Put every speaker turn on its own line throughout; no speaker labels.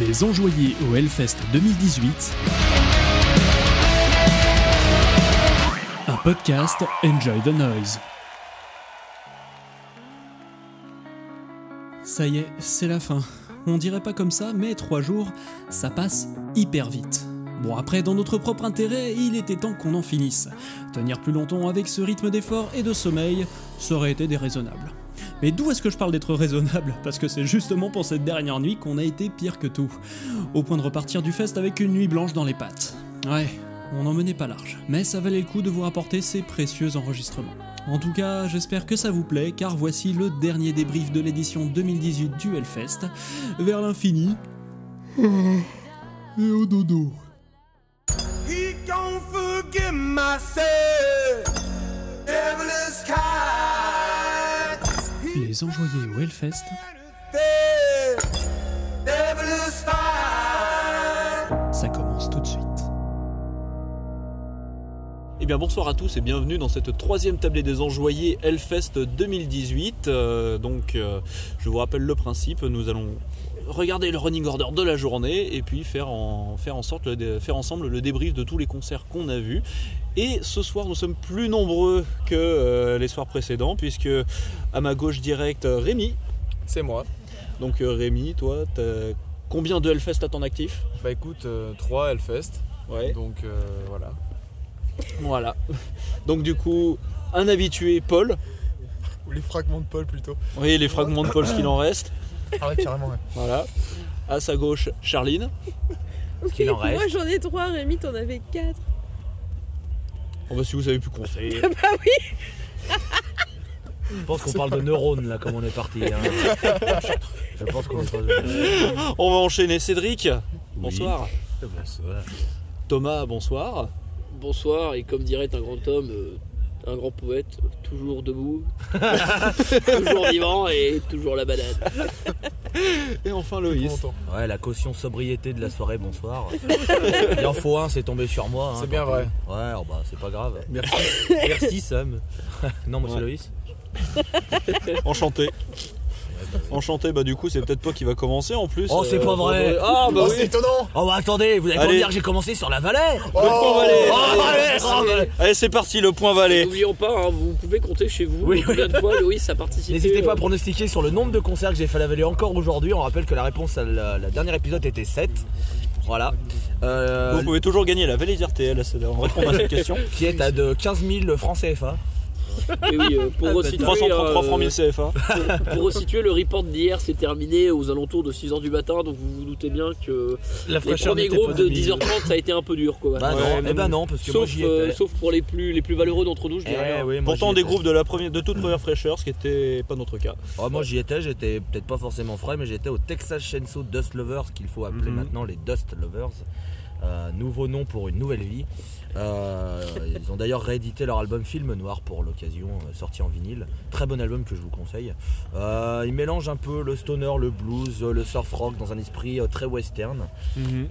les enjoyés au Hellfest 2018. Un podcast Enjoy the Noise. Ça y est, c'est la fin. On dirait pas comme ça, mais trois jours, ça passe hyper vite. Bon après, dans notre propre intérêt, il était temps qu'on en finisse. Tenir plus longtemps avec ce rythme d'effort et de sommeil, ça aurait été déraisonnable. Mais d'où est-ce que je parle d'être raisonnable Parce que c'est justement pour cette dernière nuit qu'on a été pire que tout. Au point de repartir du fest avec une nuit blanche dans les pattes. Ouais, on n'en menait pas large, mais ça valait le coup de vous rapporter ces précieux enregistrements. En tout cas, j'espère que ça vous plaît, car voici le dernier débrief de l'édition 2018 du Hellfest, vers l'infini et au dodo.
He can't forgive myself. Devil is kind.
Les enjoyés au Hellfest,
Devil is fine.
ça commence tout de suite.
Eh bien bonsoir à tous et bienvenue dans cette troisième tablée des enjoyés Hellfest 2018. Euh, donc euh, je vous rappelle le principe, nous allons regarder le running order de la journée et puis faire, en, faire, en sorte le dé- faire ensemble le débrief de tous les concerts qu'on a vus. Et ce soir nous sommes plus nombreux que euh, les soirs précédents puisque à ma gauche directe Rémi.
C'est moi.
Donc euh, Rémi, toi, t'as combien de Hellfest à ton actif
Bah écoute, 3 Hellfest.
Ouais.
Donc euh, voilà.
Voilà. Donc du coup, un habitué, Paul.
Ou les fragments de Paul plutôt.
Oui, les fragments de Paul, ce qu'il en reste.
Ah ouais, carrément. ouais.
Voilà. À sa gauche, Charline.
Oui, Moi j'en ai trois, Rémi t'en avais quatre.
On va si vous avez pu compter.
Je pense qu'on parle de neurones là, comme on est parti. hein. Je pense qu'on est sur-
On va enchaîner Cédric. Bonsoir.
Bonsoir.
Thomas, bonsoir.
Bonsoir, et comme dirait un grand homme, euh, un grand poète, euh, toujours debout, toujours vivant et toujours la banane.
Et enfin
Plus
Loïs.
longtemps.
Ouais, la caution sobriété de la soirée, bonsoir. Il en faut un, c'est tombé sur moi. hein,
C'est bien
tant
vrai.
pis. Ouais, oh bah c'est pas grave. Merci. Merci Sam. Non, monsieur
Ouais.
Loïs
Enchanté. Enchanté, bah du coup c'est peut-être toi qui va commencer en plus.
Oh, c'est pas vrai.
Ah bah
Oh, c'est
oui.
étonnant
Oh bah attendez, vous allez pas
Allez.
me dire que j'ai commencé sur la vallée
Le point valet.
Oh, allez, oh, allez.
Allez c'est parti, le point valet.
N'oublions pas, hein, vous pouvez compter chez vous
Oui,
combien de fois Loïs a participé.
N'hésitez pas
euh,
à pronostiquer sur le nombre de concerts que j'ai fait à la vallée encore aujourd'hui. On rappelle que la réponse à la, la dernière épisode était 7. Voilà. Euh,
Vous pouvez toujours gagner la valise RTL, c'est on répond à cette question.
qui est à de 15 000 francs CFA.
mais oui, euh,
Ah, bah,
pour, resituer,
333 francs
euh,
1000 CFA.
pour resituer, le report d'hier s'est terminé aux alentours de 6h du matin, donc vous vous doutez bien que
La
les premiers groupes de 10h30 ça a été un peu dur quoi.
Bah
Ouais,
non, eh ben non, parce que moi
sauf,
j'y
euh,
étais.
sauf pour les plus, les plus valeureux d'entre nous, je
Eh
dirais. hein.
oui, moi,
Pourtant
j'y
des
étais.
groupes de, la première, de toute première fraîcheur, ce qui était pas notre cas.
Oh, moi j'y étais, j'étais peut-être pas forcément frais, mais j'étais au Texas Chainsaw Dust Lovers, qu'il faut appeler
Mhm.
maintenant les Dust Lovers. Euh, nouveau nom pour une nouvelle vie. Euh, ils ont d'ailleurs réédité leur album Film Noir pour l'occasion, euh, sorti en vinyle. Très bon album que je vous conseille. Euh, ils mélangent un peu le stoner, le blues, euh, le surf rock dans un esprit euh, très western.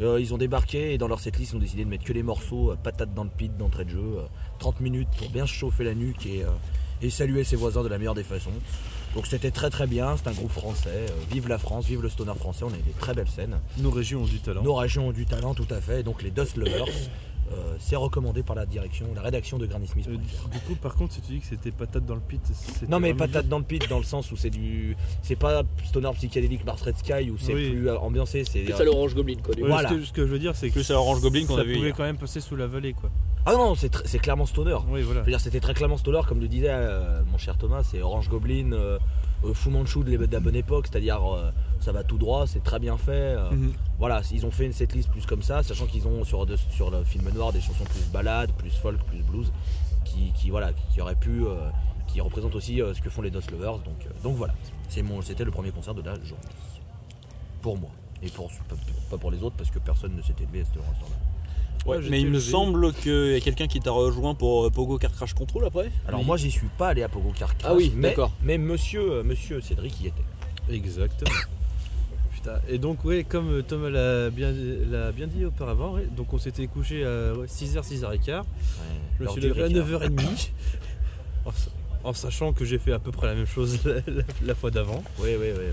Euh, ils ont débarqué et dans leur setlist ils ont décidé de mettre que les morceaux euh, patates dans le pit d'entrée de jeu, euh, 30 minutes pour bien se chauffer la nuque et, euh, et saluer ses voisins de la meilleure des façons. Donc c'était très très bien, c'est un groupe français, euh, vive la France, vive le stoner français, on a eu des très belles scènes.
Nos régions ont du talent.
Nos régions ont du talent tout à fait, et donc les Dust Lovers, euh, c'est recommandé par la direction, la rédaction de Granny Smith.
Euh, du coup, par contre, si tu dis que c'était patate dans le pit, c'était
Non mais
vraiment-
patates dans le pit dans le sens où c'est du... C'est pas stoner psychédélique Mars Red Sky où c'est
Oui.
plus euh, ambiancé, c'est... euh,
Plus à l'orange goblin quoi. du
Ouais,
coup.
Voilà.
Ce, que, ce que je veux dire, c'est que
Plus à Orange Goblin qu'on
ça
a vu
pouvait
hier.
quand même passer sous la vallée, quoi.
Ah non, c'est tr- c'est clairement stoner.
Oui, voilà.
Je veux dire, c'était très clairement Stoller, comme le disait euh, mon cher Thomas, c'est Orange Goblin, euh, euh, Fu Manchu de l'é- de la bonne époque, c'est-à-dire euh, ça va tout droit, c'est très bien fait. euh,
Mhm.
Voilà, ils ont fait une setlist plus comme ça, sachant qu'ils ont sur, de- sur le film noir des chansons plus balades, plus folk, plus blues, qui, qui, voilà, qui, qui auraient pu, euh, qui représentent aussi euh, ce que font les Dust Lovers. Donc, euh, donc voilà, C'est mon- c'était le premier concert de la journée, pour moi. Et pour, pas- pas pour les autres parce que personne ne s'est élevé à ce moment-là.
Ouais,
Moi, j'étais
mais il me
levé.
semble qu'il y a quelqu'un qui t'a rejoint pour euh, Pogo Car Crash Control après.
Alors
Oui.
moi j'y suis pas allé à Pogo Car Crash,
Ah oui,
mais,
d'accord.
mais monsieur, euh, monsieur Cédric y était.
Exactement. Putain. Et donc, ouais, comme euh, Thomas l'a bien, l'a bien dit auparavant, ouais, donc on s'était couché à 6h, 6h15. Je me
Lors
suis
du
levé à
Ricard.
9h30. Oh, ça- en sachant que j'ai fait à peu près la même chose la, la- la fois d'avant.
Oui, oui, oui.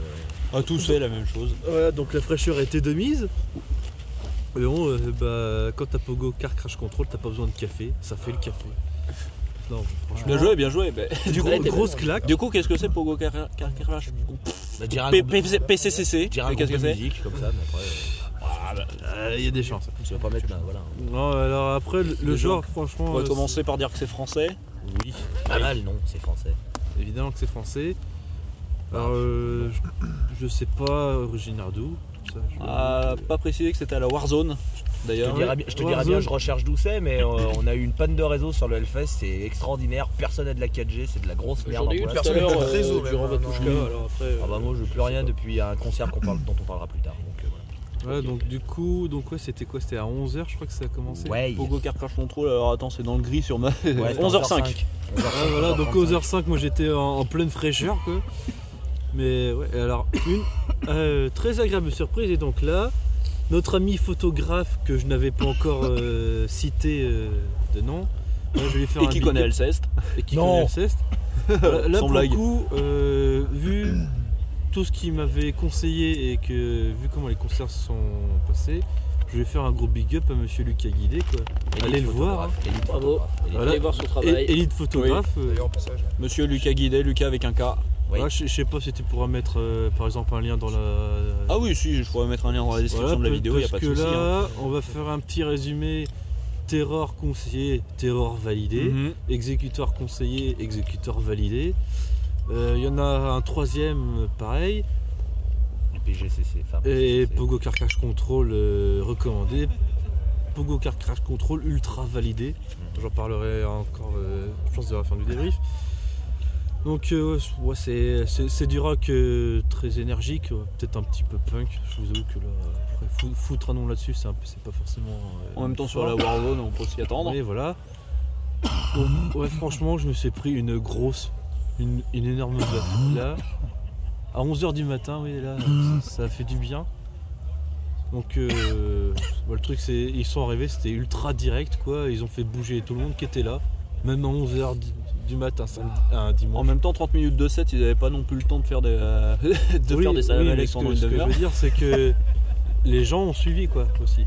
oui.
À tous, c'est la même chose.
Voilà, donc la fraîcheur était de mise. Mais bon, euh, bah, quand t'as Pogo Car Crash Control, t'as pas besoin de café, ça fait le café. Non, franchement.
Bien joué, bien joué. ben.
Du gros-
Ouais, t'es
grosse claque.
Du coup, qu'est-ce que c'est Pogo Car Car- Car- Crash
Bah, dire un
P-
groupe de-
P- PCCC
dire un
Mais Qu'est-ce que
groupe de
c'est
musique comme ça, mais après, euh,
Euh, Il y a des chances.
tu vas pas mettre là, voilà.
Non, alors après, le, le genre, franchement.
On va
euh,
commencer par dire que c'est français.
Oui, pas mal, non, c'est français.
c'est- Évidemment que c'est français.
Ah.
Alors, euh, je- je sais pas originaire d'où. ça, je-
Ah, pas précisé que c'était à la Warzone,
Je
d'ailleurs.
te
Ah ouais.
dirais bien- je te
Ouais,
dirais
zone.
bien, je recherche d'où c'est, mais euh, on a eu une panne de réseau sur le Hellfest, c'est extraordinaire, personne n'a de la 4G, c'est de la grosse merde.
J'en ai eu
angoisse.
tout à l'heure euh,
Réseau,
durant
même,
Batouchka,
non.
alors après. euh,
Ah bah moi je veux plus rien depuis un concert qu'on parle, dont on parlera plus tard. Donc, euh, voilà.
Ouais, donc du coup, donc ouais, c'était quoi C'était à 11h, je crois que ça a commencé.
Ouais,
Pogo Car Crash Control, alors attends, c'est dans le gris sur ma.
Ouais, c'était
11h05.
11h05.
Ouais, voilà, donc 11h05, moi j'étais en, en pleine fraîcheur, quoi. Mais ouais, et alors, une euh, très agréable surprise, et donc là, notre ami photographe que je n'avais pas encore euh, cité euh, de nom, là, je vais faire
Et
un
qui
big
connaît
up.
Alceste
et qui
Non.
connaît Alceste. Là, là,
Sans
pour le
blague.
coup, euh, vu tout ce qu'il m'avait conseillé et que vu comment les concerts sont passés, je vais faire un gros big up à monsieur Lucas Guidé, quoi. Allez le voir, hein.
Élite
Bravo.
photographe, élite-
Voilà.
Allez voir son
Ah
Et-
bah,
travail.
Élite photographe. euh,
D'ailleurs, au passage.
Monsieur Lucas Guidet, Lucas avec un K.
Oui.
Ouais, je, je sais pas si tu pourras mettre euh, par exemple un lien dans la.
Ah oui, si, je pourrais mettre un lien dans la description de la
pe-
vidéo, il a
parce
pas de
que
souci. hein.
là, on va faire un petit résumé. Terreur conseillé, terreur validé.
Mhm.
Exécuteur conseillé, exécuteur validé. Euh, Il y en a un troisième euh, pareil.
du PGCC. enfin,
Et
PGCC.
Pogo Car Crash Control euh, recommandé. Pogo Car Crash Control ultra validé.
Mhm.
J'en parlerai encore, euh, je pense, de la fin du débrief. Donc, euh, ouais, ouais, c'est- c'est c'est du rock euh, très énergique, euh, peut-être un petit peu punk. Je vous avoue que là, euh, après, fou- foutre un nom là-dessus, c'est un peu- c'est pas forcément. euh,
En même temps, sur la
fort.
Warzone, on peut s'y attendre.
Oui, voilà. Donc, ouais, franchement, je me suis pris une grosse, une, une énorme baffe. Là, à 11h du matin, oui, là, ça, ça fait du bien. Donc, euh, bah, le truc, c'est ils sont arrivés, c'était ultra direct, quoi. Ils ont fait bouger tout le monde qui était là. Même à 11h du, du matin, samedi, un
En
dimanche.
même temps, 30 minutes de set, ils n'avaient pas non plus le temps de faire des, euh, de
Oui,
faire des salades
oui,
à
mais
Alex
ce
pendant
que,
une
ce que je
demi-heure.
veux dire, c'est que les gens ont suivi, quoi, aussi.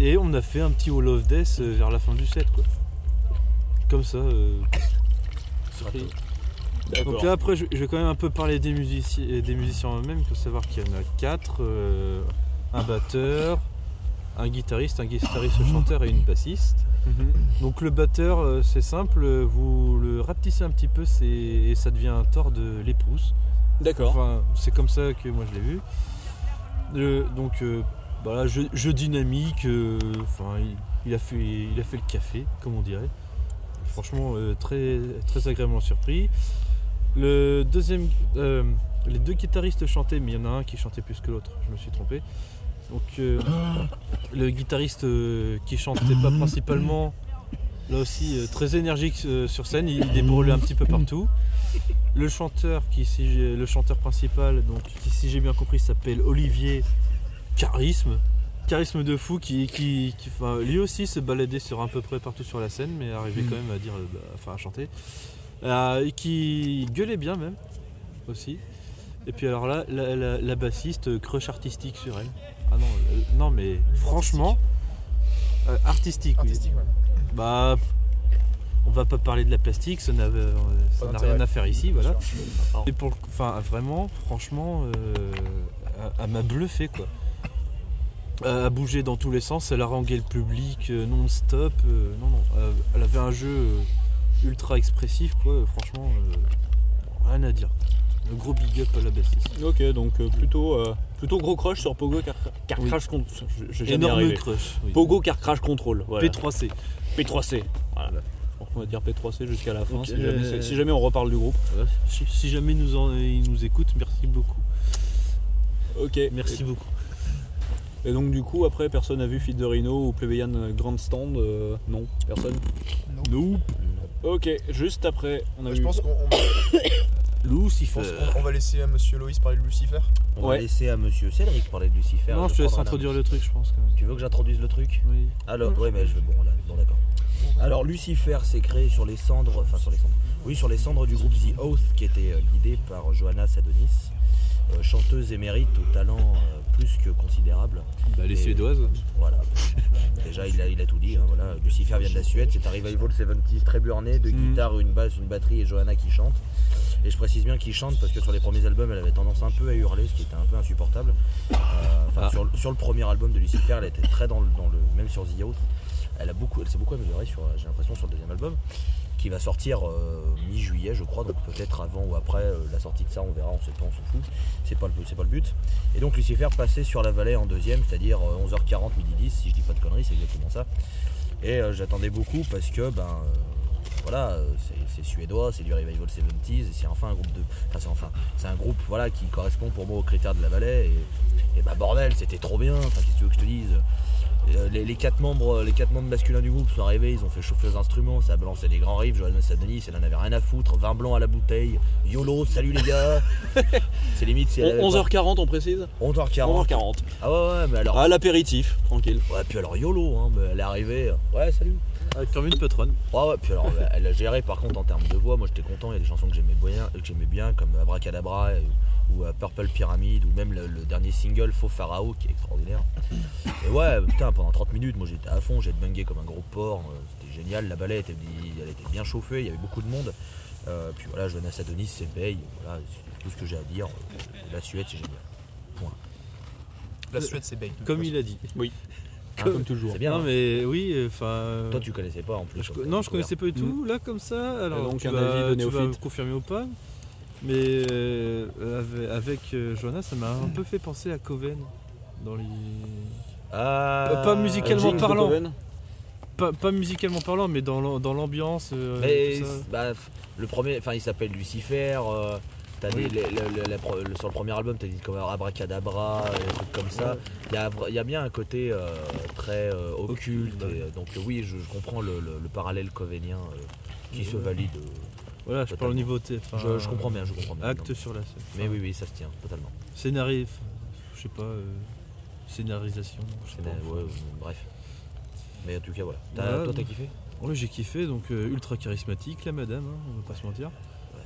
Et on a fait un petit Hall of Death euh, vers la fin du set, quoi. Comme ça. euh, surprise.
D'accord.
Donc là après je je vais quand même un peu parler des musiciens, des musiciens eux-mêmes, il faut savoir qu'il y en a quatre, euh, un batteur, un guitariste, un guitariste chanteur et une bassiste.
Mhm.
Donc le batteur euh, c'est simple, euh, vous le rapetissez un petit peu c'est- et ça devient un tort de l'épouse.
D'accord.
Enfin c'est comme ça que moi je l'ai vu. Le- donc euh, voilà, jeu, jeu dynamique, euh, enfin il, il a fait, il a fait le café comme on dirait. Franchement euh, très, très agréablement surpris. Le deuxième, euh, les deux guitaristes chantaient, mais il y en a un qui chantait plus que l'autre. Je me suis trompé. Donc euh, le guitariste euh, qui chantait pas principalement, là aussi euh, très énergique euh, sur scène, il, il débrûlait un petit peu partout. Le chanteur qui, si j'ai- le chanteur principal, donc qui si j'ai bien compris s'appelle Olivier Charisme. Charisme de fou qui, qui, qui- enfin, lui aussi se baladait sur à peu près partout sur la scène, mais arrivait
Hmm.
quand même à dire, euh, bah, enfin à chanter. Euh, et qui gueulait bien même aussi. Et puis alors là, la, la- la bassiste, euh, crush artistique sur elle. Ah non, euh, non mais franchement, euh, artistique, oui.
Artistique, ouais.
Bah, on va pas parler de la plastique, ça n'a, euh, ça
Pas
n'a
d'intérêt.
rien à faire ici, voilà.
Bien sûr.
Et pour, le- enfin, vraiment, franchement, euh, elle- elle m'a bluffé quoi. Elle a bougé dans tous les sens, elle a rangé le public euh, non-stop. euh, non, non, euh, elle avait un jeu euh, ultra expressif, quoi. euh, franchement, euh, rien à dire. Le gros big up à la bassiste.
Ok, donc euh, plutôt, euh, plutôt gros crush sur Pogo Car, Car
Oui.
Crash Control. Je- je- j'ai jamais
Énorme
arrivé.
crush. oui.
Pogo Car Crash Control. Voilà.
P3C.
P3C. Voilà. Donc, on va dire P3C jusqu'à la fin,
Ok.
si, jamais, c'est- si jamais on reparle du groupe.
Si, si jamais nous en- ils nous écoutent, merci beaucoup.
Ok.
Merci beaucoup.
Et donc du coup, après, personne n'a vu Feed the Rhino ou Plebeian Grandstand euh, Non, personne
Nope.
Ok, juste après, on a
Je
eu...
pense qu'on on va, je
Lucifer.
Euh,
pense qu'on- on va laisser à monsieur Loïs parler de Lucifer.
On
Ouais.
va laisser à monsieur Cédric parler de Lucifer.
Non, je te laisse
prendre un
introduire
avis.
le truc, je pense. Quand même.
Tu veux que j'introduise le truc
Oui.
Alors, ouais, mais je veux. Bon, là, bon, d'accord. Alors, Lucifer s'est créé sur les cendres, enfin sur les cendres, Oui, sur les cendres du groupe The Oath, qui était euh, guidé par Johanna Sadonis, euh, chanteuse émérite au talent euh, plus que considérable.
Bah, les
Et-
Suédoises.
Voilà. Déjà, il a, il a tout dit. hein, voilà. Lucifer vient de la Suède, c'est un revival 70 très burné, de
Mhm.
guitare, une basse, une batterie et Johanna qui chante. Et je précise bien qu'il chante parce que sur les premiers albums, elle avait tendance un peu à hurler, ce qui était un peu insupportable. Euh, enfin,
Ah.
sur, le- sur le premier album de Lucifer, elle était très dans le, dans le même sur The Oath. Elle a beaucoup, elle s'est beaucoup améliorée sur, j'ai l'impression, sur le deuxième album, qui va sortir euh, mi-juillet, je crois, donc peut-être avant ou après euh, la sortie de ça, on verra, on sait pas, on s'en fout. C'est pas le, c'est pas le but. Et donc Lucifer passait sur la vallée en deuxième, c'est-à-dire euh, 11h40, midi 10, si je dis pas de conneries, c'est exactement ça. Et euh, j'attendais beaucoup parce que ben euh, voilà, euh, c'est- c'est suédois, c'est du revival 70s, et c'est enfin un groupe de. Enfin c'est enfin c'est un groupe voilà qui correspond pour moi aux critères de la vallée. Et, et bah bordel, c'était trop bien, enfin qu'est-ce que tu veux que je te dise Euh, les, les quatre membres, les quatre membres masculins du groupe sont arrivés, ils ont fait chauffer les instruments, ça a balancé des grands riffs, Johannes Sadonis, elle en avait rien à foutre, vin blanc à la bouteille, YOLO, salut les gars C'est limite si elle avait pas-
11h40 on précise
11h40.
11h40.
Ah ouais, ouais, mais alors.
À l'apéritif, tranquille.
Ah.
Ouais, puis alors YOLO, hein, mais elle est arrivée. euh, Ouais, salut.
Comme une patronne.
Ouais, ouais, puis alors euh, elle a géré par contre en termes de voix. Moi j'étais content, il y a des chansons que j'aimais bien, que j'aimais bien comme Abracadabra euh, ou euh, Purple Pyramid ou même le, le dernier single Faux Pharaon qui est extraordinaire. Et ouais, putain, pendant 30 minutes, moi j'étais à fond, j'ai bungué comme un gros porc. euh, C'était génial, la balai était, elle était bien chauffée, il y avait beaucoup de monde. Euh, puis voilà, Jonas Adonis s'éveille, voilà, c'est tout ce que j'ai à dire. Euh, La Suède, c'est génial.
La Suède, c'est Bane.
Comme il a dit.
Oui.
Comme,
Hein,
toujours.
C'est bien,
Non,
hein.
mais oui, enfin.
Toi, tu Mmh. connaissais pas en plus.
Je
hein,
co-
t'as
non, je
découvert.
connaissais pas du tout, là, comme ça. Alors,
donc,
tu,
un
vas,
avis de
tu vas
néophyte.
confirmer ou pas. Mais euh, avec, avec, euh, Johanna, ça m'a un peu fait penser à Coven. Dans les...
Ah,
Pas musicalement
Jinx de
parlant.
Coven.
pas, pas musicalement parlant, mais dans l'am- dans l'ambiance. euh,
Mais
tout ça.
bah, f- le premier, enfin, il s'appelle Lucifer. euh, t'as des-
Oui.
les- le- le- la pro- le- sur le premier album, t'as dit comme Abracadabra, des trucs comme ça. Il y a vra- il y, a bien un côté euh, très euh, occulte.
bah
et, euh, donc euh, oui, je, je comprends le, le- le parallèle covénien euh, qui
Oui,
se
oui.
valide. euh,
Voilà, je parle
totalement.
au niveau. T, enfin,
je, je comprends bien, je comprends bien.
Acte
non.
sur la scène.
Mais oui, oui, ça se tient totalement.
Scénari. enfin, Je sais pas. euh, scénarisation. je sais
C'est-
pas,
ouais,
enfin.
ouais, bref. Mais en tout cas, voilà. T'as-
Voilà,
toi, t'as
donc-
kiffé
Ouais, j'ai kiffé, donc euh, ultra charismatique la madame, hein, on va pas se mentir.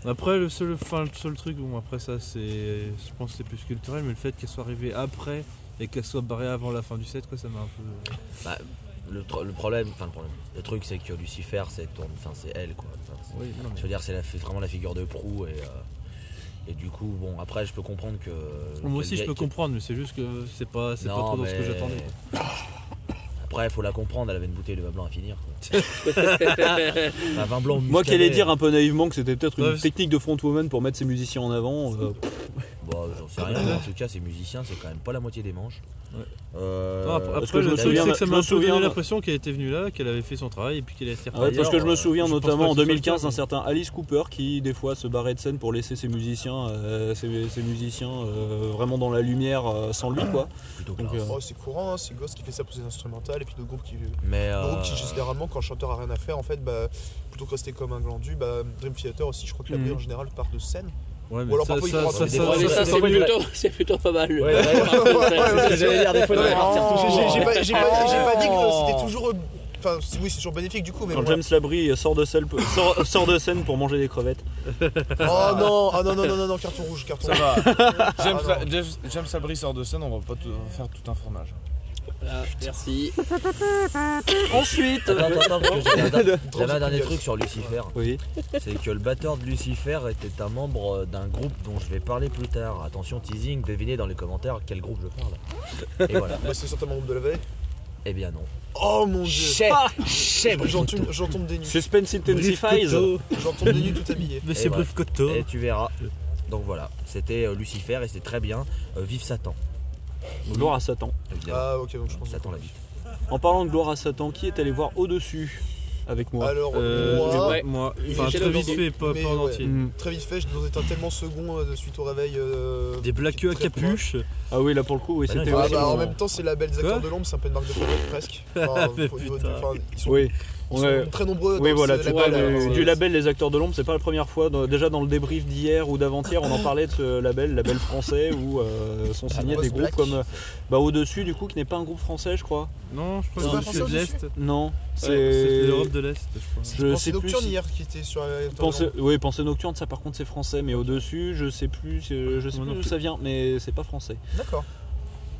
Après le seul, enfin, le seul truc, bon après ça c'est, je pense que c'est plus culturel, mais le fait qu'elle soit arrivée après et qu'elle soit barrée avant la fin du set, quoi, ça m'a un peu. euh,
le, tro- le problème, enfin le problème. Le truc, c'est que Lucifer, c'est ton- enfin, c'est elle, quoi. Enfin, c'est-
Oui, non,
Je veux dire, c'est la- c'est vraiment la figure de proue et, euh, et du coup, bon, après, je peux comprendre que.
Moi aussi
qu'elle-
je peux
qu'elle-
comprendre, mais c'est juste que c'est pas, c'est pas
Non,
trop dans ce que
mais-
j'attendais.
Après, il faut la comprendre, elle avait une bouteille de vin blanc à finir. quoi. Enfin, vin blanc.
Moi qui allais
muscadet.
dire un peu naïvement que c'était peut-être
Ouais,
une
c'est-
technique de frontwoman pour mettre ses musiciens en avant. euh,
Bon, j'en sais rien, mais en tout cas, ces musiciens, c'est quand même pas la moitié des manches.
Ouais.
Euh,
Non, après,
parce
après,
que je
le
me
truc
souviens-
c'est que ça
je
m'a
me
un peu donné
souviens- Ah
l'impression qu'elle était venue là, qu'elle avait fait son travail et puis qu'elle était
Ouais,
repartie.
parce que je me
euh,
souviens
je pense pas
notamment en
que ce soit le
2015
cas,
d'un
mais-
certain Alice Cooper qui des fois se barrait de scène pour laisser ses musiciens, euh, ses, ses musiciens euh, vraiment dans la lumière euh, sans lui quoi.
Plutôt
Donc,
classe.
euh,
Oh, c'est courant, hein, c'est Ghost qui fait ça pour ses instrumentales et puis d'autres groupes qui.
Mais.
Ah.
d'autres groupes
euh,
qui, généralement, quand le chanteur a rien à faire, en fait, bah, plutôt que rester comme un glandu, bah, Dream Theater aussi, je crois que la
Mhm.
pluie, en général part de scène.
Ouais, mais
Ou alors
ça,
parfois, il
ça-
faut
ça-
avoir des
ça-
fois,
Ouais, mais
ça-
ça,
c'est-
c'est
c'est-
plutôt, c'est plutôt pas mal.
Ouais, ouais, ouais.
ouais,
C'est ce que j'allais dire, des fois,
Non,
il
mais-
faut partir
j'ai-
toujours.
j'ai- j'ai pas- J'ai pas j'ai pas dit
Oh.
que c'était toujours. Enfin, c'est- oui, c'est toujours bénéfique du coup, mais.
Quand
bon,
James Labrie sort de, scène- sort- sort de scène pour manger des crevettes.
Oh non, oh non, non, non, non, non, carton rouge, carton
Ça
rouge.
va.
Ah,
James, Fa- James, James Fabry sort de scène, on va pas tout- faire tout un fromage.
Oh, Voilà, merci.
Ensuite
Attends, attends, attends, parce que j'avais un dernier- j'avais un dernier
Grosse
truc sur Lucifer.
Oui.
C'est que le batteur de Lucifer était un membre d'un groupe dont je vais parler plus tard. Attention, teasing, devinez dans les commentaires quel groupe je parle. Et voilà.
Bah, c'est certainement le groupe de la vallée.
Eh bien non.
Oh mon dieu. J'en tombe, j'en tombe des nues.
Suspense intensifies.
J'en tombe des nues tout habillé.
Mais c'est
bref.
Brief Cotto.
Et tu verras. Donc voilà, c'était euh, Lucifer et c'était très bien. Euh, vive Satan.
Gloire à Satan.
Évidemment.
Ah ok, donc je pense.
Satan la bite.
En parlant de gloire à Satan, qui est allé voir au-dessus avec moi
Alors
Euh,
moi,
ouais.
Moi,
Il
enfin,
est chez
très
le
vite fait, pas,
Mais
pas en
ouais.
entier.
Mm.
très vite fait, j'étais dans un état tellement second euh, de suite au réveil. euh,
Des blagues à
très
capuche.
Ah oui là pour le coup oui,
Bah non,
c'était
il va
Ah
aussi
bah, en
mon-
même temps, c'est la belle des
Quoi Ah,
acteurs de l'ombre, c'est un peu une marque de fabrique presque. Enfin,
Mais
au niveau de-
putain.
enfin, ils sont
Oui.
Ils sont
Ouais.
très nombreux.
Oui,
dans
voilà,
ce
tu
label,
parles
alors,
du,
euh,
du label Les Acteurs de l'Ombre, c'est pas la première fois. Dans- déjà dans le débrief d'hier ou d'avant-hier, on en parlait de ce label, label français, où euh, sont signés
Rose
des groupes
Black.
comme euh, bah, Au-dessus, du coup, qui n'est pas un groupe français, je crois.
Non, je
Non,
crois que
c'est
c'est de
français,
l'Est.
Non, c'est.
Ouais, C'est l'Europe de l'Est, je crois.
Je
Pensée
sais plus.
nocturne
si-
hier qui était sur la.
Pensée- oui, Pensée Nocturne, ça par contre c'est français, mais au-dessus, je sais plus, c'est- je sais
Moi
plus
non
d'où
plus.
ça vient, mais c'est pas français.
D'accord.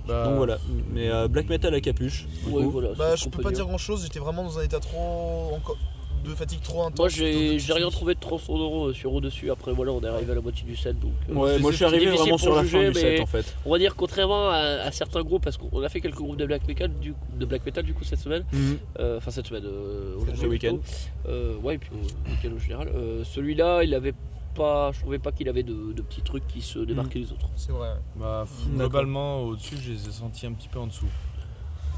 Bah,
Donc voilà, mais euh, Black Metal à capuche. du
Ouais,
coup.
voilà, c'est
Bah,
ce
je
qu'on
peux pas dire grand chose, j'étais vraiment dans un état trop. encore- de fatigue trop intense.
Moi,
plutôt
j'ai
de-
j'ai rien trouvé de transcendant euh, sur au-dessus. Après, voilà, on est arrivé à la moitié du set, donc. euh,
Ouais,
c'est-
moi je suis
c'est
arrivé
difficile
vraiment
pour
sur la fin
juger,
du set hein.
mais
en fait.
On va dire, contrairement à, à certains groupes, parce qu'on a fait quelques groupes de black metal, du, de black metal, du coup, cette semaine. Euh, Enfin, cette semaine, euh, aujourd'hui.
Ce week-end.
plutôt. Euh, ouais, et puis au week-end en général. Euh, Celui-là, il avait pas. Je trouvais pas qu'il avait de, de petits trucs qui se
Mm.
démarquaient des autres.
C'est vrai.
Bah, pff,
D'accord.
globalement, au-dessus, je les ai sentis un petit peu en dessous.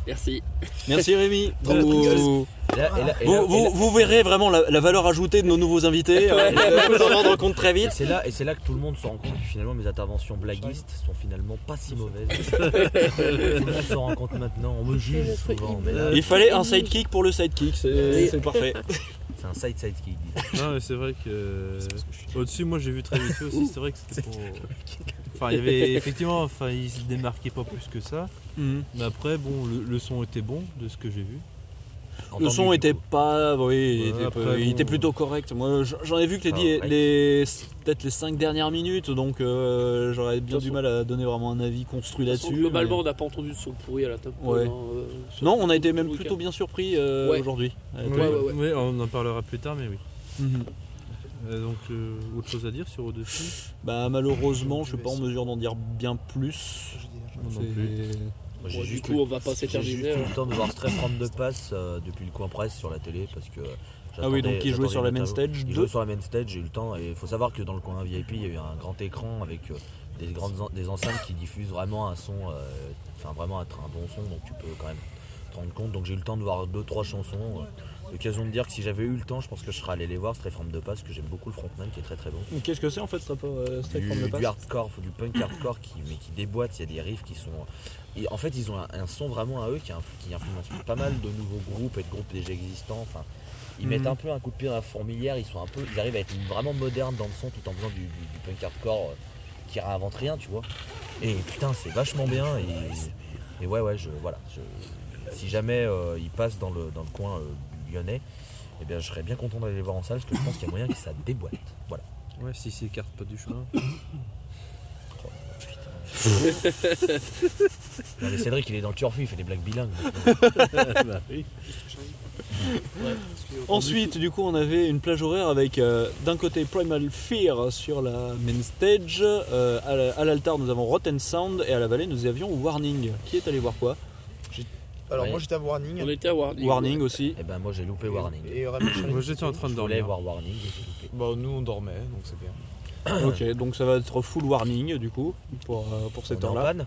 Merci.
Merci Rémi.
Dans la
Vous-
Pringles.
vous,
Et là- et là- et là-
vous,
et là-
vous verrez vraiment la, la valeur ajoutée de nos nouveaux invités. euh, Vous vous en rendre compte très
et
vite.
c'est là, et c'est là que tout le monde se rend compte que finalement mes interventions blaguistes sont finalement pas si mauvaises. tout le monde se rend compte maintenant, on me juge souvent, mais là
Il fallait un sidekick pour le sidekick, c'est c'est parfait.
c'est un side side qui dit.
Non, mais c'est vrai que. euh, Au-dessus, moi j'ai vu très vite fait aussi, c'est vrai que c'était pour. Enfin, il y avait effectivement, enfin, il se démarquait pas plus que ça. Mais après, bon, le, le son était bon de ce que j'ai vu.
Le
Entendu,
son
du
était
coup.
pas. Oui, il
Ouais,
était,
après,
peu- il
bon,
était
euh,
plutôt correct. Moi, j- j'en ai vu que les,
Ah,
dix-
ouais.
les- peut-être les 5 dernières minutes, donc euh, j'aurais bien
De toute
du
façon-
mal à donner vraiment un avis construit
De toute façon,
là-dessus.
globalement, on
mais-
n'a pas entendu de son pourri à la table.
Ouais. Non, on a été même plutôt bien surpris euh,
Ouais.
aujourd'hui.
Ouais, ouais, ouais.
Oui, on en parlera plus tard, mais oui.
Mhm.
Euh, donc, euh, autre chose à dire sur au-dessus
Bah malheureusement, je suis pas en mesure d'en dire bien plus.
Non, non
C'est-
plus.
Moi, j'ai
Bon, du
juste
coup, on va pas
J'ai juste eu
hein.
s'éterniser.
le temps de voir Stray prendre deux passes euh, depuis le coin presse sur la télé parce que. euh,
Ah oui, donc
j'attendais-
il jouait sur la main
j'attendais notamment-
stage
Il
2.
jouait sur la main stage, j'ai eu le temps. Et il faut savoir que dans le coin VIP, il y a eu un grand écran avec euh, des grandes en- des enceintes qui diffusent vraiment un son, euh, enfin vraiment un, un bon son, donc tu peux quand même te rendre compte. Donc j'ai eu le temps de voir deux trois chansons. euh, L'occasion de dire que si j'avais eu le temps, je pense que je serais allé les voir. Stray forme de passe, que j'aime beaucoup le frontman qui est très très bon
Qu'est-ce que c'est en fait euh, ça peut
du, du hardcore, faut du punk hardcore qui, mais qui déboîte. Il y a des riffs qui sont. et en fait, ils ont un, un son vraiment à eux qui, influ- qui influence pas mal de nouveaux groupes et de groupes déjà existants. Enfin, ils mettent un peu un coup de pied dans la fourmilière. Ils sont un peu, ils arrivent à être vraiment modernes dans le son tout en faisant du, du- du punk hardcore euh, qui réinvente rien, tu vois. Et putain, c'est vachement bien. Et, et ouais, ouais, je voilà. je- si jamais euh, ils passent dans le dans le coin euh, lyonnais. Eh bien, je serais bien content d'aller les voir en salle parce que je pense qu'il y a moyen que ça déboîte. Voilà.
Ouais, si s'écarte pas du chemin.
Non, mais Cédric, il est dans le turfu, il fait des blagues bilingues.
Ensuite, du coup, on avait une plage horaire avec euh, d'un côté Primal Fear sur la main stage, euh, à la- à l'altar nous avons Rotten Sound et à la vallée nous avions Warning. Qui est allé voir quoi
Alors,
Ouais.
moi j'étais à Warning.
On était à Warning.
Warning aussi.
Eh ben moi j'ai loupé Warning.
Et Ramshackle,
Moi j'étais en train de
Je voulais
dormir.
voir Warning, j'ai loupé.
Bah, nous, on dormait, donc c'est bien.
ok, donc ça va être full Warning du coup pour, euh, pour cette
On est en
heure-là.
panne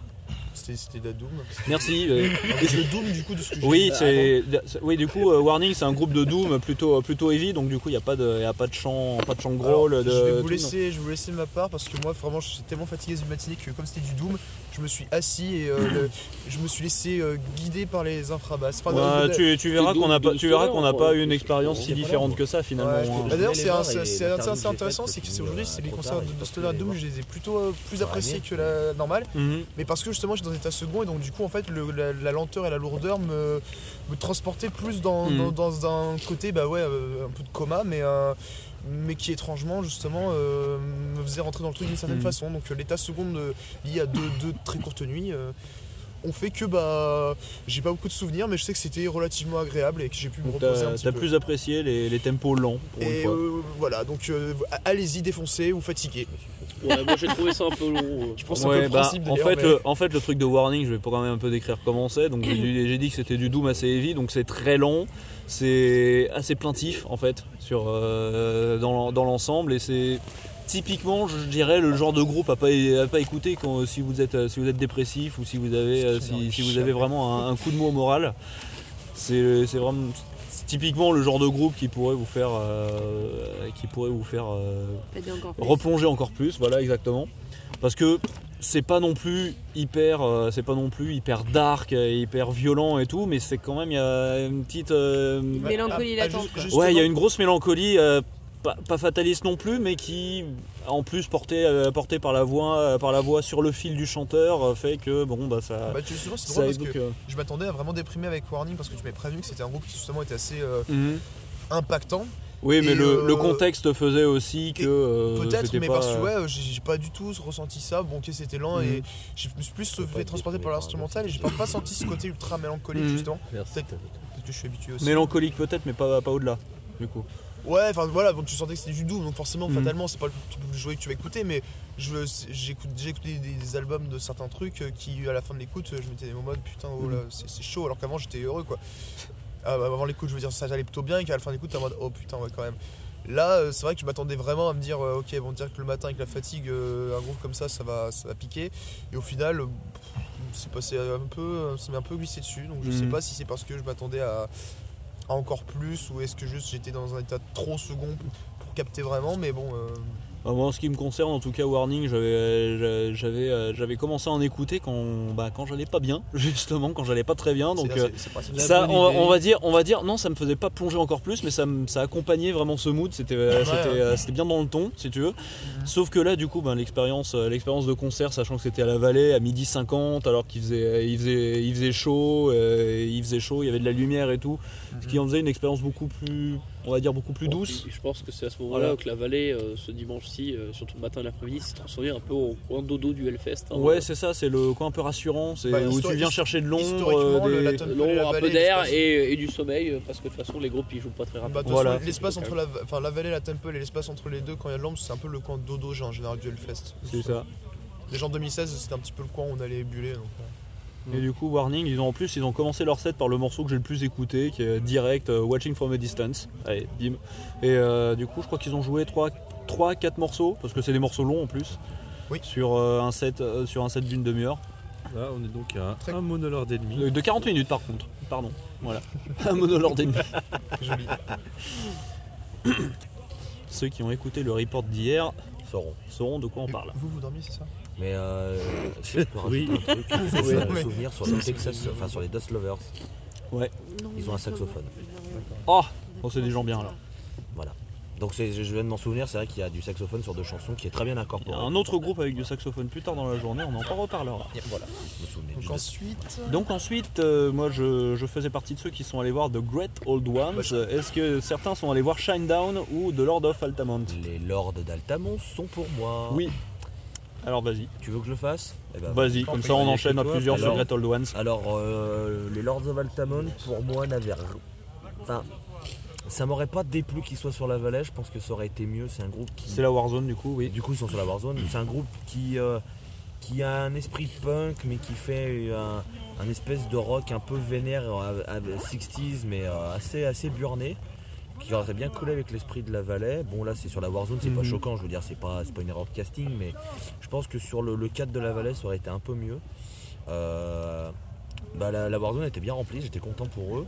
C'était c'était de la Doom.
Merci. euh,
Le Doom, du coup, de ce que j'ai
Oui,
vu.
c'est c'est- oui du coup euh, Warning c'est un groupe de doom plutôt plutôt heavy donc du coup il n'y a pas de y a pas de chant pas de chant
Oh
Alors,
growl de
je vais vous
tout,
laisser, je vais vous laisser ma part parce que moi vraiment j'étais tellement fatigué cette matinée que comme c'était du doom, je me suis assis et euh, le- je me suis laissé euh, guider par les infrabasses. Enfin,
non.
non,
Bah,
le-
tu, tu verras
Doom
qu'on n'a
de
pas tu verras
Stoner,
qu'on n'a
quoi.
pas eu une expérience
C'est
si
pas là,
différente
moi.
que ça finalement.
Ouais, je-
hein.
bah, D'ailleurs, c'est
les voir
assez,
et
c'est
les
assez- assez
interviews que j'ai
intéressant,
faites,
c'est que
parce
c'est
que,
aujourd'hui,
euh,
c'est les
trop
concerts
tard,
de,
j'ai
de
pas
Stoner
pu les
Doom,
voir.
je les ai plutôt euh, plus
Ça aurait
appréciés
aimé,
que la normale,
Mhm.
mais parce que justement, je suis dans un état second et donc du coup, en fait, le- la, la lenteur et la lourdeur me, me transportaient plus dans,
Mhm.
dans- dans un côté, bah ouais, euh, un peu de coma, mais euh, mais qui étrangement justement euh, me faisait rentrer dans le truc d'une certaine
Mhm.
façon. Donc euh, l'état second de- lié à deux, deux très courtes nuits. euh, on fait que bah j'ai pas beaucoup de souvenirs mais je sais que c'était relativement agréable et que j'ai pu me
Donc,
reposer un
T'as
petit
t'as
peu.
plus apprécié les, les tempos lents pour une
Et
fois.
euh, voilà, donc euh, allez-y défoncez ou fatigué.
Ouais, moi j'ai trouvé ça un peu long. euh.
Je pense
Ouais,
que c'est un peu le
bah,
principe
en,
d'ailleurs,
fait,
mais-
le, en fait, le truc de warning, je vais quand même un peu décrire comment c'est. Donc, j'ai dit- j'ai dit que c'était du Doom assez heavy, donc c'est très long, c'est assez plaintif en fait sur, euh, dans, l'en- dans l'ensemble. Et c'est typiquement, je dirais, le genre de groupe à pas, à pas écouter quand, si, vous êtes, euh, si vous êtes dépressif ou si vous avez, euh, si, si vous avez vraiment un, un coup de mot au moral. C'est c'est vraiment c'est typiquement le genre de groupe qui pourrait vous faire, euh, qui pourrait vous faire euh,
Pas dit encore.
replonger encore plus, voilà exactement. Parce que c'est pas non plus hyper, euh, c'est pas non plus hyper dark, et hyper violent et tout, mais c'est quand même il y a une petite, euh,
Une mélancolie
Ah, ah,
latente.
juste-
quoi.
juste-
ouais, il y a une grosse mélancolie. euh, pas, pas fataliste non plus, mais qui, en plus portée, euh, portée par la voix, euh, par la voix sur le fil du chanteur, euh, fait que bon bah ça,
Bah, tu- justement, c'est
ça
drôle parce
évoque,
que
euh,
je m'attendais à vraiment déprimer avec Warning parce que tu m'avais prévenu que c'était un groupe qui justement était assez euh, impactant.
Oui, mais
Et,
le,
euh,
le contexte faisait aussi que. euh,
Peut-être,
c'était
mais
pas,
parce que
euh,
ouais, j'ai- j'ai pas du tout ressenti ça. Bon, ok, c'était lent
Mhm.
et j'ai plus, plus se fait transporter par l'instrumental et j'ai pas, pas senti ce côté ultra mélancolique
Mhm.
justement.
Merci.
Peut-être peut-être que je suis habitué aussi.
Mélancolique peut-être, mais pas, pas au-delà, du coup.
Ouais, enfin voilà, bon, tu sentais que c'était du doux, donc forcément,
Mhm.
fatalement, c'est pas le tout jouet que tu vas écouter, mais je- j'écoute j'ai écouté des, des albums de certains trucs euh, qui, à la fin de l'écoute, je m'étais en mode putain, oh là, c'est c'est chaud, alors qu'avant j'étais heureux quoi. Ah, bah, avant l'écoute, je veux dire, ça allait plutôt bien, et qu'à la fin de l'écoute, t'es en mode oh putain, ouais, quand même. Là, euh, c'est vrai que je m'attendais vraiment à me dire euh, ok, bon, dire que le matin avec la fatigue, euh, un groupe comme ça, ça va, ça va piquer, et au final, euh, pff, c'est passé un peu, euh, ça m'est un peu glissé dessus, donc je sais
Mhm.
pas si c'est parce que je m'attendais à à encore plus ou est-ce que juste j'étais dans un état trop second pour capter vraiment mais bon euh,
Ah, moi, en ce qui me concerne, en tout cas, Warning, j'avais, euh, j'avais, euh, j'avais commencé à en écouter quand, bah, quand j'allais pas bien, justement, quand j'allais pas très bien.
c'est-
Donc,
c'est
euh,
c'est pratique.
ça, on, va- on va dire, on va dire, non, ça me faisait pas plonger encore plus, mais ça, me- ça accompagnait vraiment ce mood. C'était, euh,
Ouais,
c'était,
ouais.
euh, c'était bien dans le ton, si tu veux. Sauf que là, du coup, ben, l'expérience, euh, l'expérience de concert, sachant que c'était à la Vallée à midi 50, alors qu'il faisait, euh, il faisait, il faisait chaud, euh, il faisait chaud, il y avait de la lumière et tout, ce qui en faisait une expérience beaucoup plus, on va dire, beaucoup plus
Bon,
douce.
et Je pense que c'est à ce moment-là
Voilà.
que la vallée, euh, ce dimanche-ci, euh, surtout le matin et l'après-midi, s'est transformée un peu en coin dodo du Hellfest. hein.
Ouais, c'est ça, c'est le coin un peu rassurant, c'est
euh. Bah,
où tu
histori-
viens chercher de l'ombre, euh,
historiquement, le-
des-
la tonne-
L'ombre,
La
un
vallée,
peu d'air
l'espace.
et, et du sommeil, euh, parce que de toute façon, les groupes ils jouent pas très
Bah, de
rapidement.
toute
Voilà.
façon, l'espace entre la, enfin, la vallée, la temple et l'espace entre les deux quand il y a de l'ombre, c'est un peu le coin dodo j'ai en général du Hellfest.
c'est ça.
Déjà en 2016, c'était un petit peu le coin où on allait ébuler. Donc, euh,
Et du coup, Warning, ils ont en plus, ils ont commencé leur set par le morceau que j'ai le plus écouté, qui est direct, euh, Watching from a Distance. Allez, bim. Et euh, du coup, je crois qu'ils ont joué 3, 3 4 morceaux, parce que c'est des morceaux longs en plus,
Oui.
sur, euh, un set, euh, sur un set d'une demi-heure.
Là, on est donc à
Très-
un monolord d'ennemis.
Mm.
De de 40 minutes par contre, pardon. Voilà. un monologue d'ennemi.
joli.
Ceux qui ont écouté le report d'hier
Sauron.
sauront de quoi on parle.
Vous, vous dormiez, c'est ça
Mais euh, est-ce que je peux
Oui.
rajouter un truc Parce que j'ai
Oui.
un souvenir sur les Texas, enfin sur les Dust Lovers. Ils ont un saxophone.
Oh Bon, c'est des gens bien alors.
Donc c'est- je viens de m'en souvenir, c'est vrai qu'il y a du saxophone sur deux chansons qui est très bien
Il y
incorporé.
a un autre groupe avec du saxophone plus tard dans la journée, on en reparlera.
Voilà, je me souvenais.
Donc
du Dust-
ensuite.
Donc ensuite, euh, moi je, je faisais partie de ceux qui sont allés voir The Great Old Ones. Est-ce que certains sont allés voir Shinedown ou The Lord of Altamont
Les lords d'Altamont sont pour moi.
Oui. Bah, Alors vas-y,
Tu veux que je le fasse Eh ben,
vas-y, comme ça on enchaîne à plusieurs sur
Alors.
Great Old Ones.
Alors, euh, les Lords of Altamont, pour moi, n'avaient rien. Enfin, ça m'aurait pas déplu qu'ils soient sur la vallée, je pense que ça aurait été mieux. C'est un groupe qui.
C'est la Warzone du coup,
Et
oui.
du coup, ils sont sur la Warzone. C'est un groupe qui, euh, qui a un esprit punk, mais qui fait un, un espèce de rock un peu vénère, euh, à- à 60s, mais euh, assez, assez burné, qui aurait bien collé avec l'esprit de la vallée. Bon, là, c'est sur la Warzone, c'est pas
Mhm.
choquant, je veux dire, c'est pas, c'est pas une erreur de casting, mais je pense que sur le, le cadre de la vallée, ça aurait été un peu mieux. Euh, bah, la, la Warzone était bien remplie, j'étais content pour eux.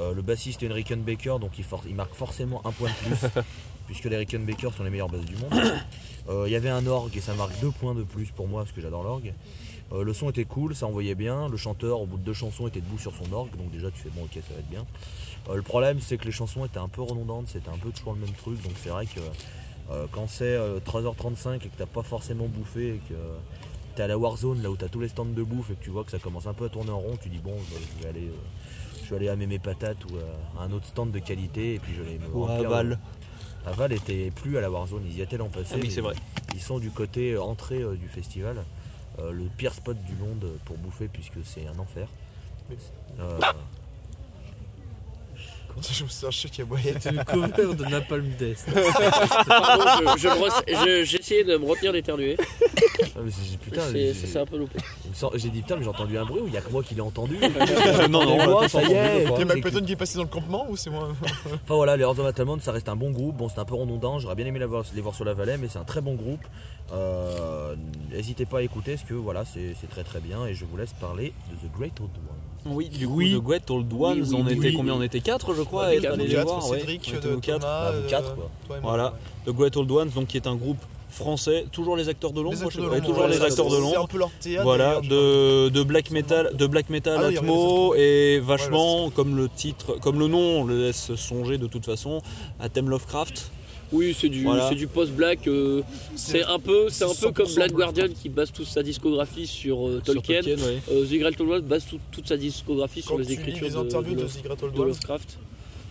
Euh, le bassiste est Henry Baker, donc il, for- il marque forcément un point de plus, puisque les Rickenbacker sont les meilleurs basses du monde. Euh, Il y avait un orgue et ça marque deux points de plus pour moi, parce que j'adore l'orgue. Euh, le son était cool, ça envoyait bien. Le chanteur, au bout de deux chansons, était debout sur son orgue, donc déjà tu fais bon, ok, ça va être bien. Euh, le problème, c'est que les chansons étaient un peu redondantes, c'était un peu toujours le même truc, donc c'est vrai que euh, quand c'est euh, 3h35 et que t'as pas forcément bouffé et que t'es à la Warzone, là où t'as tous les stands de bouffe et que tu vois que ça commence un peu à tourner en rond, tu dis bon, bah, je vais aller. euh, je vais aller amener mes patates ou euh, à un autre stand de qualité et puis je vais me
Ou à
remplir-
Aval.
Aval était plus à la Warzone, ils y étaient l'an passé.
Ah oui,
mais
c'est vrai.
Ils sont du côté euh, entrée euh, du festival, euh, le pire spot du monde euh, pour bouffer puisque c'est un enfer. Euh,
Je me suis un chien qui aboyait.
C'est le cover de Napalm Death.
Pardon, je- je me rece- je- j'essayais de me retenir d'éternuer.
ah, mais c'est- putain,
C'est-
j'ai-
Ça s'est un peu loupé.
il me semble- j'ai dit putain, mais j'ai entendu un bruit ou il y a que moi qui l'ai entendu
non, non,
Et
on
moi,
l'a tous
ça y
entendu,
est,
quoi.
T'es
j'ai
Malpleton qui est passé dans le campement ou c'est moi
Enfin voilà, les Lords of Atalmont, ça reste un bon groupe. Bon, c'est un peu rondondant, j'aurais bien aimé la voir- les voir sur la vallée, mais c'est un très bon groupe. Euh, N'hésitez pas à écouter, parce que voilà, c'est c'est très très bien. Et je vous laisse parler de The Great Old One.
Oui, du coup,
Oui.
The Great Old Ones,
Oui, oui,
on
oui,
était
oui.
combien On était 4 je crois, à être allés les
Quatre,
voir. ouais.
Cédric,
On était
de
nous quatre.
Thomas,
Bah, vous
euh,
quatre, quoi.
toi et moi.
Voilà. The Great Old Ones, donc qui est un groupe français, toujours les acteurs de l'ombre,
Les
moi,
acteurs
je
de
sais pas,
l'ombre,
toujours
ouais,
les
ça,
acteurs de
C'est un
l'ombre.
peu leur théâtre.
Voilà,
d'ailleurs,
de,
je
de black metal, de black metal
Ah oui, il y a
Atmo et vachement,
Ouais, bah,
comme le titre, comme le nom le laisse songer de toute façon, à thème Lovecraft.
Oui, c'est du,
Voilà.
c'est du post-black. euh, c'est un peu, c'est un peu comme Black Guardian qui base toute sa discographie sur euh,
Sur
Tolkien.
Tolkien, ouais.
Euh, Zigrel Tolwell base tout- toute sa discographie
Quand
sur les
tu lis
écritures
les
de-
interviews
de,
de
Lo-
Sigrid
de
Oldwell,
Lovecraft.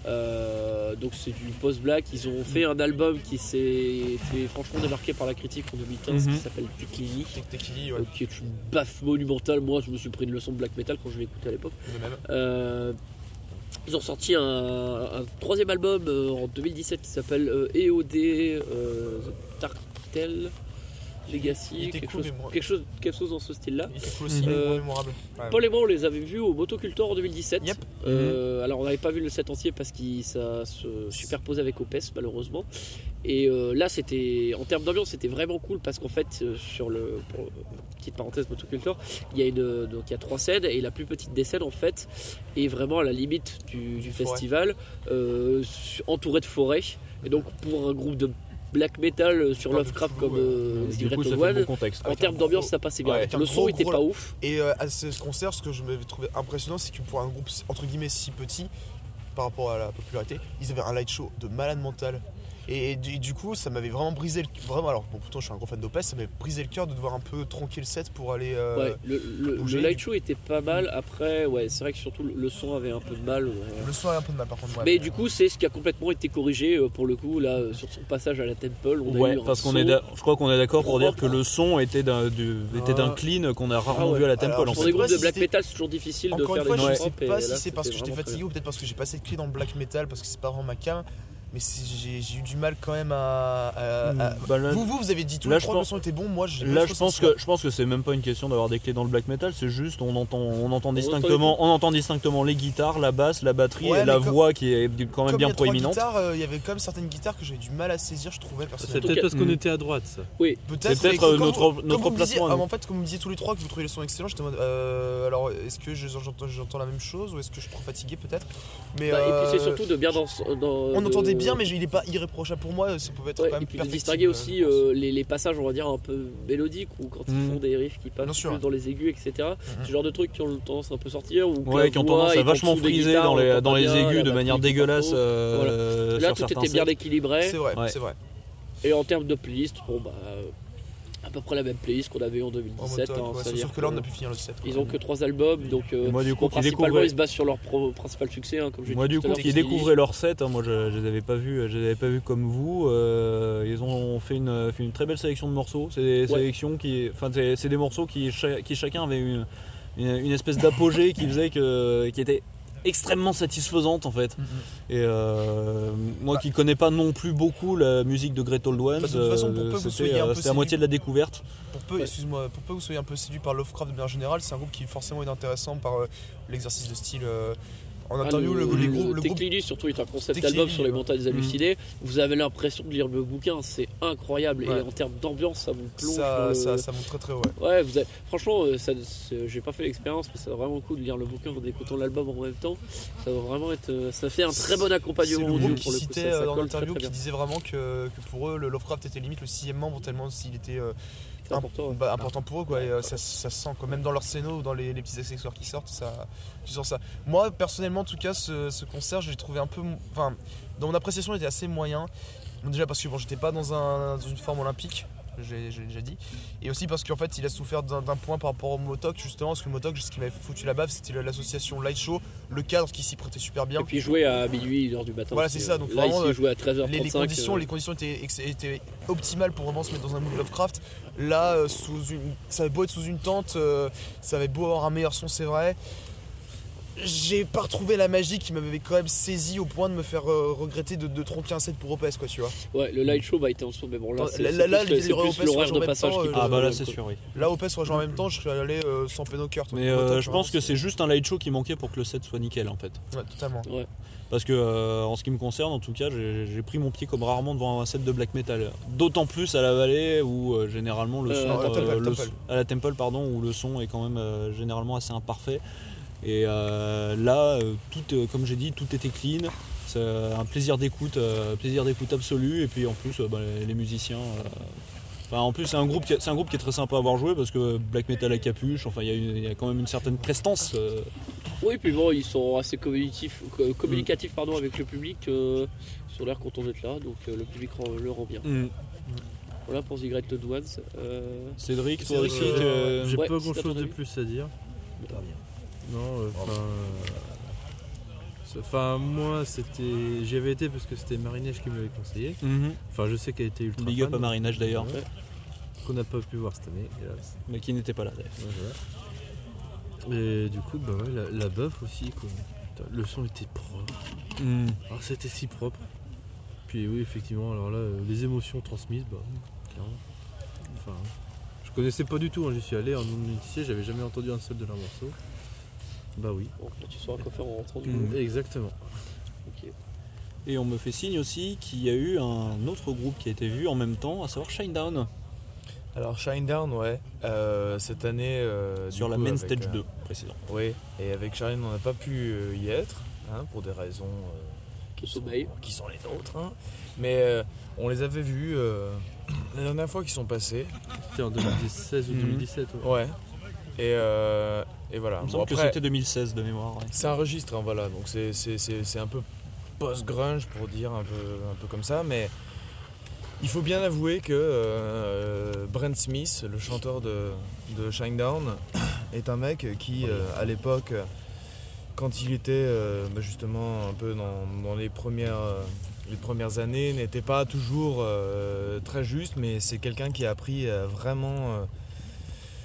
Euh, donc c'est du post-black. Ils ont fait un album qui s'est fait franchement démarquer par la critique en 2015
Mhm.
qui s'appelle Tequili.
t'es qui
euh, Qui est une baffe monumentale. Moi, je me suis pris une leçon de black metal quand je l'ai écouté à l'époque. Euh, ils ont sorti un, un troisième album euh, en 2017 qui s'appelle euh, EOD euh, Tartel
Il
Legacy,
était
quelque,
cool,
chose,
mais moi-
quelque, chose, quelque chose dans ce style-là.
Il était cool aussi,
Mm.
mais
Euh,
moins mémorable. Ouais.
Paul et moi, on les avait vus au Motocultor en 2017.
Yep. Mhm.
Euh, Alors, on n'avait pas vu le set entier parce que ça se superposait avec OPES, malheureusement. Et euh, là, c'était en termes d'ambiance, c'était vraiment cool parce qu'en fait, euh, sur le pour- petite parenthèse Motocultor, il y a une donc il y a trois scènes et la plus petite des scènes en fait est vraiment à la limite du, du
Forêt.
festival, euh, su- entourée de forêts. Et donc, pour un groupe de black metal sur
Parle de
Lovecraft
Cthulhu,
comme
ouais.
euh,
Et du
Secret
coup, ça
of
fait le
One,
bon contexte.
en
Avec
termes
un
d'ambiance,
gros-
ça passait bien.
Ouais, avec un
le son
gros,
était
gros-
pas ouf.
Et euh, à ce ce concert, ce que je m'avais trouvé impressionnant, c'est que pour un groupe entre guillemets si petit par rapport à la popularité, ils avaient un light show de malade mental. Et, et du, et du coup, ça m'avait vraiment brisé le vraiment. Alors bon, pourtant, je suis un gros fan d'Opès, ça m'avait brisé le cœur de devoir un peu tronquer le set pour aller. euh,
Ouais, le, le-
donc
le
j'ai-
light show était pas mal. Après, ouais, c'est vrai que surtout le- le son avait un peu de mal. ouais.
Le soir est un peu de mal, par contre. ouais.
Mais du coup, c'est ce qui a complètement été corrigé euh, pour le coup là euh, sur son passage à la Temple. On a
Ouais,
eu un
parce qu'on
son-
est, d'a- je crois qu'on est d'accord pour dire que
propre.
le son était d'un, du- était d'un
Ah.
clean qu'on a rarement
Ah ouais.
vu à la
Alors,
Temple. en
je
Pour
fait.
sais
les groupes
pas
de
si
black
c'était-
metal, c'est toujours difficile
Encore
de
une
faire
fois,
les
je
choses
sais
propres, et
pas
là,
si c'est
c'était
parce que j'étais
vraiment très
fatigué ou peut-être parce que j'ai pas assez de clés dans le black metal, parce que c'est pas vraiment ma cam, mais c'est- j'ai j'ai eu du mal quand même à. à- à-
Bah, là,
Vous, vous, vous avez dit tous
là,
les
je
trois
pense-
que le son était bon, moi j'ai pas
Là,
eu
je
trop
pense
ce
que je pense que c'est même pas une question d'avoir des clés dans le black metal. C'est juste, on entend, on entend distinctement, on entend distinctement les guitares, la basse, la batterie
Ouais,
et la
mais comme-
voix qui est quand même
Comme il y
bien
a trois
proéminente.
guitares, euh, Il y avait quand même certaines guitares que j'avais du mal à saisir, je trouvais
C'est
personnellement.
peut-être parce qu'on
Mm.
était à droite, ça.
C'est peut-être,
mais
euh,
comme-
notre-
comme
notre
vous me disiez-
placement à
ah,
nous.
en fait, comme vous me disiez tous les trois que vous trouvez le son excellent, j'étais en mode. euh, alors, est-ce que je- j'entends j'entends la même chose ou est-ce que je suis trop fatigué peut-être Mais.
bien. Bah, et puis c'est
euh,
surtout de bien dans. dans-
On
de-
entendait bien, mais il est pas irréprochable pour moi, ça pouvait être
Ouais,
quand même
et puis de
perfectible,
distinguer
euh, Mhm.
aussi euh, les, les passages, on va dire, un peu mélodiques ou quand ils
Mm.
font des riffs qui
Bien
passent
sûr. Mhm.
plus dans les aigus, etc. Ce genre de trucs qui ont tendance à un peu sortir. Ou que la
Ouais, qui ont
voix
tendance
est
à
en
vachement
dessous des
friser
guitares,
dans
on
les,
entend
dans
pas
les
bien,
aigus
la
de
batterie
manière
qui est pas
dégueulasse.
trop.
euh,
Là,
sur
tout
certains
était bien
sets.
équilibré.
C'est vrai,
Ouais.
c'est vrai.
Et en termes de playlist, bon bah euh, à peu près la même playlist qu'on avait en
En
2017.
mode top,
hein,
Oh, ouais,
c'est-à-dire
sauf que là, on
que
a pu finir le set. quoi.
Ils ont que trois albums, donc euh,
Moi, du
bon,
coup, qui
principalement
découvrait,
ils se basent sur leur pro- principal succès, hein, comme j'ai
moi,
dit
du
tout à
coup,
l'heure,
qui
Tequili.
découvrait leur set, hein, moi, je, je les avais pas vus, je les avais pas vus comme vous. euh, ils ont fait une, fait une très belle sélection de morceaux. C'est des
Ouais.
sélections qui, enfin, c'est c'est des morceaux qui, cha- qui chacun avait une, une, une espèce d'apogée qui faisait que, qui était extrêmement satisfaisante en
Mhm.
fait. Et euh, moi, qui connais pas non plus beaucoup la musique de Gretel Oldwans,
Bah, de toute façon, pour
euh,
peu que vous
c'était
soyez un
euh,
peu
c'était à
séduit-
moitié de la découverte.
Pour peu, excuse-moi, pour peu que vous soyez un peu séduit par Lovecraft de manière générale, c'est un groupe qui forcément est intéressant par euh, l'exercice de style. euh, en
Ah,
interview, le, les groupes, le groupe.
Tequili, surtout est un concept
Tequili,
album sur les
ouais. Mmh.
montagnes hallucinées. Vous avez l'impression de lire le bouquin, c'est incroyable.
Ouais.
Et en termes d'ambiance, ça vous plonge. dans
Ça,
le-
ça, ça monte très très ouais.
Ouais, vous avez- franchement, euh, ça- c'est- j'ai pas fait l'expérience, mais c'est vraiment cool de lire le bouquin en écoutant l'album en même temps. Ça va vraiment être, euh, ça fait un très bon
C'est
accompagnement
le
audio
groupe
pour
qui
le coup.
citait
ça- ça
euh,
colle
dans
très,
l'interview
très bien.
qui disait vraiment que, que pour eux le Lovecraft était limite le sixième membre tellement s'il était euh,
C'est important. ouais.
bah, important pour eux quoi et euh, ça, ça se sent quand même dans leur scéno ou dans les, les petits accessoires qui sortent ça tu sens ça moi personnellement en tout cas ce, ce concert j'ai trouvé un peu mo- enfin dans mon appréciation il était assez moyen Bon, déjà parce que bon j'étais pas dans, un, dans une forme olympique j'ai j'ai déjà dit et aussi parce qu'en fait il a souffert d'un d'un point par rapport au Motoc justement parce que le Motoc ce qui m'avait foutu la baffe c'était l'association Light Show le cadre qui s'y prêtait super bien
Et puis jouer à minuit, 1h du matin.
Voilà,
aussi,
c'est ça,
euh,
donc
là,
vraiment,
ici,
euh,
jouer à 13h35.
les, les conditions,
euh,
les conditions étaient, ex- étaient optimales pour vraiment se mettre dans un mood Lovecraft. Là, euh, sous une, ça avait beau être sous une tente, euh, ça avait beau avoir un meilleur son, c'est vrai. J'ai pas retrouvé la magie qui m'avait quand même saisi au point de me faire euh, regretter de, de tronquer un set pour OPS, quoi, tu vois.
Ouais, le light show bah, était en son, mais bon, là,
Attends,
c'est
là-
c'est
là,
plus
là,
le-
les
c'est plus
repères,
l'horaire
je
de
remets
passage
pas,
qui
euh,
pose
Ah bah là,
problème,
c'est
quoi.
sûr, oui.
Là, OPS, ouais, genre, en même temps, je suis allé euh, sans peine au cœur.
Mais euh, je pense que c'est juste un light show qui manquait pour que le set soit nickel en fait.
Ouais, totalement.
Parce que euh, en ce qui me concerne, en tout cas, j'ai j'ai pris mon pied comme rarement devant un set de black metal. D'autant plus à la vallée où euh, généralement le
Euh,
son,
à
euh,
la
Temple,
le
Temple.
son- à la temple pardon, où le son est quand même euh, généralement assez imparfait. Et euh, là, euh, tout, euh, comme j'ai dit, tout était clean. C'est euh, un plaisir d'écoute, euh, plaisir d'écoute absolu. Et puis en plus, euh, bah, les musiciens, euh, Enfin, en plus, c'est un, groupe qui est- c'est un groupe qui est très sympa à avoir joué parce que black metal à capuche, enfin, il y, a une- il y a quand même une certaine prestance. euh,
Oui, puis bon, ils sont assez communicatifs, co- communicatifs pardon, avec le public. euh, ils sont l'air contents d'être là, donc euh, le public rend- le rend bien. Voilà pour Zigret The Douanes. euh,
Cédric, toi
Cédric,
aussi,
euh,
t'es-
J'ai
Ouais,
pas
c'est
grand
à ton
chose de
avis.
plus à dire.
Pas
Bah,
bien.
Non,
Oh.
euh, enfin. euh, Enfin, moi, c'était. J'y avais été parce que c'était Marinèche qui m'avait conseillé.
Mhm.
Enfin, je sais qu'elle était ultra.
Big up à
fan,
Marinage d'ailleurs,
Ouais. Qu'on n'a pas pu voir cette année, hélas.
mais qui n'était pas là. d'ailleurs.
Ouais, voilà. Et du coup, bah ouais, la, la bœuf aussi, quoi. Putain, Le son était propre. Alors, Ah, c'était si propre. Puis oui, effectivement, alors là, euh, les émotions transmises, bah, clairement. Enfin, je connaissais pas du tout, hein, j'y suis allé en non initié, j'avais jamais entendu un seul de leurs morceaux. Bah oui,
bon, tu sauras quoi faire en rentrant du
Mm.
boulot.
exactement.
Ok.
Et on me fait signe aussi qu'il y a eu un autre groupe qui a été vu en même temps, à savoir Shinedown,
Alors Shinedown, ouais, euh, cette année. euh, du
sur la
coup,
main
avec,
stage
euh,
2, précisément.
Oui, et avec Charline, on n'a pas pu euh, y être, hein, pour des raisons euh,
Qui sommeille.
sont- qui sont les nôtres. hein. Mais euh, on les avait vus euh, la dernière fois qu'ils sont passés.
C'était en 2016 ou
Mhm.
2017. ouais.
Ouais. Et, euh, et voilà.
Il me
Bon,
semble que
après,
c'était 2016 de mémoire. ouais.
c'est un registre, hein, voilà. Donc c'est- c'est c'est- c'est un peu post-grunge pour dire un peu, un peu comme ça, mais il faut bien avouer que euh, Brent Smith, le chanteur de, de Shinedown, est un mec qui, euh, à l'époque, quand il était euh, bah, justement un peu dans, dans les, premières, euh, les premières années, n'était pas toujours euh, très juste, mais c'est quelqu'un qui a appris à vraiment euh,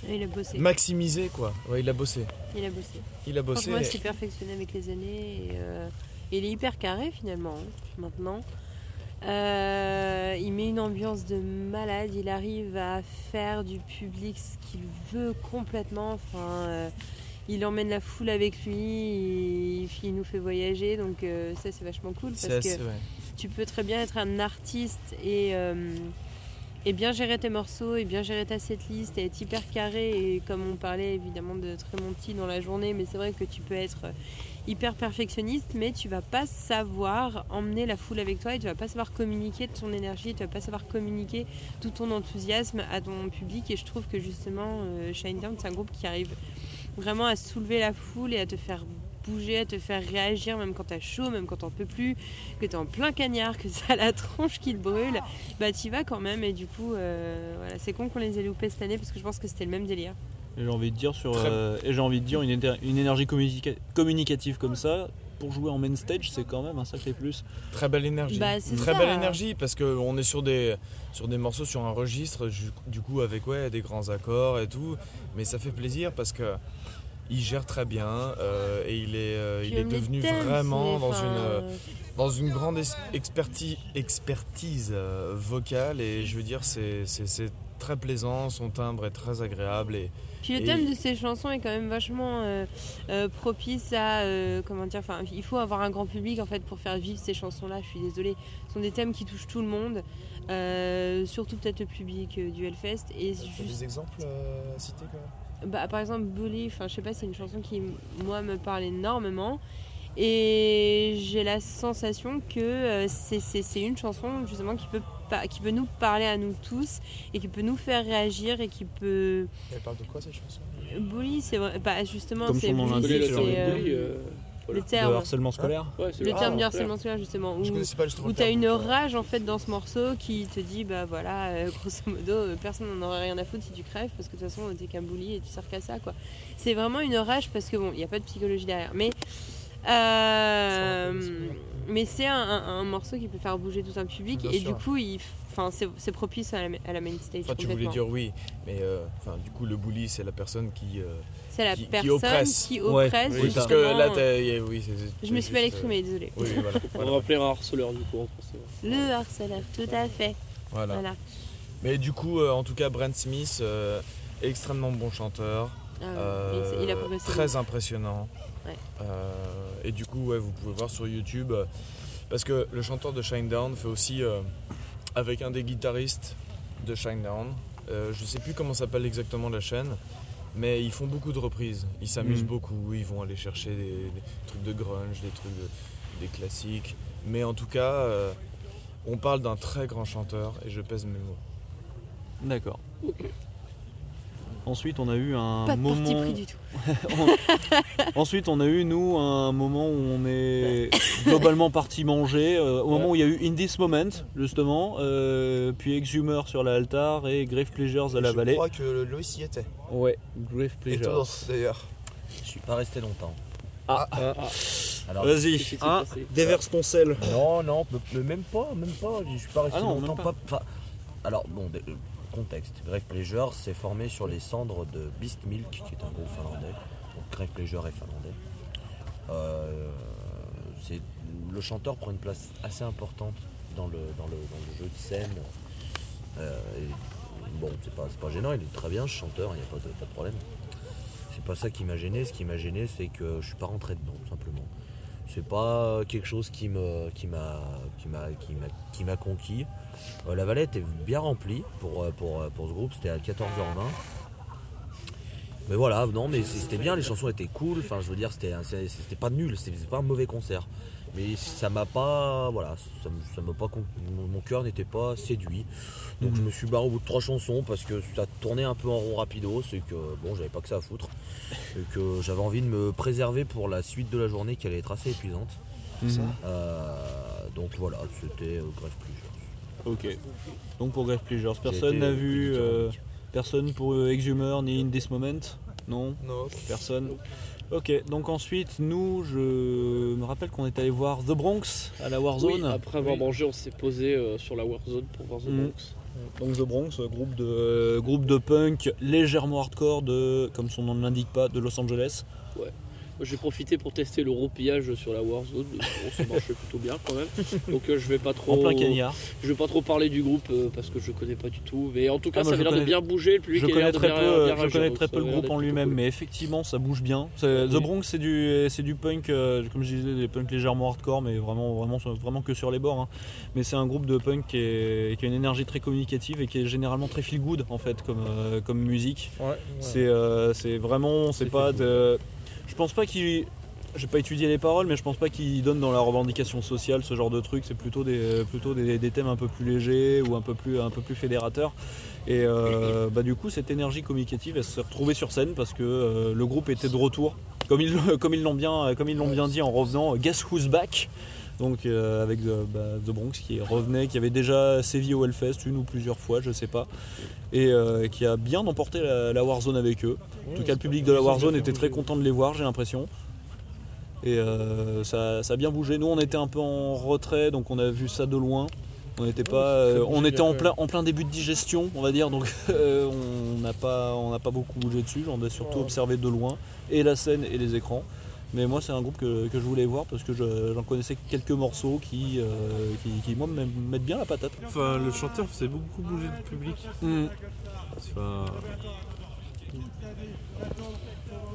Il a bossé.
maximiser, quoi. Ouais, il a bossé.
Il a bossé.
Il a bossé.
Franchement, il s'est perfectionné avec les années. Et, euh, il est hyper carré finalement, hein, maintenant. Euh, il met une ambiance de malade. Il arrive à faire du public ce qu'il veut complètement. Enfin, euh, il emmène la foule avec lui. Il, il nous fait voyager. Donc euh, ça, c'est vachement cool.
C'est
parce que
assez, ouais.
tu peux très bien être un artiste et, euh, et bien gérer tes morceaux et bien gérer ta setlist et être hyper carré. Et comme on parlait évidemment de Trémonti dans la journée, mais c'est vrai que tu peux être euh, hyper perfectionniste, mais tu vas pas savoir emmener la foule avec toi et tu vas pas savoir communiquer de ton énergie, tu vas pas savoir communiquer tout ton enthousiasme à ton public. Et je trouve que justement, euh, Shinedown, c'est un groupe qui arrive vraiment à soulever la foule et à te faire bouger, à te faire réagir, même quand t'as chaud, même quand t'en peux plus, que t'es en plein cagnard, que t'as la tronche qui te brûle, bah t'y vas quand même. Et du coup, euh, voilà, c'est con qu'on les ait loupés cette année parce que je pense que c'était le même délire.
Et j'ai envie de dire sur
Très-
euh, et j'ai envie de dire une, éter- une énergie communica- communicative comme ça pour jouer en main stage, c'est quand même un sacré plus.
Très belle énergie.
Bah, c'est
Très
ça.
belle énergie parce qu'on est sur des, sur des morceaux, sur un registre, ju- du coup avec ouais, des grands accords et tout. Mais ça fait plaisir parce que il gère très bien euh, et il est, euh, il
Puis
est
même les
devenu
thèmes,
vraiment
c'est-
dans
enfin,
une, euh, dans une grande es- experti- expertise euh, vocale. Et je veux dire, c'est c'est- c'est très plaisant, son timbre est très agréable. Et,
Puis le
Et-
thème de ces chansons est quand même vachement euh, euh, propice à euh, comment dire. Enfin, il faut avoir un grand public en fait pour faire vivre ces chansons-là. Je suis désolée. Ce sont des thèmes qui touchent tout le monde, euh, surtout peut-être le public euh, du Hellfest. Et juste,
des exemples
euh,
à citer quand même
bah, par exemple, Bully. Enfin, je sais pas, c'est une chanson qui moi me parle énormément. Et j'ai la sensation que euh, c'est- c'est c'est une chanson justement qui peut pas- qui peut nous parler à nous tous et qui peut nous faire réagir et qui peut
Elle parle de quoi cette chanson
Bully, c'est vrai. Bah, justement,
Comme
c'est
son nom
bully,
l'indique,
c'est
c'est genre
c'est,
le
euh,
Oui, euh,
le
voilà.
De
terme.
harcèlement scolaire
ouais, c'est
Le terme de
Ah,
harcèlement scolair, justement. Où,
Je connaissais pas justement.
où
le
t'as
terme,
une
donc, euh,
rage, en fait, dans ce morceau qui te dit, bah voilà, euh, grosso modo, euh, personne n'en aurait rien à foutre si tu crèves, parce que de toute façon, t'es qu'un bully et tu sers qu'à ça, quoi. C'est vraiment une rage parce que, bon, il n'y a pas de psychologie derrière. Mais. euh, mais c'est un, un- un morceau qui peut faire bouger tout un public
Bien
et
sûr.
du coup il, enfin, c'est c'est propice à la, à la main stage.
Enfin, tu voulais
complètement.
dire oui, mais euh, enfin, du coup, le bully, c'est la personne qui. euh,
C'est la
qui- qui
personne
oppresse.
qui
Ouais,
oppresse.
oui,
parce que
justement.
là, t'as- y a- oui, c'est- c'est-
je me
c'est
suis mal
juste,
exprimée, désolée.
euh, Oui, voilà.
On va appeler un harceleur du coup hein, en français.
Le harceleur, tout à fait.
voilà.
Voilà.
Mais du coup, euh, en tout cas, Brent Smith, euh, extrêmement bon chanteur,
Ah ouais,
euh,
il, il a progressé.
très impressionnant.
Ouais.
Euh, et du coup, ouais, vous pouvez voir sur YouTube, euh, parce que le chanteur de Shinedown fait aussi euh, avec un des guitaristes de Shinedown. Euh, je sais plus comment s'appelle exactement la chaîne, mais ils font beaucoup de reprises. Ils s'amusent
Mm.
Mhm.
beaucoup, ils vont aller chercher des, des trucs de grunge, des trucs de- des classiques. Mais en tout cas, euh, on parle d'un très grand chanteur et je pèse mes mots.
D'accord.
Ok.
Ensuite, on a eu un
Pas de
moment.
parti pris du tout.
On- Ensuite, on a eu, nous, un moment où on est globalement parti manger, euh, au moment où il y a eu In This Moment, justement, euh, puis Exhumer sur la Altar et Grave Pleasures à la
je
Vallée.
crois que Loïs y était.
Ouais, Grave
Et
Pleasures.
toi, d'ailleurs.
Je suis pas resté longtemps.
Ah,
Ah, ah.
Alors,
Qu'est-ce qui
Vas-y,
s'est
hein,
passé
déverse ton sel.
Non, non, me- me- même pas, même pas. Je suis pas resté
Ah non,
longtemps.
même pas.
Pas. enfin, alors, bon, dé- euh, contexte. Grave Pleasure s'est formé sur les cendres de Beast Milk, qui est un groupe finlandais. Donc, Grave Pleasure est finlandais. Euh, c'est- le chanteur prend une place assez importante dans le, dans le, dans le jeu de scène. Euh, et bon, c'est pas, c'est pas gênant, il est très bien, ce chanteur, il n'y a pas de, pas de problème. C'est pas ça qui m'a gêné. Ce qui m'a gêné, c'est que je suis pas rentré dedans, tout simplement c'est pas quelque chose qui me qui m'a qui m'a qui m'a qui m'a conquis. Euh, la Valette est bien remplie pour euh, pour euh, pour ce groupe, c'était à 14h20. Mais voilà, non mais c'est- c'était bien, les chansons étaient cool, enfin je veux dire c'était un- c'est- c'était pas nul, c'était c'était pas un mauvais concert. Mais ça m'a pas voilà, ça me- ça m'a pas con- mon mon cœur n'était pas séduit. Donc je me suis barré au bout de trois chansons parce que ça tournait un peu en rond rapido, c'est que bon, j'avais pas que ça à foutre et que j'avais envie de me préserver pour la suite de la journée qui allait être assez épuisante.
Mhm.
Euh, donc voilà, c'était euh, grave plus.
Ok. Donc pour Grave Pleasures, personne n'a vu. euh, personne pour euh, Exhumer ni In This Moment Non
Non.
Personne Ok, donc ensuite, nous, je me rappelle qu'on est allé voir The Bronx à la Warzone.
Oui, après avoir
Oui.
mangé, on s'est posé euh, sur la Warzone pour voir The
Mhm.
Bronx.
Donc The Bronx, euh, groupe de, euh, groupe de punk légèrement hardcore de, comme son nom ne l'indique pas, de Los Angeles.
Moi, J'ai profité pour tester le roupillage sur la Warzone. Bon, ça marchait plutôt bien quand même. Donc euh, je vais pas trop.
En plein cagnard.
Je vais pas trop parler du groupe euh, parce que je connais pas du tout. Mais en tout cas,
Ah, moi,
ça avait
je
l'air de
connais-
bien bouger. Le public
Je
avait
connais
l'air de
très
bien-
peu,
bien
je
réagir,
connais
donc
très
ça
peu
avait
le
l'air
groupe en
d'être
lui-même,
plutôt Ah
mais effectivement, ça bouge bien. C'est- The
Oui.
Bronx, c'est du, c'est du punk, euh, comme je disais, des punks légèrement hardcore, mais vraiment, vraiment, vraiment que sur les bords. hein. Mais c'est un groupe de punk qui, est- qui a une énergie très communicative et qui est généralement très feel good en fait comme, euh, comme musique. C'est euh, c'est vraiment, c'est pas de. Je pense pas qu'il. J'ai pas étudié les paroles, mais je pense pas qu'il donne dans la revendication sociale ce genre de truc. C'est plutôt des euh, plutôt des, des thèmes un peu plus légers ou un peu plus un peu plus fédérateurs. Et euh, bah du coup, cette énergie communicative, elle se retrouvait sur scène parce que euh, le groupe était de retour. Comme ils comme ils l'ont bien comme ils l'ont bien dit en revenant, Guess Who's Back. Donc euh, avec euh, bah, The Bronx qui revenait, qui avait déjà sévi au Hellfest une ou plusieurs fois, je sais pas, et euh, qui a bien emporté la, la Warzone avec eux. En tout cas, le public de la Warzone était très content de les voir, j'ai l'impression. Et euh, ça, ça a bien bougé. Nous, on était un peu en retrait, donc on a vu ça de loin. On n'était pas, euh, on était en plein, en plein début de digestion, on va dire, donc euh, on n'a pas, on n'a pas beaucoup bougé dessus. On a surtout observé de loin et la scène et les écrans. Mais moi, c'est un groupe que, que je voulais voir parce que je- j'en connaissais quelques morceaux qui, euh, qui, qui, moi, me mettent bien la patate.
Enfin, le chanteur faisait beaucoup bouger le public. Enfin,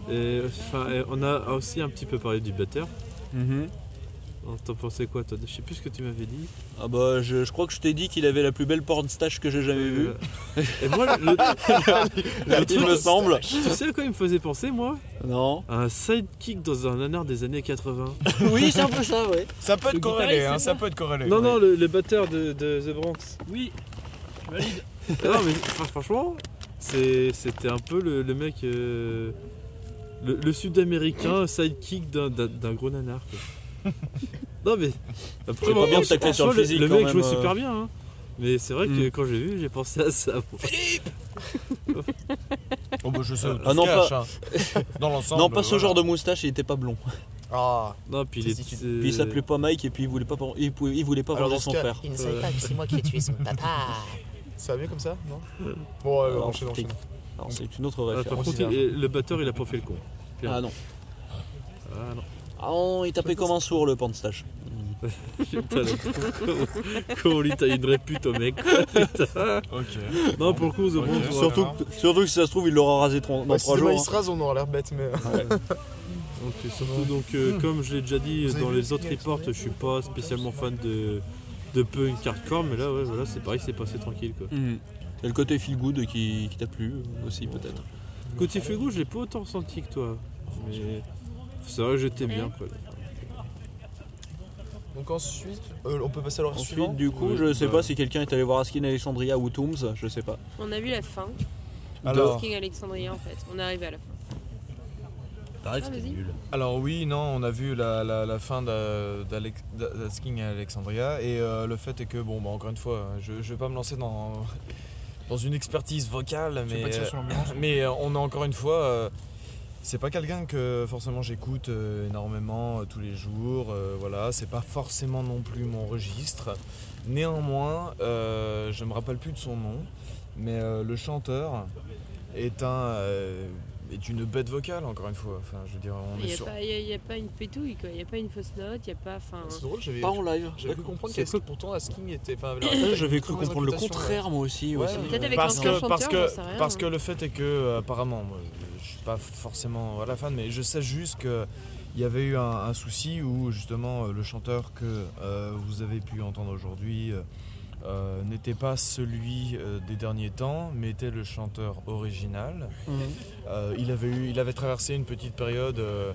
et, enfin, et on a aussi un petit peu parlé du batteur. Alors, T'en pensais quoi toi Je sais plus ce que tu m'avais dit.
Ah bah, je, je crois que je t'ai dit qu'il avait la plus belle porn stache que j'ai jamais vue.
Euh, Et moi, le, le
il
truc,
me semble.
tu sais à quoi il me faisait penser moi
Non.
À Un sidekick dans un nanar des années 80.
Oui, c'est un peu ça, ouais.
Ça peut être
Le
corrélé,
guitariste,
hein,
c'est
ça
ça
peut être corrélé.
non,
Ouais.
non, le, le batteur de, de The Bronx.
Oui,
non, mais enfin, franchement, c'est- c'était un peu le, le mec. euh, le, le sud-américain sidekick d'un- d'un d'un gros nanar. quoi. non, mais. Après,
C'est
moi,
pas bien de
je-
tacler sur le
franchement, le,
physique,
le
quand
mec
même,
jouait
euh.
super bien. hein. Mais c'est vrai que quand j'ai vu, j'ai pensé à ça. moi.
Oh, bah, je sais,
Ah,
non,
non, pas-
hein. Dans l'ensemble.
Non, pas ce genre de moustache, il était pas blond.
Ah.
Non, puis il est.
Testicule.
c'est-
Puis il s'appelait pas Mike et puis il voulait pas, pen- il pouvait- il voulait pas
Euh. Alors,
venger
dans
son
ce cas,
frère.
il ne
savait
pas que c'est moi qui ai tué son papa. Ça va mieux comme ça Non Bon, euh,
Alors,
enchaîne, enchaîne.
Alors, c'est une autre
Ah, par
référence.
contre, il- et le batteur, il a pas fait le con.
Ah non.
Ah non.
Ah non, il tapait comme un sourd le porn stache.
Putain, le con. Comment lui taille une répute au mec quoi, putain.
Ok.
Non, pour le coup, The
Ok.
Bronx, voilà.
Surtout
que, surtout que si ça se trouve, il l'aura rasé tron- dans
Ouais,
trois
si demain,
jours. hein.
il se rase, on aura l'air bête, mais.
Donc, et surtout, donc, euh, comme je l'ai déjà dit euh, dans les autres reports, je suis pas spécialement fan de, de punk hardcore, mais là, ouais, voilà, c'est pareil, c'est passé tranquille. Quoi.
Mm.
Mhm. C'est le côté feel good qui, qui t'a plu euh, aussi, peut-être.
Côté Fuego, je l'ai pas autant ressenti que toi, mais c'est vrai que j'étais bien. Quoi.
Donc ensuite, euh, on peut passer à l'horaire suivant.
Ensuite, du coup,
Oui,
je sais
bah,
pas si quelqu'un est allé voir Askin Alexandria ou Tombs, je sais pas.
On a vu la fin de
Alors,
King Alexandria en fait. On est arrivé à la fin.
Pareil,
Ah,
c'était
vas-y.
nul.
Alors oui, non, on a vu la, la- la fin d'A- d'Alex- d'A- d'Asking à Alexandria et euh, le fait est que, bon, bah, encore une fois, je, je vais pas me lancer dans, dans une expertise vocale,
je vais
mais,
pas tirer
euh,
sur l'ambulance.
mais euh, on a encore une fois... euh, c'est pas quelqu'un que forcément j'écoute euh, énormément euh, tous les jours, euh, voilà, c'est pas forcément non plus mon registre. Néanmoins, euh, je me rappelle plus de son nom, mais euh, le chanteur est un euh, est une bête vocale encore une fois. Enfin, je veux dire, on
Il
est
n'y a,
sur.
pas- il y a- il y a pas une pétouille, quoi. Il n'y a pas une fausse note, il n'y a pas. Enfin,
C'est drôle, j'avais
Pas en live.
j'avais cru comprendre
C'est
que pourtant Asking était. Enfin, la-
Ah, J'avais
la-
cru
la-
comprendre le
réputation,
contraire, moi aussi.
Ouais,
aussi.
ouais.
Peut-être avec
parce
l'ancien
que,
chanteur,
Euh, parce, que,
j'en sais rien,
parce
hein.
que le fait est que, euh, apparemment, moi, je suis pas forcément voilà, fan, mais je sais juste que il y avait eu un, un souci où justement euh, le chanteur que euh, vous avez pu entendre aujourd'hui euh, euh, n'était pas celui euh, des derniers temps, mais était le chanteur original. Euh, il, avait eu, il avait traversé une petite période euh,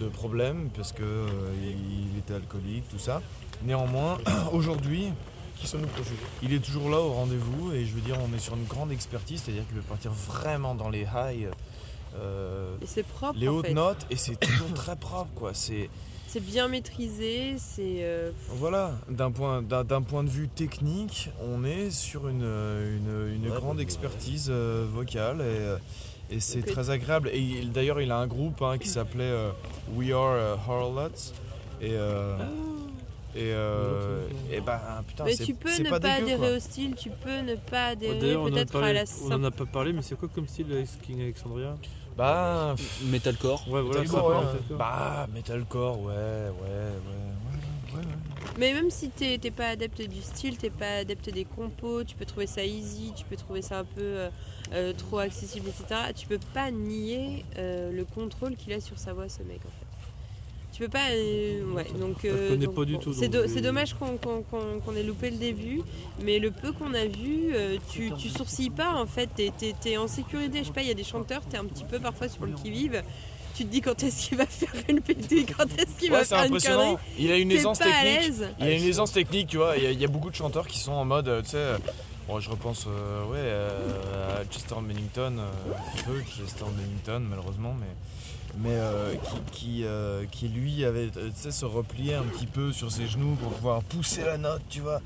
de problèmes parce que euh, il était alcoolique, tout ça. Néanmoins, aujourd'hui,
Qui sommes-nous pour juger
il est toujours là au rendez-vous et je veux dire, on est sur une grande expertise, c'est-à-dire qu'il veut partir vraiment dans les highs, euh,
hein. et c'est propre.
les
en
hautes
fait.
notes et c'est toujours très propre quoi. C'est
C'est bien maîtrisé, c'est. euh,
voilà, d'un point d'un d'un point de vue technique, on est sur une une- une
Ouais,
grande
bah,
expertise euh, vocale et, euh, et c'est
Ok.
très agréable. Et il- d'ailleurs, il a un groupe hein, qui s'appelait euh, We Are euh, Harlots et euh,
Ah.
et, euh, et bah putain,
mais
c'est
tu peux
c'est
ne
pas
pas, euh,
dégueu,
adhérer
quoi.
au style, tu peux ne pas
Ouais,
adhérer
D'ailleurs, on, en a
peut-être
parlé-
à la
on en
simple.
a pas parlé, mais c'est quoi comme style euh, King Alexandria
Bah
Metalcore.
Ouais, voilà,
Metalcore,
hein, ça parle,
ouais.
d'accord.
Bah, metalcore, ouais, ouais, ouais, ouais, ouais. ouais.
Mais même si t'es t'es pas adepte du style, t'es pas adepte des compos, tu peux trouver ça easy, tu peux trouver ça un peu euh, euh, trop accessible, etc. Tu peux pas nier euh, le contrôle qu'il a sur sa voix, ce mec, en fait. Tu peux pas. euh, ouais, donc.
le
euh,
connais
donc,
pas du
bon,
tout,
C'est
donc,
do- c'est
euh,
dommage qu'on qu'on- qu'on- qu'on ait loupé le début, mais le peu qu'on a vu, euh, tu, tu sourcilles pas, en fait. T'es es, en sécurité. Je sais pas, il y a des chanteurs, t'es un petit peu parfois sur le qui-vive. Tu te dis quand est-ce qu'il va faire une pétée, quand est-ce qu'il
Ouais,
va
c'est
faire une connerie.
impressionnant. Il a une
T'es pas
aisance
à
technique.
l'aise.
Il a une aisance technique, tu vois. Il y, a- il y a beaucoup de chanteurs qui sont en mode, euh, tu sais, euh, bon, je repense, euh, ouais, euh, à Chester Bennington, euh, peu Chester Bennington, malheureusement, mais mais euh, qui qui, euh, qui, lui avait, euh, tu sais, se replier un petit peu sur ses genoux pour pouvoir pousser la note, tu vois.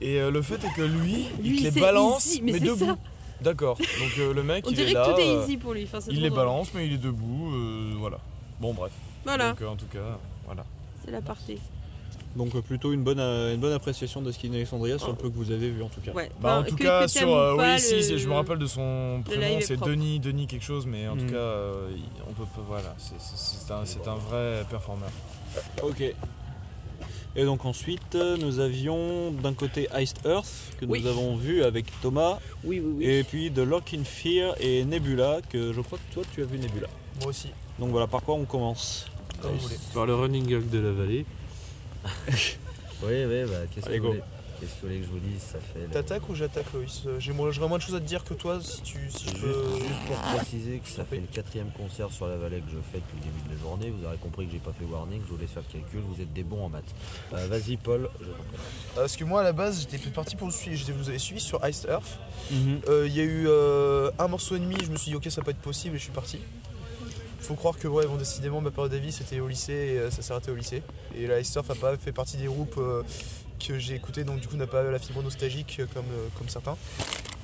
Et euh, le fait est que lui,
Lui,
il te
c'est
les balance,
easy, mais
mais,
c'est
debout.
ça.
D'accord. Donc euh, le mec,
On
il
dirait
est là.
que tout
euh,
est easy pour lui. Enfin, c'est
Il
trop
les
drôle.
balance, mais il est debout, euh, voilà. Bon, bref.
Voilà,
Donc, euh, en tout cas, voilà.
c'est la partie.
Bah,
Donc euh, plutôt une bonne, euh, une bonne appréciation de Skin Alexandria sur le peu que vous avez vu en tout cas.
Ouais.
Bah, en
Enfin,
tout
que-
cas,
que t'aimes
sur.
ou
euh,
pas,
oui, si,
le-
c'est- je me rappelle de son prénom,
live est
c'est
propre.
Denis, Denis quelque chose, mais en
Mm.
tout cas, euh, il- on peut pas. Voilà, c'est- c'est c'est un, c'est un vrai performeur.
Ok. Et donc ensuite, euh, nous avions d'un côté Iced Earth, que
Oui.
nous avons vu avec Thomas,
Oui, oui, oui.
et puis The Lock in Fear et Nebula, que je crois que toi tu as vu Nebula.
Moi aussi,
Donc voilà, par quoi on commence
comme vous voulez.
Par le running gag de la vallée.
Oui, oui, bah, qu'est-ce que
Allez,
vous
go.
voulez- qu'est-ce que vous voulez que je vous dise Ça fait. le-
T'attaques ou j'attaque, Loïs Euh, J'ai moi- j'aurais moins de choses à te dire que toi si tu si je
Juste,
euh,
peux.
juste pour
ah.
préciser que ça fait le quatrième concert sur la vallée que je fais depuis le début de la journée. Vous aurez compris que j'ai pas fait warning, je vous laisse faire le calcul, vous êtes des bons en maths. Euh, Vas-y Paul, je t'en prie.
Euh, Parce que moi à la base j'étais plus parti pour vous suivre, je vous avais suivi sur Iced Earth. Euh, Il y a eu euh, un morceau et demi, je me suis dit ok ça peut être possible et je suis parti. Faut croire que ouais bon décidément ma période d'avis c'était au lycée et euh, ça s'est arrêté au lycée. Et la Iced Earth a pas fait partie des groupes euh, que j'ai écouté donc du coup n'a pas la fibre nostalgique euh, comme, euh, comme certains.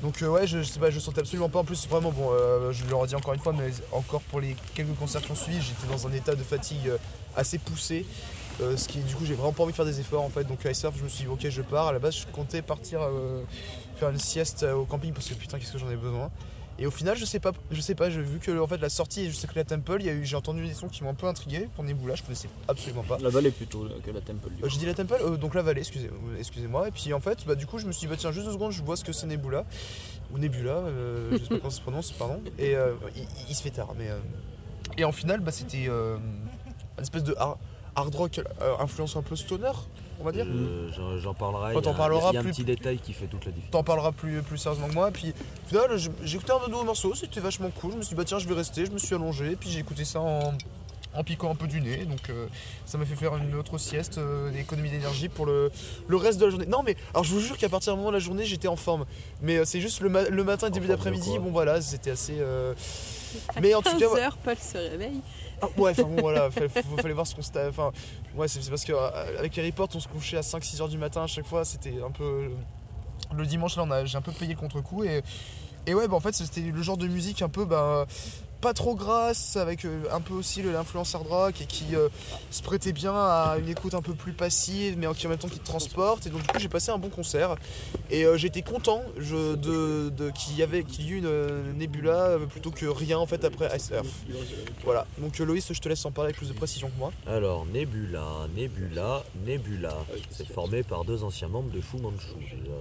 Donc euh, ouais je, je sais pas je sentais absolument pas en plus vraiment bon euh, je le redis encore une fois mais encore pour les quelques concerts qui ont suivi j'étais dans un état de fatigue euh, assez poussé. Euh, ce qui du coup j'ai vraiment pas envie de faire des efforts en fait donc Ice Surf je me suis dit ok je pars à la base je comptais partir euh, faire une sieste euh, au camping parce que putain qu'est-ce que j'en ai besoin et au final je sais pas je sais pas j'ai vu que en fait la sortie je sais que la Temple il y a eu j'ai entendu des sons qui m'ont un peu intrigué pour Nebula je connaissais absolument pas
La vallée plutôt que la Temple.
euh, j'ai dit la Temple, euh, donc la vallée, excusez- euh, excusez-moi. et puis en fait, bah, du coup, je me suis dit, bah, tiens, juste deux secondes, je vois ce que c'est Nebula. Ou Nebula, euh, je sais pas comment ça se prononce, pardon. Et euh, il, il- il se fait tard, mais. euh, Et en final, bah, c'était euh, une espèce de har- hard rock, euh, influence un peu stoner, on va dire.
Je- j'en- J'en parlerai.
Oh,
Quand
il y a
on
un-
parlera
il y a un
plus-
petit détail qui fait toute la différence.
T'en parleras plus, plus sérieusement que moi. Et puis, au final, je- j'ai écouté un de nos morceaux, c'était vachement cool. Je me suis dit, bah, tiens, je vais rester, je me suis allongé, et puis j'ai écouté ça en. en piquant un peu du nez. Donc euh, ça m'a fait faire une autre sieste, euh, une économie d'énergie pour le, le reste de la journée. Non mais alors je vous jure qu'à partir du moment de la journée j'étais en forme. Mais euh, c'est juste le, ma- le matin et début
forme de
d'après-midi,
quoi
bon voilà, c'était assez. euh,
À
Mais en tout cas,
15 heures, Paul se réveille.
ah, ouais, enfin bon voilà, fa- fa- fallait voir ce qu'on s'était. Enfin, ouais, c'est c'est parce que euh, avec Harry Potter, on se couchait à 5-6 heures du matin à chaque fois, c'était un peu. Le dimanche, là, on a- j'ai un peu payé le contre-coup et. Et ouais, bah en fait, c'était le genre de musique un peu, bah, pas trop grasse, avec euh, un peu aussi le- l'influence hard rock et qui euh, se prêtait bien à une écoute un peu plus passive, mais en qui en même temps qui te transporte. Et donc, du coup, j'ai passé un bon concert et euh, j'étais content je, de, de- qu'il y avait qu'il y ait une euh, Nebula euh, plutôt que rien en fait après Ice Earth. Voilà, donc euh, Loïs, je te laisse en parler avec plus de précision que moi.
Alors, Nebula, Nebula, Nebula. C'est formé par deux anciens membres de Fu Manchu.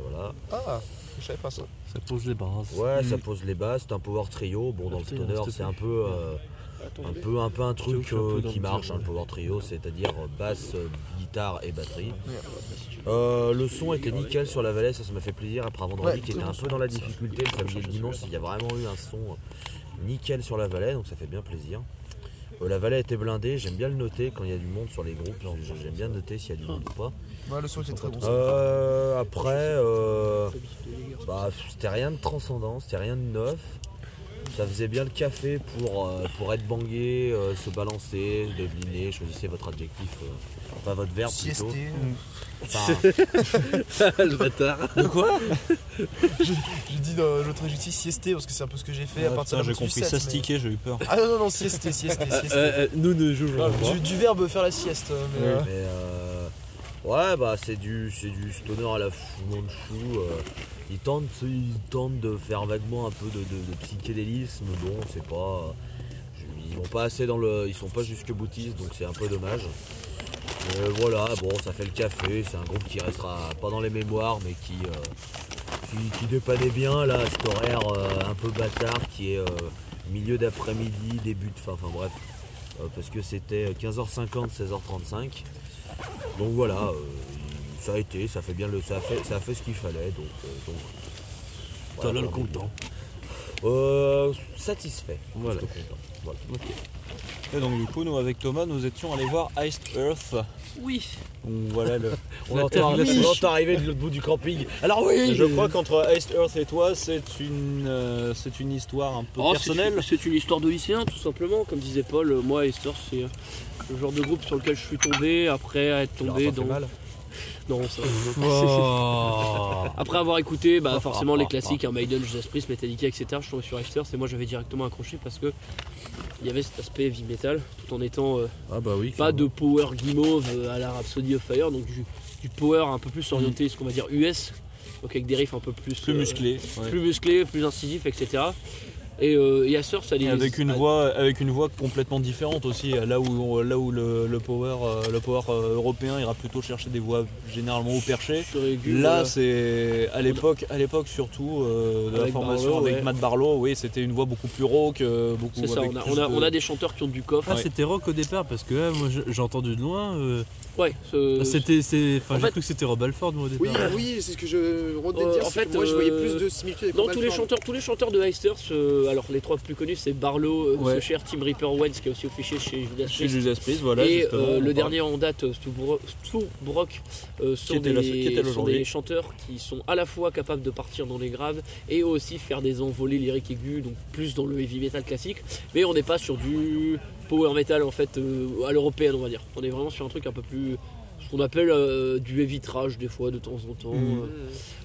Voilà.
Ah, je savais pas ça.
Ça pose les barres.
Ouais, ça pose les bases, c'est un power trio. Bon, dans le
Merci,
stoner,
hein, s'il te
c'est un peu. euh, un peu un peu un truc
Je vous fais un peu
euh,
dans
qui
le
marche
dur,
hein, le power trio c'est-à-dire euh, basse euh, guitare et batterie
bah,
Euh, le son était nickel sur la vallée ça ça m'a fait plaisir après un vendredi
Ouais,
qui était
très
un
bon
peu dans la difficulté le samedi et le dimanche il y a vraiment eu un son euh, nickel sur la vallée donc ça fait bien plaisir Euh, la vallée était blindée j'aime bien le noter quand il y a du monde sur les groupes j'aime bien noter s'il y a du monde ou pas
Ouais, Bah, le son était très bon.
Ah,
euh, après, euh, bah, c'était rien de transcendant, c'était rien de neuf. Ça faisait bien le café pour, euh, pour être bangué, euh, se balancer, deviner, choisissez votre adjectif, euh, enfin votre verbe plutôt.
Siesté.
Mm.
Enfin,
le bâtard.
J'ai dit dans l'autre adjectif siesté parce que c'est un peu ce que j'ai fait à partir de
j'ai
la minute
compris
du 7, mais-
sastiquer, j'ai eu peur.
Ah non, non, non, siesté, siesté, siesté.
Euh, nous ne
Ah,
jouons
du, du verbe faire la sieste. Mais, euh,
mais euh, ouais, bah c'est du, c'est du stoner à la fou Manchu. euh, ils, tentent, ils tentent de faire vaguement un peu de, de- de psychédélisme, bon, c'est pas. je- Ils vont pas assez dans le. Ils sont pas jusque boutiste, donc c'est un peu dommage. Mais voilà, bon, ça fait le café, c'est un groupe qui restera pas dans les mémoires, mais qui, euh, qui, qui dépannait bien là, à cet horaire euh, un peu bâtard qui est euh, milieu d'après-midi, début de fin, enfin bref, euh, parce que c'était 15h50, 16h35. Donc voilà, euh, ça a été, ça fait bien le, ça a fait, ça a fait ce qu'il fallait, donc. euh, donc
T'as
voilà,
l'air
quoi.
content.
Euh, satisfait.
Voilà.
plutôt content. Voilà.
Et donc du coup, nous avec Thomas, nous étions allés voir Iced Earth.
Oui.
Donc voilà le.
On l'entend
termination.
on l'entend arriver de l'autre bout du camping. Alors oui,
Je crois qu'entre Iced Earth et toi, c'est une, euh, c'est une histoire un peu
Oh, c'est
personnelle.
une- C'est une histoire de lycéen, tout simplement. Comme disait Paul, euh, moi, Esther, c'est euh, le genre de groupe sur lequel je suis tombé après être tombé dans. Non, ça- Après avoir écouté bah, forcément les classiques, hein, Maiden, Judas Priest, Metallica, etc., je suis tombé sur Esther, et moi j'avais directement accroché parce que il y avait cet aspect heavy metal tout en étant euh,
Ah bah oui.
pas de power guimauve euh, à la Rhapsody of Fire, donc du, du power un peu plus orienté, ce qu'on va dire US, donc avec des riffs un peu plus.
Mhm. Plus
euh,
musclé. ouais.
plus incisifs, plus incisif, etc. Et, euh, et Astor, ça les-
Et avec une
a-
voix, avec une voix complètement différente aussi. euh, Là où, là où le, le power, euh, le power euh, européen ira plutôt chercher des voix généralement au perché.
sur aigu,
Là,
voilà.
c'est à l'époque, à l'époque surtout euh, de la
Avec
formation
Barlow,
Euh, avec
ouais.
Matt Barlow. Oui, c'était une voix beaucoup plus rauque, euh, beaucoup.
C'est ça,
avec
on a,
plus
on, a,
de-
on a des chanteurs qui ont du coffre.
Ah, c'était rock au départ parce que ouais, moi je- j'ai entendu de loin. euh,
Ouais, ce-
c'était, c'est, enfin,
en
j'ai
fait-
cru que c'était Rob Alford moi au
Oui,
départ.
euh,
oui, c'est ce que je redais de
Euh,
dire.
en
c'est
fait,
que moi, je voyais
euh,
plus de similitudes avec
Non,
Rob
tous les,
hein.
Halford.
chanteurs, tous les chanteurs de Heisters, alors les trois plus connus, c'est Barlow, euh,
Ouais.
Socher, Tim Reaper Wells, qui a aussi officié chez Judas
chez
Priest.
Judas Priest, voilà.
et
justement,
euh,
on
le
parle.
dernier en date, Stu Bro- Stu Brock, euh, sont,
était
des,
là- qui était là
sont
aujourd'hui.
des chanteurs qui sont à la fois capables de partir dans les graves et aussi faire des envolées lyriques aiguës, donc plus dans le heavy metal classique. Mais on n'est pas sur du power metal en fait euh, à l'européenne, on va dire. On est vraiment sur un truc un peu plus. ce qu'on appelle euh, du heavy trash des fois de temps en temps.
Mhm.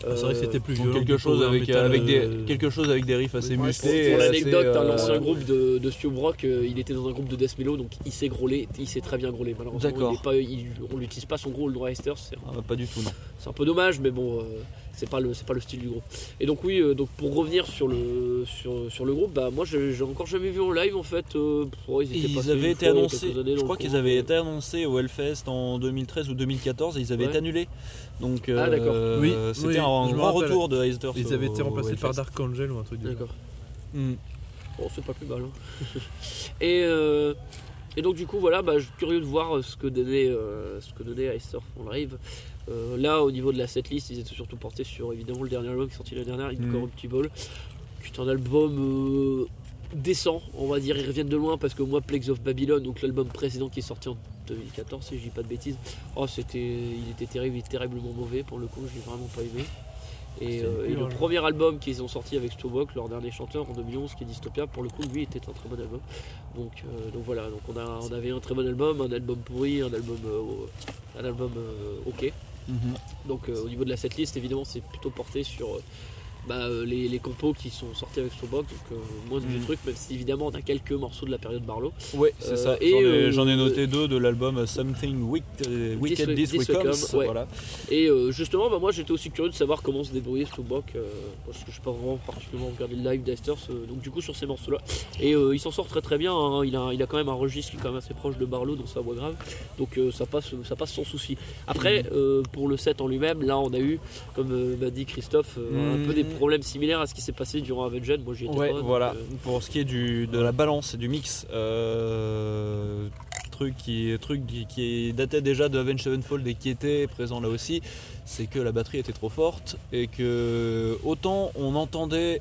Euh,
c'est vrai que c'était plus
Donc
violent.
quelque
que
chose
power
avec,
metal,
avec des
euh,
quelque chose avec des riffs assez
Ouais,
musclés.
pour-
et
Pour
euh,
l'anecdote,
assez,
hein,
euh,
l'ancien groupe de, de Stu Brock, euh, il était dans un groupe de death Mellow, donc il s'est grôlé, il s'est très bien grôlé. Malheureusement,
D'accord.
il est pas- il- on l'utilise pas son gros, le droit Esther, c'est
ah, bah, pas du tout non.
c'est un peu dommage, mais bon, euh, c'est pas le c'est pas le style du groupe. Et donc oui, euh, donc pour revenir sur le sur, sur le groupe, bah moi j'ai j'ai encore jamais vu en live en fait. euh, pff, ouais, étaient
Ils
passés
avaient
une
été
fois, il y a
annoncés,
quelques années
je
dans
crois
le
qu'ils
coin,
avaient
euh,
été annoncés au Hellfest en 2013 ou 2014 et ils avaient
Ouais.
été annulés. Donc
Ah, d'accord.
euh,
Oui,
c'était
oui,
un
je me
grand
rappelle.
retour de Heisters.
Ils avaient été
au- au
remplacés par
Hellfest.
Dark Angel ou un truc du genre.
D'accord.
Mm.
Bon, c'est pas plus mal. hein. et, euh, et donc, du coup, voilà, bah, je suis curieux de voir ce que donnait, euh, ce que donnait Ice Surf en live. Euh, là, au niveau de la setlist, ils étaient surtout portés sur évidemment le dernier album qui est sorti la dernière,
Mhm.
Incorruptible, qui est un album euh, décent, on va dire. Ils reviennent de loin parce que moi, Plagues of Babylon, donc l'album précédent qui est sorti en 2014, si je dis pas de bêtises, oh, c'était, il était terrible, il était terriblement mauvais pour le coup, je l'ai vraiment pas aimé. Et, euh, et le premier album qu'ils ont sorti avec Stowbok, leur dernier chanteur en 2011, qui est Dystopia, pour le coup, lui était un très bon album. Donc, euh, donc voilà, donc on, a, on avait un très bon album, un album pourri, un album, euh, un album euh, ok.
Mhm.
Donc euh, au niveau de la setlist, évidemment, c'est plutôt porté sur euh, bah, euh, les, les compos qui sont sortis avec Stowbok, donc euh, moins de vieux
Mhm.
trucs, même si évidemment on a quelques morceaux de la période Barlow.
Ouais, c'est
Euh,
ça.
et,
J'en ai,
euh,
j'en ai noté deux de l'album Something Wick- euh, Wicked
This
This Way
Way
Comes.
Come, ouais.
Voilà.
Et euh, justement, bah, moi j'étais aussi curieux de savoir comment se débrouillait Stowbok, euh, parce que je n'ai pas vraiment particulièrement regardé le live d'Asters, euh, donc du coup sur ces morceaux-là. Et euh, il s'en sort très très bien, hein. il, a, il a quand même un registre qui est quand même assez proche de Barlow dans sa voix grave, donc euh, ça, passe, ça passe sans souci.
Mm.
Après, euh, pour le set en lui-même, là on a eu, comme euh, m'a dit Christophe, euh, un
Mhm.
peu des problèmes similaires à ce qui s'est passé durant Avenged, moi j'y étais
Ouais,
pas, donc,
voilà.
euh,
Pour ce qui est du, de la balance et du mix, euh, truc, qui, truc qui, qui datait déjà de Avenged Sevenfold et qui était présent là aussi, c'est que la batterie était trop forte et que autant on entendait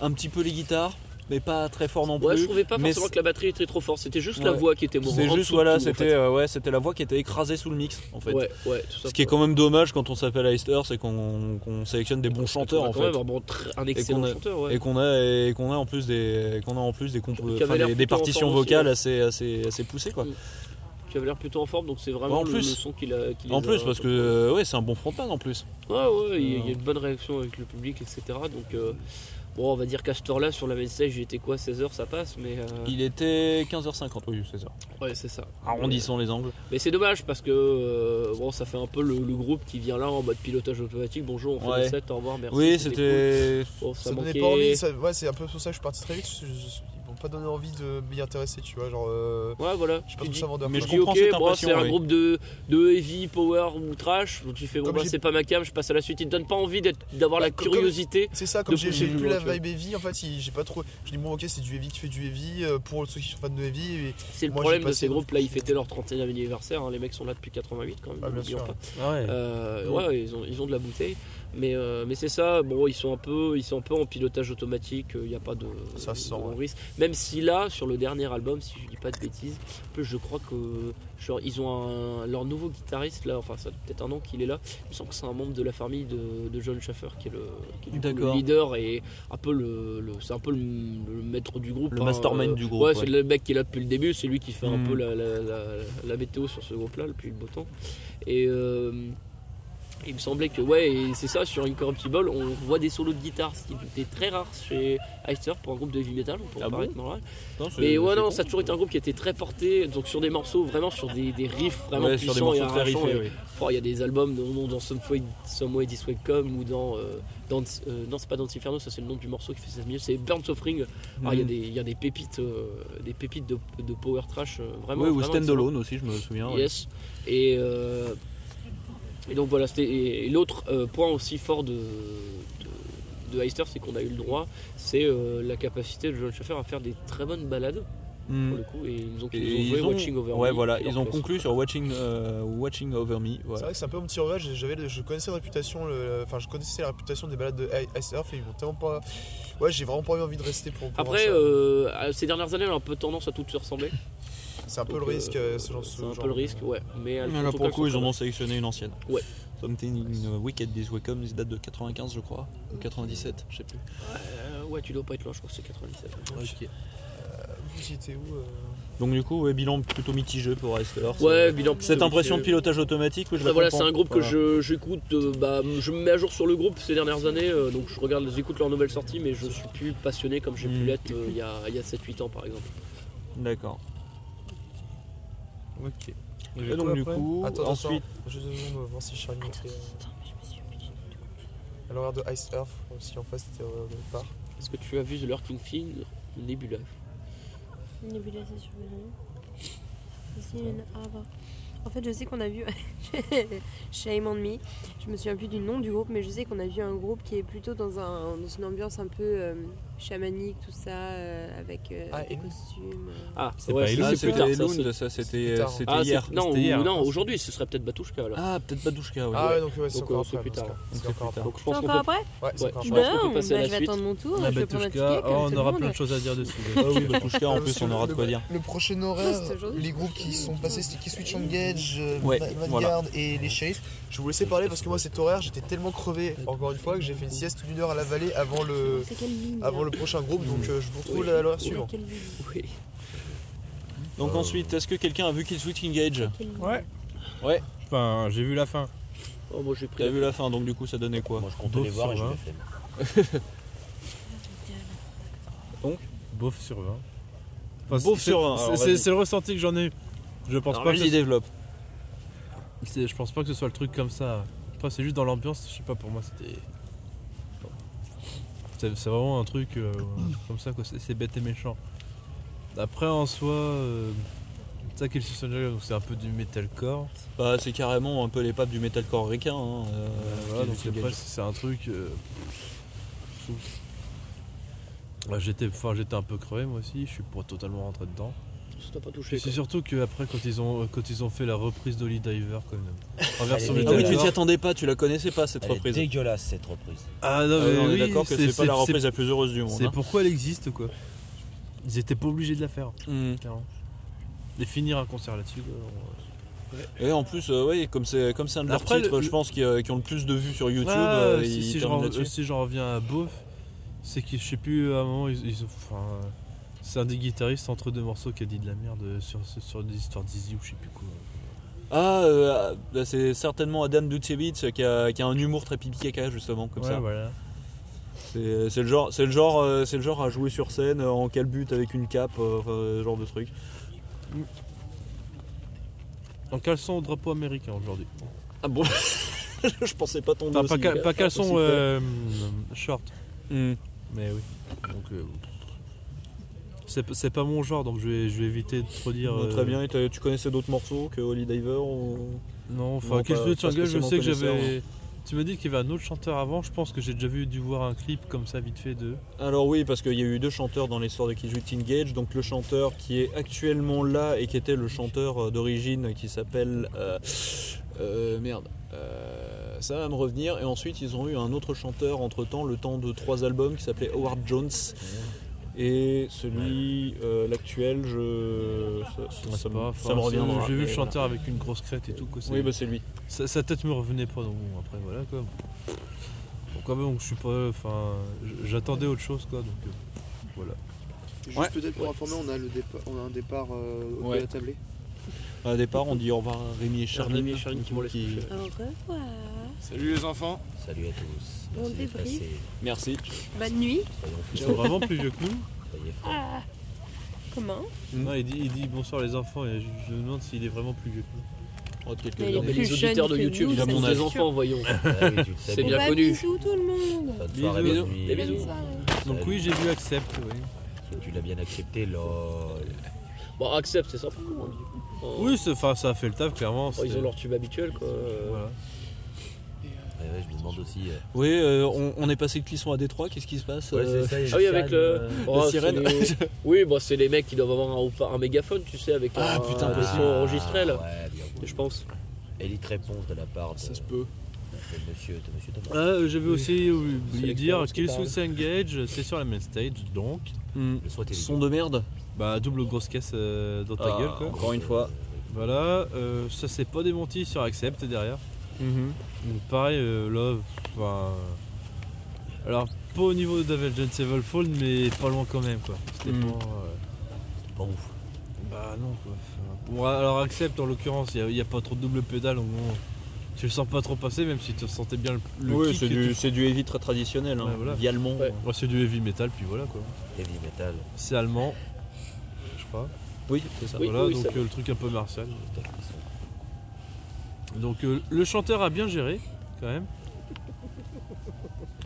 un petit peu les guitares, mais pas très fort non plus.
ouais, je trouvais pas
mais
forcément que la batterie était trop forte, c'était juste la
Ouais.
voix qui était morte.
c'est
en
juste,
dessous de
voilà,
tout, en
c'était euh, ouais, c'était la voix qui était écrasée sous le mix en fait.
fait. Ouais, ouais, tout ça
Ce qui est
pour-
quand même dommage quand on s'appelle Easter, c'est qu'on qu'on sélectionne des bons chanteurs
on a
en
quand
fait.
même un, bon tr- un excellent
qu'on a-
chanteur, ouais.
Et qu'on a et qu'on a en plus des qu'on a en plus des compo-
Qui avait
enfin,
l'air
des, des
plutôt en
partitions
forme aussi,
vocales
ouais.
assez assez assez poussées quoi.
qui avait l'air plutôt en forme, donc c'est vraiment
Ouais, en
le,
plus.
le son qu'il a. qu'il
En
les
plus
a-
parce que euh, ouais c'est un bon frontman en plus.
Ouais, ouais, il y a- il y a une bonne réaction avec le public, etc. Donc, euh, bon, on va dire qu'à cette heure-là, sur la main stage, il était quoi 16h, ça passe, mais. euh,
Il était 15h50 oui c'est ça.
Ouais, c'est ça.
Arrondissons les angles.
Mais c'est dommage parce que, euh, bon, ça fait un peu le, le groupe qui vient là en mode pilotage automatique. Bonjour, on fait
Ouais.
des sets, au revoir, merci.
oui c'était
cool. Bon, ça,
Ça donnait
manquait.
pas envie, ça- ouais, c'est un peu pour ça que je suis parti très vite. parce que je- je- Ils m'ont pas donné envie de m'y intéresser, tu vois. Genre, euh,
Ouais, voilà.
je suis pas
Tu
trop
dis-
ça vendeur.
mais
quoi.
Je
Je
dis
comprends cette
ok, bon,
impression,
c'est un
oui.
groupe de, de heavy, power ou trash. Donc tu fais, bon,
Comme
bah,
j'ai-
c'est pas ma cam, je passe à la suite. Il te donne pas envie d'être- d'avoir
Bah,
la
comme-
curiosité.
C'est ça, comme
de
j'ai
pousser
j'ai
plus
plus
loin,
la
tu vois.
vibe heavy, en fait, il- j'ai pas trop. Je dis, bon, ok, c'est du heavy qui fait du heavy. euh, Pour ceux qui sont fans de heavy, et-
C'est le
Moi, j'ai
problème de
passé
ces
une-
groupes là, ils fêtaient leur 31e anniversaire, hein. les mecs sont là depuis 88 quand même.
Ah, bien
n'oublions
sûr.
pas.
Ah ouais.
Euh, ouais, ils ont, ils ont de la bouteille. Mais, euh, mais c'est ça, bon, ils sont un peu, ils sont un peu en pilotage automatique, il n'y a pas de,
Ça se
de
sent, ouais.
risque. Même si là, sur le dernier album, si je dis pas de bêtises, en plus je crois que genre, ils ont un- leur nouveau guitariste là, enfin ça fait peut-être un an qu'il est là. Il me semble que c'est un membre de la famille de, de John Schaffer qui est le, qui est du coup le
D'accord.
leader et un peu le, le- c'est un peu le, le maître du groupe. hein, euh,
Le mastermind du groupe,
Ouais,
ouais.
c'est le mec qui est là depuis le début, c'est lui qui fait un
Mhm.
peu la, la- la- la météo sur ce groupe là depuis le beau temps. Et euh, il me semblait que ouais, et c'est ça sur Incorruptible, on voit des solos de guitare, ce qui était très rare chez Heister pour un groupe de heavy metal, on pourrait
Ah
parler
bon
de normal.
Non, c'est-
Mais ouais
c'est
non,
con.
ça a toujours été un groupe qui était très porté, donc sur des morceaux vraiment sur des, des riffs vraiment
Ouais, sur des
puissants et
morceaux très
arrachants,
riffés,
et-
oui.
Bon, il y a des albums dans, dans Some Way, Some Way This Way Come ou dans. euh, Dance- euh, non, c'est pas Dance Inferno, ça c'est le nom du morceau qui fait 16 minutes, c'est Burn Suffering. Ah, Il y a
Mhm.
des- il y, a des pépites, euh, des pépites de, de power trash euh, vraiment.
Ouais, ou
vraiment
Stand Alone aussi je me souviens. Ah, ouais.
Yes. Et, euh, et donc voilà, c'était. et l'autre euh, point aussi fort de, de, de Heister, c'est qu'on a eu le droit, c'est euh, la capacité de John Schaeffer à faire des très bonnes balades,
Hmm.
pour le coup, et ils nous ont,
Et
ils nous ont joué Watching Over
ouais
Me,
voilà,
qui est
ils
leur
ont
classique.
conclu sur Watching euh, Watching Over Me,
C'est
voilà.
vrai que c'est un peu mon petit regret. j'ai- J'avais, je connaissais la réputation, le- enfin, je connaissais la réputation des balades de Ice Earth et ils m'ont tellement pas. Ouais, j'ai vraiment pas eu envie de rester pour. pour
Après,
ça.
euh, à- ces dernières années, elle a un peu tendance à toutes se ressembler.
c'est un peu
Donc,
le
euh,
risque, euh, ce genre. ce
C'est un peu
genre.
le risque, ouais. Mais elles
Mais
font
là
tout
pour le
cas
coup
sur
ils en
leur-
ont sélectionné une ancienne.
Ouais.
Something in Wicked This Way Comes date de 95 je crois, ou 97, je sais plus.
Euh, ouais, tu dois pas être loin, je crois que c'est 97.
Vous étiez où euh
Donc du coup, ouais, bilan plutôt mitigeux pour Easter.
Ouais, bilan.
Cette
plutôt
impression de
mitigé.
pilotage automatique, oui, je la
Ah, voilà, c'est
comprends.
un groupe
Voilà.
que je- j'écoute, euh, bah, je me mets à jour sur le groupe ces dernières années, euh, donc je regarde, j'écoute leurs nouvelles sorties, mais je suis plus passionné comme j'ai pu
Mm.
l'être euh, il y a, il y a 7-8 ans par exemple.
D'accord.
Ok.
Et donc du coup,
Attends,
ensuite,
ensuite. Je vais voir si Charlie m'a fait. euh, À l'horaire de Ice Earth, euh, si en face c'était euh, de part.
Est-ce que tu as vu The Lurking Thing Nebula
Nebula, c'est sur le nom. Ici, il y en a- ah, bah. En fait, je sais qu'on a vu. Shame on me. Je me souviens plus du nom du groupe, mais je sais qu'on a vu un groupe qui est plutôt dans, un, dans une ambiance un peu. euh, chamanique, tout ça, euh, avec euh,
Ah,
des
et-
costumes. euh.
Ah,
C'est
ouais,
pas
ça,
Elune,
Ah,
c'est plus tard.
c'était
ça, c'est-
Lund, ça c'était
plus tard. hein.
c'était
Ah, c'est-
hier.
Non,
C'était hier.
non aujourd'hui, ce serait peut-être Batouchka alors.
Ah, peut-être Badouchka, ouais.
Ah ouais, donc ouais, c'est
Donc,
encore
euh, c'est
après.
plus
dans ce
tard.
cas.
C'est
C'est encore
plus
après.
tard.
Donc je
C'est
pense qu'on
encore
peut.
après
Ouais, c'est encore
Ouais. Je
après.
pense qu'on peut passer à
bah,
la
je vais
suite.
attendre mon tour,
Ah,
je vais prendre un ticket.
Batouchka,
comme
oh,
tout
on
le
aura
monde.
plein de choses à dire dessus.
Ah oui, Badouchka, en
Euh,
plus,
sur
on aura
le-
de quoi dire.
Le prochain
Ouais,
horaire,
c'était aujourd'hui.
les groupes qui sont passés, c'était qui Switch Engage, euh,
Ouais,
Va- Vanguard
voilà.
et les Sheriffs. Je vais vous laisser parler parce que moi, cet horaire, j'étais tellement crevé, encore une fois, que j'ai fait une sieste d'une heure à la vallée avant le,
C'est quelle ligne
avant le prochain groupe. Donc euh, je vous retrouve à l'horaire suivant.
Quelle ligne
Oui.
Donc
Euh.
ensuite, est-ce que quelqu'un a vu Kill Switch Engage
Ouais.
Ouais.
Enfin, j'ai vu la fin.
Oh, moi j'ai pris.
T'as vu la fin, donc du coup, ça donnait quoi
Moi je comptais les
Bof
voir et je
sur
l'ai fait.
Bof sur 20. Enfin,
Bof
c'est-
sur 20,
c'est-
alors,
C'est
vas-y.
c'est le ressenti que j'en ai. eu. Je pense
Alors,
pas que
vas-y,
ce-
développe.
c'est- je pense pas que ce soit le truc comme ça. Après c'est juste dans l'ambiance, je sais pas pour moi c'était. C'est c'est vraiment un truc euh, un truc comme ça quoi, c'est c'est bête et méchant. Après en soi, euh, ça qui est le System Jack, donc c'est un peu du metalcore.
Bah, c'est carrément un peu les papes du metalcore ricain. hein, euh,
Euh, voilà,
Kill
donc
Switch
après
Engage.
c'est c'est un truc. euh, Ouais, Ah, J'étais enfin, j'étais un peu crevé moi aussi, je suis pas totalement rentré dedans.
Ça t'a pas touché.
Puis c'est surtout qu'après, quand ils ont quand ils ont fait la reprise d'Holly Diver quand même, en version
Elle est
Ah
Metalcore.
oui, tu
metalcore.
t'y attendais pas, tu la connaissais pas cette
Elle est
reprise.
dégueulasse cette reprise.
Ah non,
Ah,
mais
on
oui,
est d'accord que c'est pas la reprise la plus heureuse du monde.
C'est
hein.
pourquoi elle existe quoi. Ils étaient pas obligés de la faire,
Hmm.
clairement. Et finir un concert là-dessus. quoi, euh. on-
Et en plus, euh, oui, comme c'est comme c'est un de leurs
Après,
titres,
le-
je pense qui, euh, qui ont le plus de vues sur YouTube.
Ah,
euh,
si,
ils
si je
terminent
re-
là-dessus.
si je reviens à Beauf, c'est que je sais plus à un moment ils, ils ont. enfin, euh, c'est un des guitaristes entre deux morceaux qui a dit de la merde sur, sur, sur des histoires d'Izzy ou je sais plus quoi.
Ah, euh, ah, c'est certainement Adam Dutsevitz qui a, qui a un humour très pipi caca justement comme
Ouais,
ça.
voilà.
C'est c'est le genre, c'est le genre, euh, c'est le genre à jouer sur scène euh, en calbut avec une cape, euh, enfin, ce genre de truc.
En caleçon au drapeau américain aujourd'hui.
Ah bon Je pensais pas tomber.
Enfin, pas,
aussi.
ca- pas
aussi
caleçon
près.
euh, short.
Hmm.
Mais oui. Donc. euh, c'est p- c'est pas mon genre, donc je vais, je vais éviter de trop dire.
Bon,
euh,
très bien. Et t'as- tu connaissais d'autres morceaux que Holy Diver ou...
Non, enfin,
Non,
quel
pas-
jeu de
pas
Jungle, Je
spécialement
sais que j'avais.
connaisseur. hein.
Tu m'as dit qu'il y avait un autre chanteur avant. Je pense que j'ai déjà vu dû voir un clip comme ça vite fait de.
Alors oui, parce qu'il y a eu deux chanteurs dans l'histoire de Kijutine Gage. Donc le chanteur qui est actuellement là et qui était le chanteur euh, d'origine qui s'appelle... euh, euh, merde. euh, ça va me revenir. Et ensuite, ils ont eu un autre chanteur entre-temps, le temps de trois albums, qui s'appelait Howard Jones. Et celui, euh, l'actuel, je... Ça, ça-
Je sais
ça me-
pas,
ça
enfin,
me
c'est-
reviendra.
J'ai vu
mais
le
voilà.
chanteur avec une grosse crête et tout. Quoi, c'est-
Oui, bah c'est lui.
sa, sa tête me revenait pas, donc bon, après voilà quoi. Bon, quand même, je suis pas. Enfin, j- j'attendais autre chose quoi, donc. euh,
Juste
Ouais.
peut-être pour informer, on a, le dépa- on a un départ euh, au
Ouais.
de la tablée.
À départ, on dit au revoir à Rémi et Charline.
Rémi et Charline qui m'ont laissé coucher.
Au revoir.
Salut les enfants.
Salut à tous.
Bon
Merci d'être
débrief.
passés.
Merci.
Bonne nuit.
Soyons
Ils
fous,
sont vraiment plus vieux que nous.
soyez fous.
Comment
Non, il dit, il dit bonsoir les enfants et je, je me demande s'il est vraiment plus vieux que nous.
Oh, de quelques
Mais il est
années.
Mais
plus
les
jeune
auditeurs de
que
YouTube,
nous,
ils
ça,
ont
c'est
des
sûr.
enfants, voyons.
Ah oui, tu le sais
C'est bien
Bah,
connu.
Bisous tout le monde.
Bonne soirée,
Bisous.
bonne nuit.
Des bisous.
Donc
Salut.
oui, j'ai vu Accept, oui.
Tu l'as bien accepté, lol.
Bon, accepte, c'est sympa. quoi. Oh,
Oui, c'est- enfin, ça a fait le taf, clairement.
oh, ils
c'est-
ont leur tube habituel, quoi. Euh,
Voilà.
Ouais, ouais, je me demande aussi. euh,
Oui, euh, on, on est passé de Clisson à Détroit, qu'est-ce qui se passe
ouais,
euh,
c'est ça, il y a
Ah oui,
Shan,
avec le.
euh,
Oh,
la
c'est
sirène.
les- Oui, bon, c'est les mecs qui doivent avoir un, haut- un mégaphone, tu sais, avec
Ah,
un,
putain,
des sons
possible.
enregistrés, là.
bah, euh, Ah, Ouais, bien.
Je pense.
Élite réponse de la part de,
Ça se peut.
de monsieur, de monsieur Thomas.
Ah, j'avais aussi
C'est
oublié de dire
l'expérience qui
Kill
parle.
Switch Engage, c'est sur la main stage donc.
Hmm.
Le souhait est
Son de merde
Bah, double grosse caisse euh, dans ta
Ah,
gueule quoi.
Encore une fois.
Voilà, euh, ça s'est pas démenti sur Accept derrière.
Mhm.
Donc, pareil, euh, là, enfin. euh, Alors, pas au niveau d'Avengers Sevenfold, mais pas loin quand même quoi. C'était
Mm.
pas. euh,
pas ouf.
bah non quoi. Enfin, bon, alors, Accept en l'occurrence, il n'y a, pas trop de double pédale, donc bon, tu le sens pas trop passer, même si tu sentais bien le, le
oui,
kick
c'est
et
du,
tout.
c'est du heavy très traditionnel, hein.
Ouais, voilà.
Via allemand.
Ouais.
Ouais, c'est du heavy metal, puis voilà quoi.
Heavy metal.
C'est allemand, je crois.
Oui, c'est ça.
Oui,
voilà,
oui,
donc
ça
euh, le truc un peu martial. Donc euh, le chanteur a bien géré, quand même.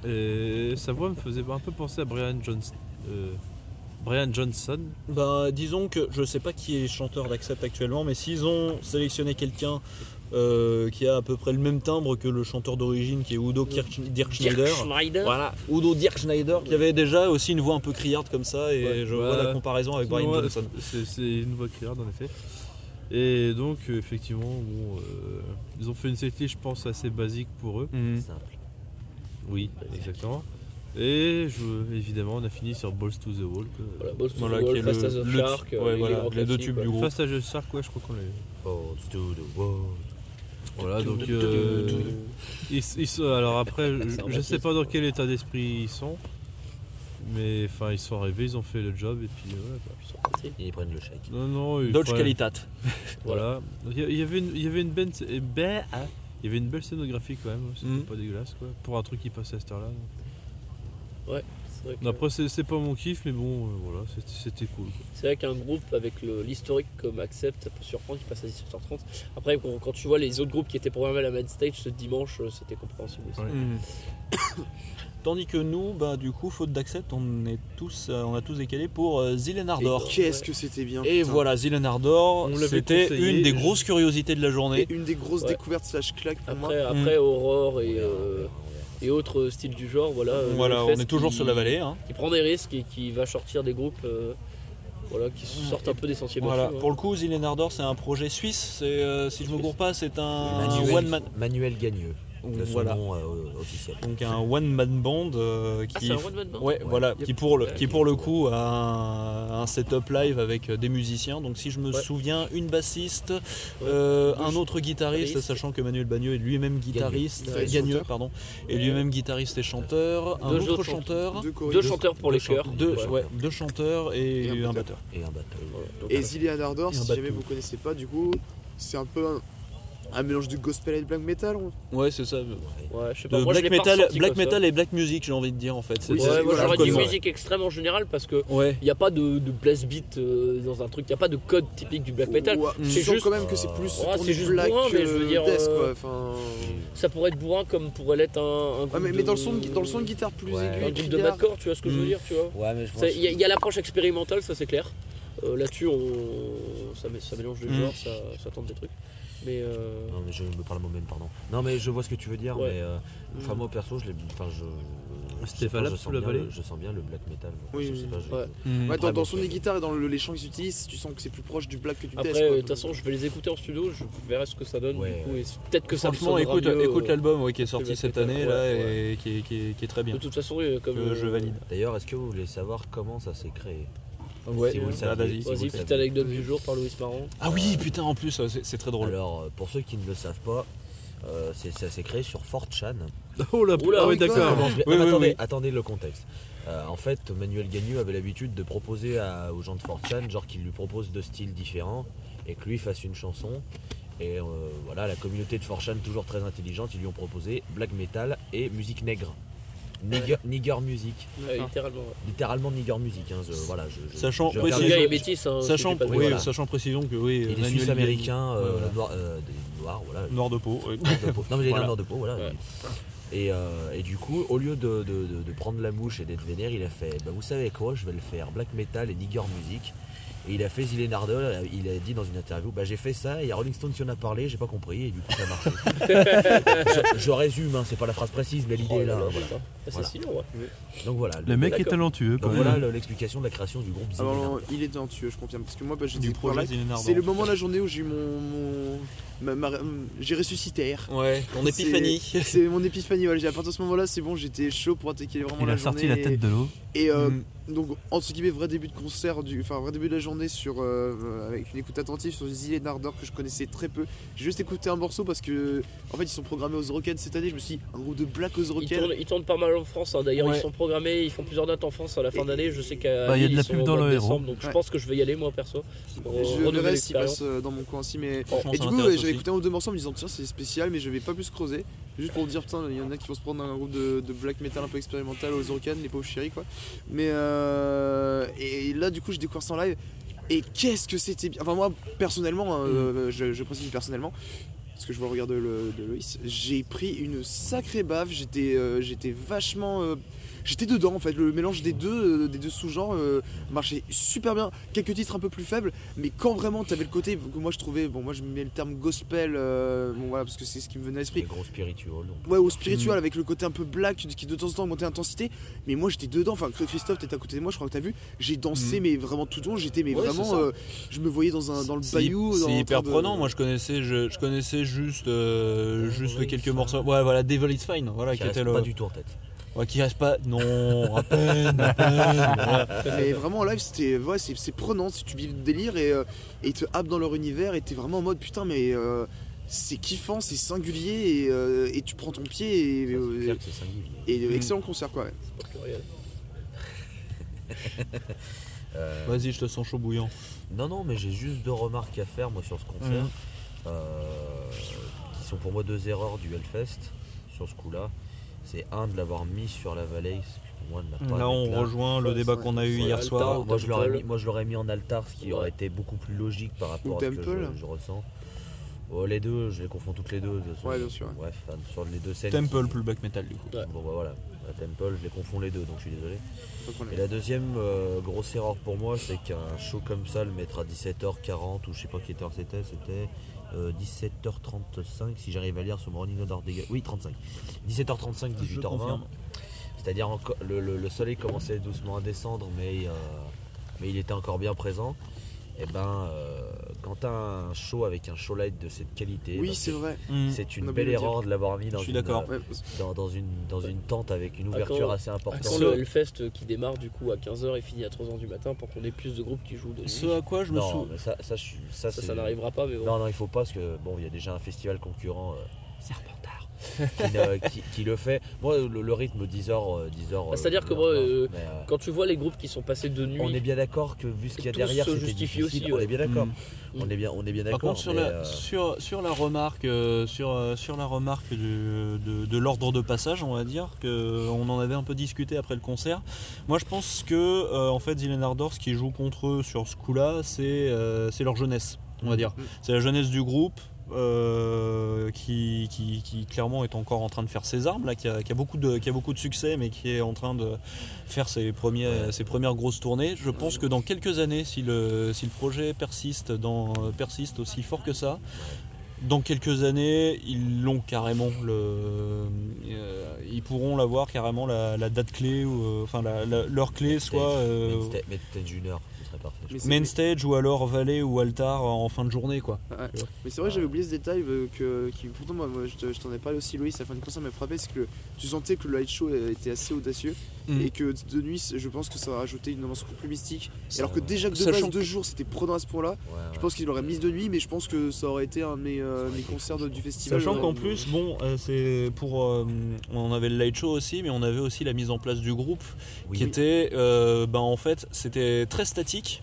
Et sa voix me faisait un peu penser à Brian Johnson. euh, Brian Johnson.
Bah, disons que je sais pas qui est chanteur d'accept actuellement, mais s'ils ont sélectionné quelqu'un euh, qui a à peu près le même timbre que le chanteur d'origine qui est Udo Kirch- Dirk Schneider.
Schneider.
Voilà, Udo Dirk Schneider qui avait déjà aussi une voix un peu criarde comme ça et
Ouais.
je vois
Ouais.
la comparaison avec Brian
Ouais,
Johnson.
C'est c'est une voix criarde en effet. Et donc euh, effectivement, bon, euh, ils ont fait une sélection, je pense, assez basique pour eux.
Simple.
Oui, exactement. Et je- évidemment, on a fini sur Balls to the Wall. que-
Voilà, Balls to the
Voilà,
Wall,
qui est
Fast
le-
as a
le-
Shark, euh,
ouais,
les
voilà,
grands
les deux
classiques,
tubes
quoi.
du groupe. Fast as a Shark, ouais, je crois qu'on l'a eu.
Balls to the wall.
Voilà, donc. euh, ils, ils sont- alors après, je, je sais pas dans quel état d'esprit ils sont, mais enfin, ils sont arrivés, ils ont fait le job et puis ouais, bah, ils sont partis.
Et ils prennent le chèque.
Non, non, il
Dodge
fallait-
Qualitat.
Voilà. Donc, Il y, il y avait une, il y avait une belle, eh ben, ah, il y avait une belle scénographie quand même. hein, C'était
Mhm.
pas dégueulasse quoi. Pour un truc qui passait à cette heure-là. donc.
Ouais, c'est vrai que-
Après, c'est c'est pas mon kiff, mais bon, euh, voilà, c'était- c'était cool. quoi.
C'est vrai qu'un groupe avec le- l'historique comme Accept, ça peut surprendre qu'il passe à 17h30. Après, quand, quand tu vois les autres groupes qui étaient programmés à la main stage ce dimanche, euh, c'était compréhensible aussi.
Ouais.
Tandis que nous, bah du coup, faute d'accept, on est tous, euh, on a tous décalé pour euh, Ardor.
Qu'est-ce que c'était bien.
Et
putain.
voilà, Zillen Ardor,
On l'avait
c'était
conseillé.
une des grosses curiosités de la
Et euh,
journée.
une des grosses
Ouais.
découvertes slash claque pour moi.
Après, après Aurore et, euh, et autres styles du genre, voilà. euh,
Voilà,
le
on
fest
est toujours
qui-
sur la vallée. hein.
Qui prend des risques et qui va sortir des groupes euh, voilà, qui sortent un peu des sentiers battus.
Voilà.
hein.
Pour le coup, Zillen Ardor, c'est un projet suisse. C'est, euh, si je me gourre pas, c'est un
Manuel,
Ah, one man.
Manuel Gagneux, de son
Voilà.
nom euh, officiel.
Donc un one man band euh,
Ah,
qui
c'est un one man band
Ouais, voilà,
Yep.
qui pour le,
Ouais.
qui pour le coup a un, un setup live avec euh, des musiciens. Donc si je me
Ouais.
souviens, une bassiste, euh,
Deux
un autre guitariste,
guitaristes.
sachant que Manuel Bagneux est lui-même guitariste,
Guitariste.
gagneux
Chanteur.
pardon, et lui-même guitariste et chanteur, un
Deux
autre
autres
chanteur,
Deux
Deux
choristes.
chanteurs pour les chœurs.
deux,
Ouais.
ouais, deux chanteurs et,
Et un
un batteur.
Et un bateau.
euh,
Et Zilean Ardor,
Et un
si jamais
bateau.
vous connaissez pas, du coup, c'est un peu un, un mélange de gospel et de black metal. on-
Ouais, c'est ça.
Ouais, je sais pas.
De
moi, je
black
l'ai pas
metal,
ressenti
black
comme ça.
metal et black music, j'ai envie de dire en fait. C'est-
Oui,
c'est-
Ouais, moi
voilà,
j'aurais dit
comme-
musique extrême en général parce que
Ouais.
il n'y a pas de, de blast beat euh, dans un truc, il n'y a pas de code typique du black metal.
Ouais, tu
C'est
sens
juste-
euh, quand même que c'est plus
Ouais,
tourné
c'est juste
black
bourrin, mais je veux
euh,
dire,
death, quoi.
euh,
Enfin,
Ça pourrait être bourrin comme pourrait l'être un, un groupe
ouais, mais,
de...
mais dans le son, de- dans le son de guitare plus
Ouais.
aigu,
un
et
groupe de
criard,
madcore, tu vois ce que je veux
Mm.
dire, tu vois.
Ouais, mais je pense.
C'est- Il y a- il y, a l'approche expérimentale, ça c'est clair. Euh, Là-dessus, on... ça, mé- ça mélange les
Mm.
genres, ça, ça tente des trucs. Mais euh,
Non, mais je me parle à moi-même, pardon. Non, mais je vois ce que tu veux dire,
Ouais.
mais. euh, Enfin,
Mm.
moi perso, je l'ai. Enfin, je.
Ah,
je
C'était
sais pas,
valable
je
pour
sens
la
bien
vallée
le- Je sens bien le black metal.
Oui,
je
oui,
sais pas, je-
ouais.
Hmm.
Très
Ouais, dans,
bon
dans son
choix.
des guitares et dans le- les chants qu'ils utilisent, tu sens que c'est plus proche du black que du
après,
death.
euh,
quoi.
de toute façon, je vais les écouter en studio, je verrai ce que ça donne.
Ouais.
du coup, et c'est- peut-être que ça me
Franchement,
sonnera
écoute,
mieux,
écoute
euh,
l'album ouais, qui est sorti
black
cette
metal,
année
ouais,
là
ouais.
et qui est, qui est- qui est très bien.
De toute façon, euh, comme
Que je
euh,
valide.
D'ailleurs, est-ce que vous voulez savoir comment ça s'est créé
Ouais,
Si vous le
ah,
saviez,
vas-y.
si vous
Vas-y,
le
petite
saviez.
anecdote du jour par Louis Marron.
Ah oui, putain, en plus, c'est c'est très drôle.
Alors, euh, pour ceux qui ne le savent pas, euh, c'est- ça s'est créé sur 4chan.
Oh la
Oula,
ah
oui,
oui, d'accord.
Comment-
oui, oui.
attendez, attendez le contexte. Euh, en fait, Manuel Gagneux avait l'habitude de proposer à- aux gens de 4chan, genre qu'il lui propose deux styles différents et que lui fasse une chanson. Et euh, voilà, la communauté de 4chan, toujours très intelligente, ils lui ont proposé black metal et musique nègre. Nigger, nigger music,
Ouais, littéralement. ouais.
littéralement nigger music. hein, je- voilà, je- je-
Sachant-
je
Oui,
Le
regarde-
c'est-
gars
je-
est métis, hein,
Sachant,
si j'ai pas de
oui,
bêtises.
voilà.
sachant précision que oui,
Et des
Manuel
Suisses
Biaggi-
américains, euh,
Ouais, voilà.
noirs, euh, des noirs, voilà,
noir de peau. oui.
de peau. Non, mais j'ai
Voilà.
un de peau, voilà.
Ouais.
Et, euh, et du coup, au lieu de, de- de- de prendre la mouche et d'être vénère, il a fait bah, Vous savez quoi, je vais le faire black metal et nigger music. Et il a fait Zilé Nardol, il a dit dans une interview Bah, j'ai fait ça, et il y a Rolling Stone qui en a parlé, j'ai pas compris, et du coup, ça a marché. je, je résume, hein, c'est pas la phrase précise, mais l'idée
Oh
est là.
là là,
hein, voilà.
putain. Ah, C'est
Voilà.
stylé, ouais.
Donc voilà.
Le mec est
D'accord.
talentueux quand
Donc
même.
voilà le- l'explication de la création du groupe
Ah
Zilé
non,
Nardol.
non, il est talentueux, je confirme. Parce que moi, bah, j'ai
Du projet
découvert Black-
Zillen Ardor.
C'est le moment de la journée où j'ai eu mon. mon- ma- ma- j'ai ressuscité. R.
Ouais, ton
C'est-
épiphanie.
C'est mon épiphanie, voilà. j'ai- À partir de ce moment-là, c'est bon, j'étais chaud pour attaquer vraiment
Il
la
a
journée.
sorti la tête de l'eau.
Et euh,
Mm.
donc, entre guillemets, vrai début de concert, du, enfin, vrai début de la journée sur, euh, euh, avec une écoute attentive sur les îles d'Ardor que je connaissais très peu. J'ai juste écouté un morceau parce que, en fait, ils sont programmés aux Rockets cette année. Je me suis dit, un groupe de Black aux
Ils
Rockets.
tournent, ils tournent pas mal en France, hein. d'ailleurs
Ouais.
ils sont programmés, ils font plusieurs dates en France à la fin
Et-
d'année, je sais qu'à
Bah, il y a
Lille,
de la
ils sont
pub
au
dans
mois de
le héros.
décembre, donc je
Ouais.
pense que je vais y aller moi perso. Pour euh,
Je
renouveler
verrai s'ils
l'expérience.
passent euh, dans mon coin aussi, mais
Franchement,
Et du
ça
coup,
intéresse
ouais, j'avais
aussi.
écouté un ou deux morceaux en me disant tiens, c'est spécial, mais je vais pas plus creuser. Juste pour me dire, putain, il y en a qui vont se prendre un groupe de, de black metal un peu expérimental aux Orcanes, les pauvres chéris quoi. Mais euh, Et là, du coup, j'ai découvert ça en live. Et qu'est-ce que c'était bien. Enfin, moi, personnellement,
Mm.
hein, euh, je, je précise personnellement, parce que je vois le regard de, Lo- de Loïs, j'ai pris une sacrée baffe. J'étais euh, j'étais vachement. euh, j'étais dedans en fait. Le mélange des deux, euh, des deux sous-genres euh, marchait super bien. Quelques titres un peu plus faibles, mais quand vraiment t'avais le côté que moi je trouvais, bon, moi je mets le terme gospel, euh, bon voilà, parce que c'est ce qui me venait à l'esprit.
Les gros spiritual. donc.
Ouais, au spirituel
Mm.
avec le côté un peu black qui de temps en temps montait d'intensité. Mais moi j'étais dedans. Enfin, Christophe, t'étais à côté de moi, je crois que t'as vu. J'ai dansé, mais vraiment tout le long. J'étais, mais
Mm. Ouais, c'est
vraiment.
ça.
euh, je me voyais hein, dans, un, dans le
C'est hy-
bayou. dans-
C'est
en
hyper
train de-
prenant. Moi, je connaissais, je, je connaissais juste, euh, juste quelques morceaux. Ouais, voilà, Devil is Fine, voilà,
Qui
qui,
reste
était le.
pas du tout en tête.
Ouais, qui reste pas. Non, à peine, à peine.
Ah,
voilà.
Mais vraiment en live c'était ouais, c'est, c'est prenant si tu vis le délire et, euh, et ils te happent dans leur univers et t'es vraiment en mode putain mais euh, c'est kiffant, c'est singulier et, euh, et tu prends ton pied et, euh,
clair que c'est singulier.
et, euh,
Mm.
excellent concert quoi ouais.
Euh,
Vas-y, je te sens chaud bouillant.
Non, non, mais j'ai juste deux remarques à faire moi sur ce concert,
Mhm.
euh, qui sont pour moi deux erreurs du Hellfest sur ce coup-là. C'est un de l'avoir mis sur la vallée. c'est pour moi de ne pas
Là,
le
on
mettre
rejoint le
Ouais,
débat
c'est-
qu'on a eu
ouais,
hier
Altar
soir.
ou Moi, je l'aurais
Temple.
mis, moi, je l'aurais mis en altar, ce qui aurait été beaucoup plus logique par rapport à ce que
Temple.
je, je ressens. Oh, les deux, je les confonds toutes les deux. de toute façon.
Ouais, bien sûr, ouais.
Bref, enfin, sur les deux scènes.
Temple
qui-
plus black metal du coup.
Bon bah voilà, la Temple, je les confonds les deux, donc je suis désolé.
de problème.
Et la deuxième euh, grosse erreur pour moi, c'est qu'un show comme ça, le mettre à 17h40 ou je sais pas quelle heure c'était, c'était euh, 17h35 si j'arrive à lire sur mon running order des Oui, 35.
Ah,
17h35,
Je confirme.
18h20. C'est-à-dire enco- le, le- le soleil commençait doucement à descendre, mais, euh, mais il était encore bien présent. Et ben, euh, quand t'as un show avec un show light de cette qualité,
Oui,
ben,
c'est vrai.
Mm.
c'est
On a
une
oublié
belle
de le dire.
erreur de l'avoir mis dans
Je suis
une, euh,
d'accord.
Ouais, parce que
dans, dans une, dans une tente avec une ouverture
Attends,
assez importante.
Sans le Hellfest qui démarre du coup à 15h et finit à 3h du matin pour qu'on ait plus de groupes qui jouent de nuit.
Ce
Ça,
à quoi je me
Non,
souviens.
mais ça, ça, je suis- ça,
ça,
c'est-
n'arrivera pas, mais bon.
Non, non, il faut pas parce que bon, il y a déjà un festival concurrent, euh, Serpentard, qui, ne- qui- qui le fait. Moi, le, le rythme 10h, euh, 10h.
Bah, c'est-à-dire que moi, euh, Quand tu vois les groupes qui sont passés de nuit,
on est bien d'accord que vu ce qu'il y a
Tout
derrière,
se
c'était
justifie
difficile.
aussi,
On
ouais.
est bien d'accord.
Mm.
On est bien, on est bien
Par
d'accord.
contre, sur
mais,
la,
euh,
sur, sur la remarque, euh, sur, euh, sur la remarque du- de, de l'ordre de passage, on va dire que on en avait un peu discuté après le concert. Moi, je pense que euh, en fait, Zillen Ardor, ce qui joue contre eux sur ce coup-là, c'est euh, c'est leur jeunesse, on va dire. C'est la jeunesse du groupe. euh, qui, qui- qui, clairement est encore en train de faire ses armes là, qui a, qui a beaucoup de qui a beaucoup de succès mais qui est en train de faire ses premiers ses premières grosses tournées je pense que dans quelques années si le si le projet persiste dans euh, persiste aussi fort que ça dans quelques années, ils l'ont carrément. Le, euh, ils pourront l'avoir carrément la, la date clé, ou, euh, enfin la- la- leur clé,
Mainstage,
soit euh,
Mainsta- Mainstage Junior, ce serait parfait. je
Mais
pense.
c'est-
main stage ou alors vallée ou altar en fin de journée, quoi.
Mais
Ah.
c'est vrai, j'avais oublié ce détail euh, que, qui, pourtant, moi, moi, je te- je t'en ai parlé aussi, Loïs, à la fin du concert m'a frappé, c'est que le- tu sentais que le light show euh, était assez audacieux
Mm.
et que de nuit, c'est- je pense que ça a rajouté une ambiance beaucoup plus mystique.
Ça-
Alors que déjà que de
Sachant
base, deux jours, c'était prenant à ce point-là.
Ouais, ouais.
Je pense qu'il l'aurait mise de nuit, mais je pense que ça aurait été un de mes, euh, mes concerts de- du festival.
Sachant
Euh,
qu'en plus, bon, euh, c'est pour. euh, on avait le light show aussi, mais on avait aussi la mise en place du groupe
Oui.
qui était euh, ben en fait c'était très statique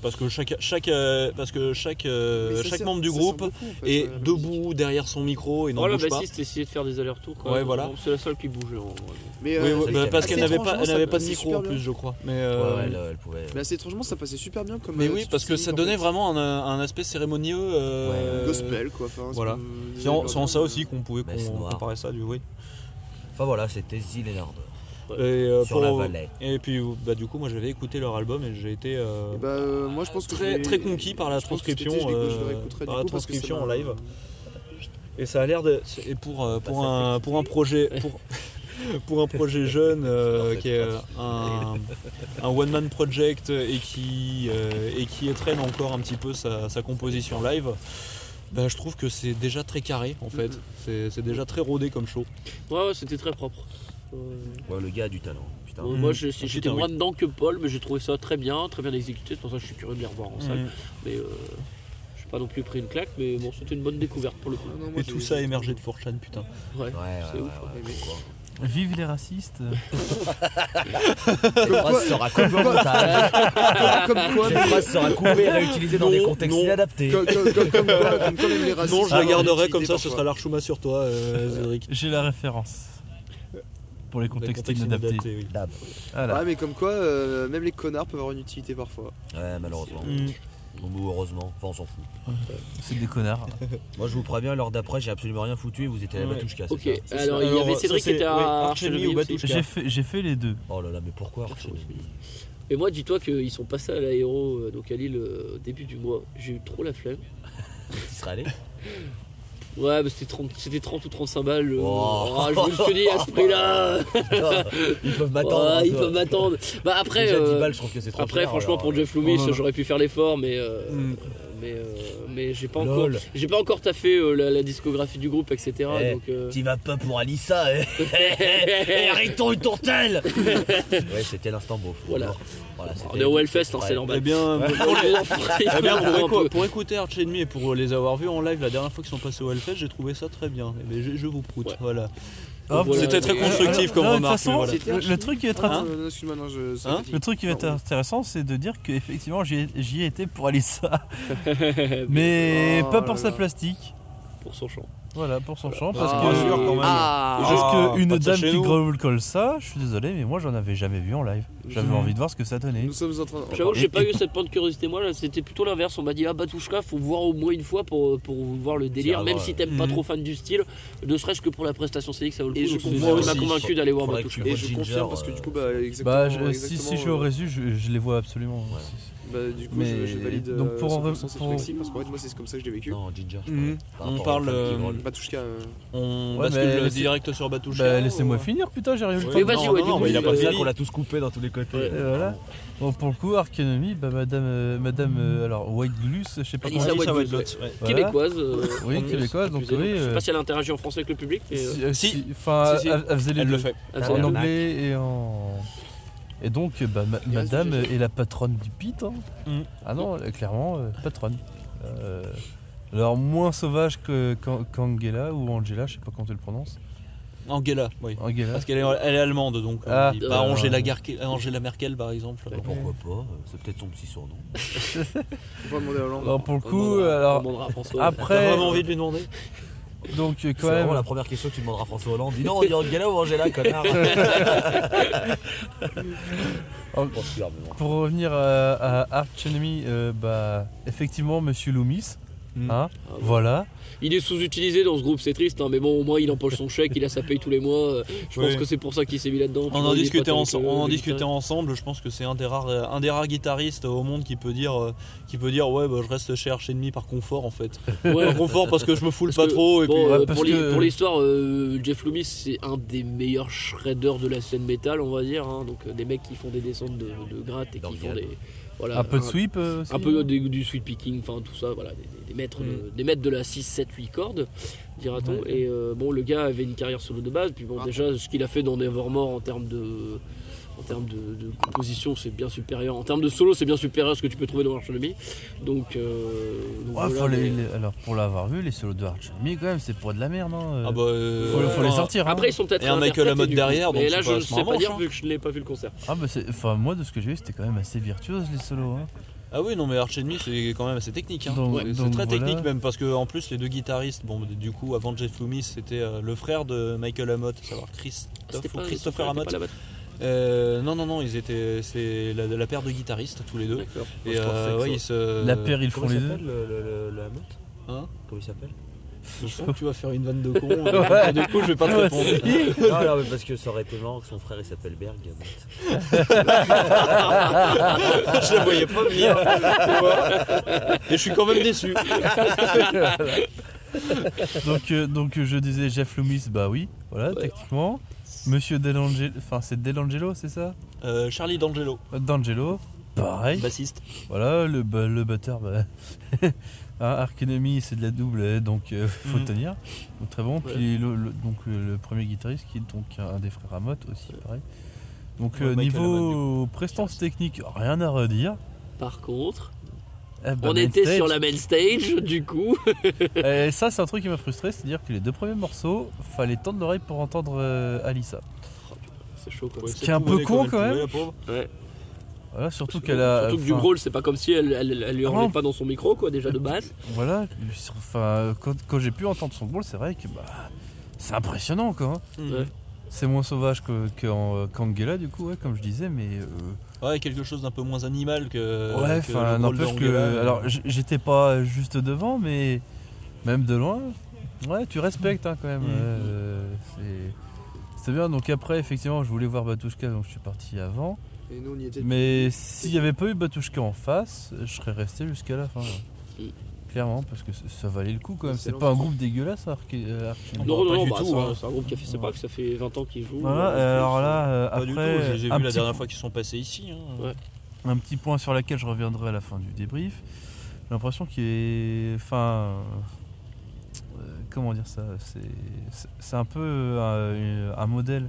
parce que chaque chaque euh, parce que chaque euh,
mais ça
chaque
sert-
membre du
ça
groupe
sert beaucoup, en fait,
est
euh, la musique.
debout derrière son micro
Oh,
et n'en
voilà,
bouge pas.
bassiste essayait de faire des allers-retours. quoi.
Ouais, voilà.
Bon, C'est la seule qui bougeait. en vrai.
Mais,
Oui,
euh,
oui,
c'est
bah,
vrai
parce
qu'elle-
qu'elle n'avait
assez
pas, elle n'avait
étrangement,
pas de
ça-
micro
c'est
en
super
plus,
bien.
je crois. Mais,
Ouais,
euh,
ouais, elle, elle pouvait.
mais assez étrangement, ça passait super bien comme.
mais
euh,
oui,
toute
parce que
scénique,
ça
en
donnait
fait.
vraiment un, un aspect cérémonieux. euh,
Ouais.
Gospel quoi. enfin, c'est
voilà.
pas-
C'est en, c'est en ça aussi qu'on pouvait
Messe
com-
noire.
comparer ça du oui.
Enfin voilà, c'était Zilénard
Et, euh,
sur
pour-
la vallée.
Et puis bah, du coup, moi j'avais écouté leur album et j'ai été euh,
Et Bah, euh, moi je pense que je
très,
vais-
très conquis par la
je pense que cet été,
transcription,
je l'écoute- je le
euh,
réécouterai
par
du
la
coup parce que ça
transcription en
m'a-
live. Et ça a l'air de. Et pour,
Bah,
euh, pour, un, pour, un projet, pour, pour un projet jeune euh, qui est euh, un, un one-man project et qui, euh, et qui étraîne encore un petit peu sa, sa composition live, bah, je trouve que c'est déjà très carré en
Mm-hmm.
fait. C'est- C'est déjà très rodé comme show.
Ouais, ouais, c'était très propre. Euh,
Ouais, le gars a du talent.
Mm.
Putain.
Bon, Moi, je-
Putain,
j'étais
oui.
moins dedans que Paul, mais j'ai trouvé ça très bien, très bien exécuté. C'est pour ça que je suis curieux de les
Hmm.
revoir en
Mm-hmm.
salle. Mais euh, j'ai pas non plus pris une claque, mais bon, c'était une bonne découverte pour le coup.
Ah non, moi,
Et
j'ai-
tout ça émergé de Fortune, putain.
Ouais.
Ouais, ouais,
C'est
ouais,
ouf,
ouais,
mais-
pourquoi
Vive les racistes.
Cette phrase sera coupée au
Ah,
montage.
Comme quoi,
Cette phrase sera coupée et réutilisée dans des contextes
non,
inadaptés.
comme, comme- comme- comme quoi, comme quoi même les racistes.
Non, je la
ont
garderai
une
comme ça,
utilité
ce sera l'archouma sur toi, euh, Zédric.
J'ai la référence. Pour les
Le
contextes
contexte
inadaptés.
inadapté, oui.
Dab.
Voilà.
parfois. Ouais, mais comme quoi, euh, même les connards peuvent avoir une utilité parfois.
Ouais, malheureusement.
Mm.
Non, mais heureusement, enfin on s'en fout.
C'est des connards.
Moi je vous préviens, l'heure d'après j'ai absolument rien foutu et vous étiez à la
Ouais.
Batouchka.
Ok, alors, il y avait Cédric qui était à Archemi ou Batouchka.
J'ai fait, j'ai fait les deux.
Oh là là, mais pourquoi Archemi
Et moi, dis-toi qu'ils sont passés à l'aéro, euh, donc à Lille, euh, au début du mois. J'ai eu trop la flemme.
Tu serais allé
Ouais, mais c'était 30, c'était 30 ou 35 balles. euh,
Oh.
ah, je me suis dit, à ce prix-là.
Putain, ils peuvent m'attendre,
Ouais,
hein,
ils
toi.
peuvent m'attendre. Bah après.
Déjà, 10 balles, je trouve que c'est trop
Après,
cher,
franchement,
alors,
pour
euh,
Jeff
oh
Loomis,
là là.
j'aurais pu faire l'effort, mais. euh,
Mm.
Mais, euh, mais j'ai pas
Lol.
encore j'ai pas encore taffé euh, la, la discographie du groupe etc
Eh,
donc euh,
T'y vas pas pour Alissa, eh Eh, arrête-toi une tourtelle Ouais, c'était l'instant beau.
Voilà.
Voilà,
on est au Hellfest hein, c'est normal
Eh bien,
Ouais.
pour, les- Eh bien, pour
Un
écou-
peu.
pour écouter Arch Enemy et pour euh, les avoir vus en live la dernière fois qu'ils sont passés au Hellfest, j'ai trouvé ça très bien. Eh bien, je, je vous proute, voilà.
Ah, Hop.
Ah, C'était très
Voilà.
constructif
Non,
comme
de toute
remarque.
façon,
mais voilà.
c'était Le- le truc qui est très-
Ah, non, non, excuse-moi, non, je. ça
Hein
fatigue.
Le truc qui va être
Pardon.
intéressant, c'est de dire qu'effectivement j'y ai- j'y ai été pour Alissa. Mais pas
oh
pour sa plastique.
pour son chant
Voilà, pour son chant.
Ah,
Parce
bien sûr, quand
que.
même.
Ah.
Parce
Ah,
qu'une
pas de ça
dame
chez
qui
nous.
growl comme ça, je suis désolé, mais moi j'en avais jamais vu en live. J'avais
Mmh.
envie de voir ce que ça donnait.
Nous sommes en train.
J'avoue que j'ai
Et-
pas
Mm.
et-
eu cette pente de curiosité. Moi, là, c'était plutôt l'inverse. On m'a dit, ah, Batouchka, faut voir au moins une fois pour, pour voir le délire,
Tiens,
même
ouais. Mm.
si t'aimes pas
Mhm.
trop fan du style, ne serait-ce que pour la prestation scénique, ça vaut le coup.
Et je
Donc,
comprends
moi, il m'a
aussi.
convaincu d'aller voir
Faudrait que tu
Batouchka.
Et
Ginger,
je confirme parce que du coup, bah, exactement.
Bah, je- si, si
exactement,
euh,
je suis au résu, je, je les vois absolument.
euh, bah, du coup,
mais-
je, je valide.
donc,
euh,
pour en
100% cette
rev- pour-
flexi, parce qu'en fait, moi, c'est comme ça que je l'ai vécu.
Non, Ginger, je
Mhm.
parlais. Par
On
rapport
parle,
aux femmes qui
euh,
grognent.
Batouchka. euh,
On
Ouais, mais
bascule
laissez-
direct sur Batouchka.
Bah,
euh,
laissez-moi finir, putain, j'ai rien eu le
Oui.
temps.
Mais vas-y,
Non,
ouais,
non,
du coup,
mais il a pas
euh,
fini.
C'est qu'on l'a tous coupé dans tous les côtés.
Et voilà. Bon, pour le coup, Arcanomy, bah, madame, euh, madame euh, alors, White Glus, je sais pas
Alissa
comment on
White
dit.
Glus,
Voilà.
Québécoise. euh,
Oui,
en plus,
québécoise, donc
accusée.
oui,
Je sais
euh,
pas si elle interagit en français avec le public, mais. euh,
Si, euh,
Si.
si, Enfin,
Si, si.
Elle, elle faisait les
Elle
deux.
le fait.
elle
En
s'en-
Tabarnak.
anglais et en. Et donc, bah, ma-
Il reste du
madame
GG.
est la patronne du pit. hein.
Mm.
Ah non, euh, clairement, euh, patronne. Euh, alors, moins sauvage que- qu'An- qu'Angela ou Angela, je sais pas comment tu le prononces.
Angela, oui.
Angela.
Parce qu'elle est, elle est allemande donc.
Ah.
on dit pas
Euh,
Angela,
ouais.
Garke- Angela Merkel par exemple.
Bah, Pourquoi pas euh, C'est peut-être son petit surnom.
Faut pas demander à Hollande.
Alors, pour le
on
coup,
demandera- on
alors,
demandera à François.
T'as
après,
vraiment envie de lui demander
donc, euh,
C'est
quand même.
vraiment la première question que tu demanderas à François Hollande. Dis non, on dit Angela ou Angela, connard
en-
Pas sûr, mais bon.
Pour revenir à, à Arch Enemy, euh, bah, effectivement, Monsieur Loomis,
Mm.
hein,
Ah ouais.
voilà.
Il est sous-utilisé dans ce groupe, c'est triste, hein, mais bon, au moins il empoche son chèque, il a sa paye tous les mois. euh, Je pense
Oui.
que c'est pour ça qu'il s'est mis là-dedans. Tu
On
vois,
en
il est
discutait
pas tant que,
ensemble. On en
euh,
discutait
militaire.
ensemble. Je pense que c'est un des rares, euh, un des rares guitaristes au monde qui peut dire, euh, qui peut dire, ouais, bah, je reste chez Arch Enemy par confort en fait.
Ouais.
Par confort parce que je me foule
Parce
pas
que,
trop et
bon,
puis.
euh,
Ouais, parce
pour l'hi-
que-
pour l'histoire, euh, Jeff Loomis, c'est un des meilleurs shredders de la scène métal, on va dire. hein. donc euh, des mecs qui font des descentes de, de gratte et qui font
D'organe.
des voilà
Un peu de sweep euh, aussi.
un peu des- du sweep picking, enfin tout ça, voilà, des, des- des maîtres, de, des maîtres de la 6, 7, 8 cordes, dira-t-on. Et euh, bon, le gars avait une carrière solo de base, puis bon,
Ah.
déjà, ce qu'il a fait dans Nevermore en termes de. En termes de, de composition, c'est bien supérieur. En termes de solo, c'est bien supérieur à ce que tu peux trouver dans Arch Enemy. Donc, euh, donc
Ouais,
voilà,
faut les-
mais-
les- alors, pour l'avoir vu, les solos de Arch Enemy, quand même, c'est pour de la merde. Hein.
Ah bah. euh,
faut, faut les
enfin,
sortir. hein.
Après, ils sont peut-être
Et un Michael
réinterprètes,
Amott
du
derrière,
coup. Mais
donc
là,
c'est
je
pas-
ne
c'est
sais pas
marrant,
dire
hein.
vu que je n'ai pas vu le concert.
Ah bah c'est- enfin moi de ce que j'ai vu c'était quand même assez virtuose les solos. Hein.
Ah oui, non, mais Arch Enemy, c'est quand même assez technique. hein.
Donc-
Ouais, c'est
donc
très
voilà.
technique même parce que en plus les deux guitaristes, bon, du coup, avant Jeff Loomis, c'était euh, le frère de Michael Amott, à savoir Christophe
C'était
ou
pas-
Christopher
c'était pas
Amott.
la batte.
Euh, non, non, non, ils étaient, c'est la, la paire de guitaristes tous les deux.
D'accord.
Et
je pensais
euh,
que
ouais,
ça-
ils se.
la paire ils font
Comment
les
il
deux.
s'appelle le- le- le- la meute
Hein
Comment il s'appelle
Je sens que tu vas faire une vanne de con. hein. et
Ouais.
Du coup, je vais pas te répondre.
Non, non, mais parce que ça aurait été marrant que son frère il s'appelle Berg. meute.
Je la voyais pas venir. tu vois. Et je suis quand même déçu.
donc euh, donc euh, je disais Jeff Loomis bah oui voilà
Ouais.
techniquement. Monsieur Delangelo enfin c'est Delangelo c'est ça
Euh, Charlie D'Angelo,
D'Angelo pareil.
bassiste.
Voilà le ba- le batteur bah, hein, Arch Enemy, c'est de la double euh, donc euh, faut
Mhm.
tenir donc très bon
Ouais.
puis le, le- donc euh, le premier guitariste qui est donc un des frères Amott aussi pareil. Donc
Ouais,
euh,
Michael
niveau prestance technique rien à redire.
Par contre,
Eh ben,
on
main
était
stage.
sur la main stage, du coup.
Et ça, c'est un truc qui m'a frustré, c'est-à-dire que les deux premiers morceaux, fallait tendre l'oreille pour entendre euh, Alissa.
C'est chaud quoi.
qui est un peu con, quand même.
Ouais.
Voilà, surtout qu'elle a.
Surtout que du
enfin,
growl, c'est pas comme si elle, elle, elle lui
Ah Euh,
hurlait
non.
pas dans son micro, quoi, déjà de base.
Voilà, enfin, quand, quand j'ai pu entendre son growl, c'est vrai que bah, c'est impressionnant, quoi. hein.
Ouais.
C'est moins sauvage que- qu'en Kangela, du coup, ouais, comme je disais, mais. euh,
Ouais, quelque chose d'un peu moins animal que.
Ouais,
Euh, que
enfin,
le rôle
n'empêche que. euh,
d'Angela. euh.
Alors, j- j'étais pas juste devant, mais même de loin, ouais, tu respectes hein, quand même.
Mhm.
euh, c'est- c'est bien. Donc, après, effectivement, je voulais voir Batushka, donc je suis parti avant.
Et nous, on y était depuis-
Mais s'il n'y avait pas eu Batushka en face, je serais resté jusqu'à la fin. ouais. Clairement, parce que c- ça valait le coup quand même. C'est
Excellent.
pas un groupe dégueulasse, Arc. euh, Arc-
Non, non, non, bah, c'est
hein.
un- c'est un groupe qui a fait ses preuves, ça fait 20 ans qu'ils jouent.
Voilà, euh, alors là, euh,
Pas du tout,
après,
je les ai
un
vus la
petit
dernière
coup.
fois qu'ils sont passés ici. hein.
un petit point sur lequel je reviendrai à la fin du débrief. J'ai l'impression qu'il est. Enfin. euh, comment dire ça C'est- C'est c'est un peu euh, un, un modèle.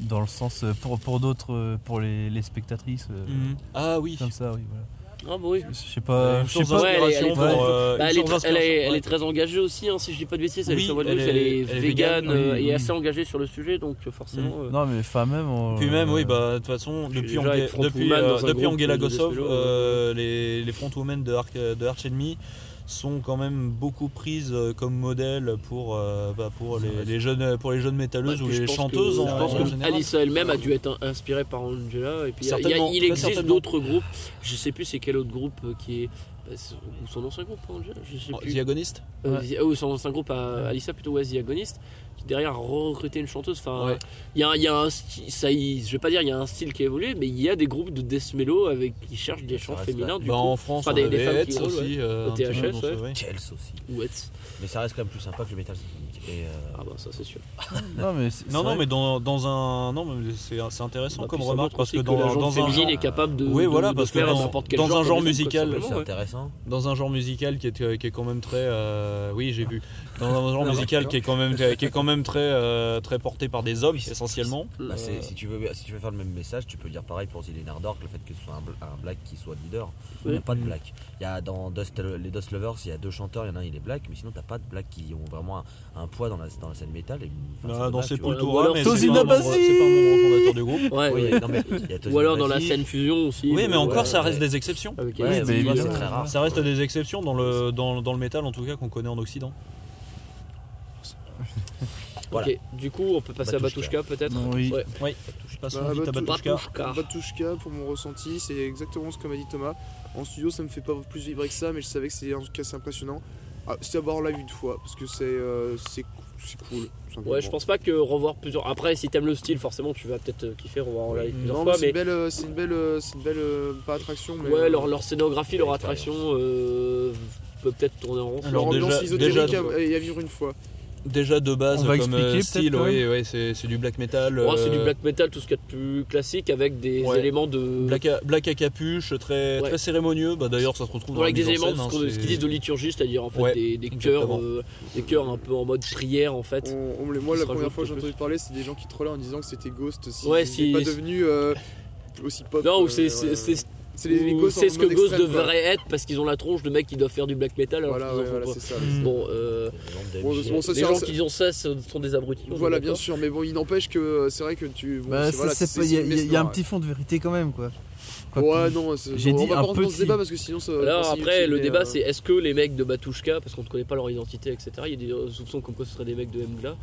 Dans le sens. euh, Pour, pour d'autres. euh, Pour les, les spectatrices. euh,
Mhm. Ah oui.
Comme ça, oui, voilà.
Ah bah oui.
Je sais pas.
Euh, Une
euh, Je sais
source
pas.
Ouais, elle est- elle est
d'inspiration
très-
pour, euh,
bah,
une
elle
source
est tr- elle est-
d'inspiration,
elle
ouais.
est très engagée aussi, hein, si je dis pas de bêtises, elle
Oui,
est sur
elle
Wallbox,
est-
elle est
elle est
végane
végane,
euh,
oui,
et
oui.
assez engagée sur le sujet, donc euh, forcément. euh,
Non, mais enfin, même. on-
Puis même, oui, bah, de toute façon, depuis,
déjà,
Ange-
avec Front
depuis,
Woman
euh,
dans un
depuis
groupe
Angela
de
Gossov,
Despelos,
euh, les, les frontwomen de, Arc- de Arch Enemy sont quand même beaucoup prises euh, comme modèle pour, euh, bah, pour, les, les jeunes, pour les jeunes métalleuses
Bah,
ou
puis je
les
pense
chanteuses
que-
en,
je pense
en
que
général.
Alissa elle-même a dû être in- inspirée par Angela. Et puis il y a- il y a-
Certainement,
il
très
existe
certainement.
d'autres groupes. Je sais plus c'est quel autre groupe euh, qui est. bah, c'est- Ou son ancien groupe, hein, Angela Je sais
Oh,
plus.
The Agonist
Euh, The- ou son ancien groupe, à Alissa plutôt, ouais, The Agonist, qui derrière a recruté une chanteuse. Enfin,
Ouais.
il y a, il y a un style, ça, y- je vais pas dire il y a un style qui évolue, mais il y a des groupes de death mellow avec qui cherchent des chants
reste
féminins.
là.
Du
Bah,
coup,
en France,
enfin,
on
des- des
avait
femmes qui
Hetz
roulent,
aussi.
ouais.
euh,
Au
un petit peu
THS,
dans ce-
ouais.
oui.
Quel saucisse.
ou Hetz.
Mais ça reste quand même plus sympa que le métal symphonique. Et, euh,
Ah bah ça c'est sûr.
Non, mais. c'est-
Non,
c'est
non,
vrai
mais dans, dans un. Non, mais c'est c'est intéressant
Bah,
comme
puis ça
remarque
montre
parce que
aussi
dans,
la
dans
jante
un
féminine
genre.
est capable de,
Oui,
de-
voilà,
de
parce que
faire
dans-
n'importe quel
dans un
genre, de
genre
musique,
musical,
quoi,
c'est
simplement, Ah, ouais.
intéressant.
dans un genre musical qui est, qui est quand même très euh, oui j'ai vu dans un genre musical qui est quand même qui est quand même très euh, très porté par des hommes essentiellement
Bah,
Euh,
c'est- si, tu veux, si tu veux faire le même message, tu peux dire pareil pour Zillion Ardor que le fait que ce soit un, bl- un black qui soit leader. Il n'y a
Oui. Mm.
pas de black. Il y a dans Dust- les Dust Lovers, il y a deux chanteurs, il y en a un il est black, mais sinon t'as pas de black qui ont vraiment un, un poids dans la, dans la scène métal. Et, enfin,
Bah,
c'est
dans
dommage,
ces
tu vois.
plutôt-
cultures mais c'est
Tosin
pas, un membre-
Abasi
c'est pas un membre fondateur du groupe
Ouais,
Oui,
Ah ouais.
non, mais il y a Tosin
Ou alors dans la
Bazzi,
scène fusion aussi.
oui mais
euh,
encore
ouais,
ça reste
ouais.
des exceptions
Avec
Ouais,
Hetz,
mais hein.
il y a-
c'est très
Ah.
Bah,
rare.
ça reste des exceptions dans le dans, dans le métal en tout cas qu'on connaît en occident
Voilà.
Ok, du coup, on peut passer
Batushka.
à Batushka peut-être
Non, oui.
Ouais.
oui je passe
Bah,
vite à
Batu-
Batushka
Batushka.
Batushka, pour mon ressenti, c'est exactement ce que m'a dit Thomas. En studio, ça me fait pas plus vibrer que ça, mais je savais que c'était en tout cas assez impressionnant. Ah, c'est à voir en live une fois, parce que c'est euh, c'est cou- c'est cool. simplement.
Ouais, je pense pas que revoir plusieurs. Après, si t'aimes le style, forcément, tu vas peut-être euh, kiffer revoir en live plusieurs
Non, mais
fois.
c'est
Mais
une belle, euh, c'est une belle, euh, c'est une belle, euh, pas attraction, mais
ouais,
euh,
leur, leur scénographie, leur
L'expérience.
attraction euh, peut peut-être tourner en rond.
leur
Alors,
ambiance hein,
déjà-
ésotérique
déjà-
à, et à vivre une fois.
déjà de base
On va
comme euh,
expliquer,
style
peut-être, quand
oui ouais, c'est c'est du black metal
Ouais, c'est
euh,
du black metal, tout ce qu'il y a de plus classique, avec des
Ouais.
éléments de.
black à, black à capuche très
Ouais.
très cérémonieux bah d'ailleurs ça se retrouve dans
Ouais, avec
la
des
mise en
éléments
scène,
de ce
hein,
qu'on- ce
c'est-
qu'ils disent de liturgie, c'est-à-dire en fait
Ouais,
des, des chœurs,
exactement.
euh, des chœurs un peu en mode prière en fait.
On, on me les- moi,
Ça
la
se
première
rajoute
fois que j'ai
un peu
entendu parler, c'est des gens qui trollaient en disant que c'était Ghost, si
Ouais,
c'était
si-
pas devenu euh, aussi pop.
Non,
euh,
ou c'est c'est-
voilà.
c'est-
C'est les- les
ou
Ghosts
c'est
en
ce que
mode
Ghost
extrême, quoi.
devrait être parce qu'ils ont la tronche de mecs qui doivent faire du black metal alors
Voilà,
qu'ils en
ouais,
font
voilà,
pas.
c'est ça.
Bon, euh,
le nombre de
Bon,
MJ.
bon, ça,
les
c'est-
gens
c'est-
qui disent ça ce sont des abrutis. on est
Voilà, bien
d'accord
sûr, mais bon, il n'empêche que euh, c'est vrai que tu. bon,
Bah,
c'est-
ça,
voilà,
c'est
c'est-
pas- Il y a-
c'est une
il y a- il y a un
baisse noire,
petit fond de vérité quand même, quoi. Quoi
Ouais,
qu'il-
non, c'est-
J'ai
on
dit
va
un
pas rentrer dans
petit.
ce débat parce que sinon ça.
Alors
c'est
après,
inutile,
le
mais,
débat
euh,
c'est est-ce que les mecs de Batushka, parce qu'on ne connaît pas leur identité, etc., il y a des euh, soupçons comme quoi ce seraient des mecs de Mgla,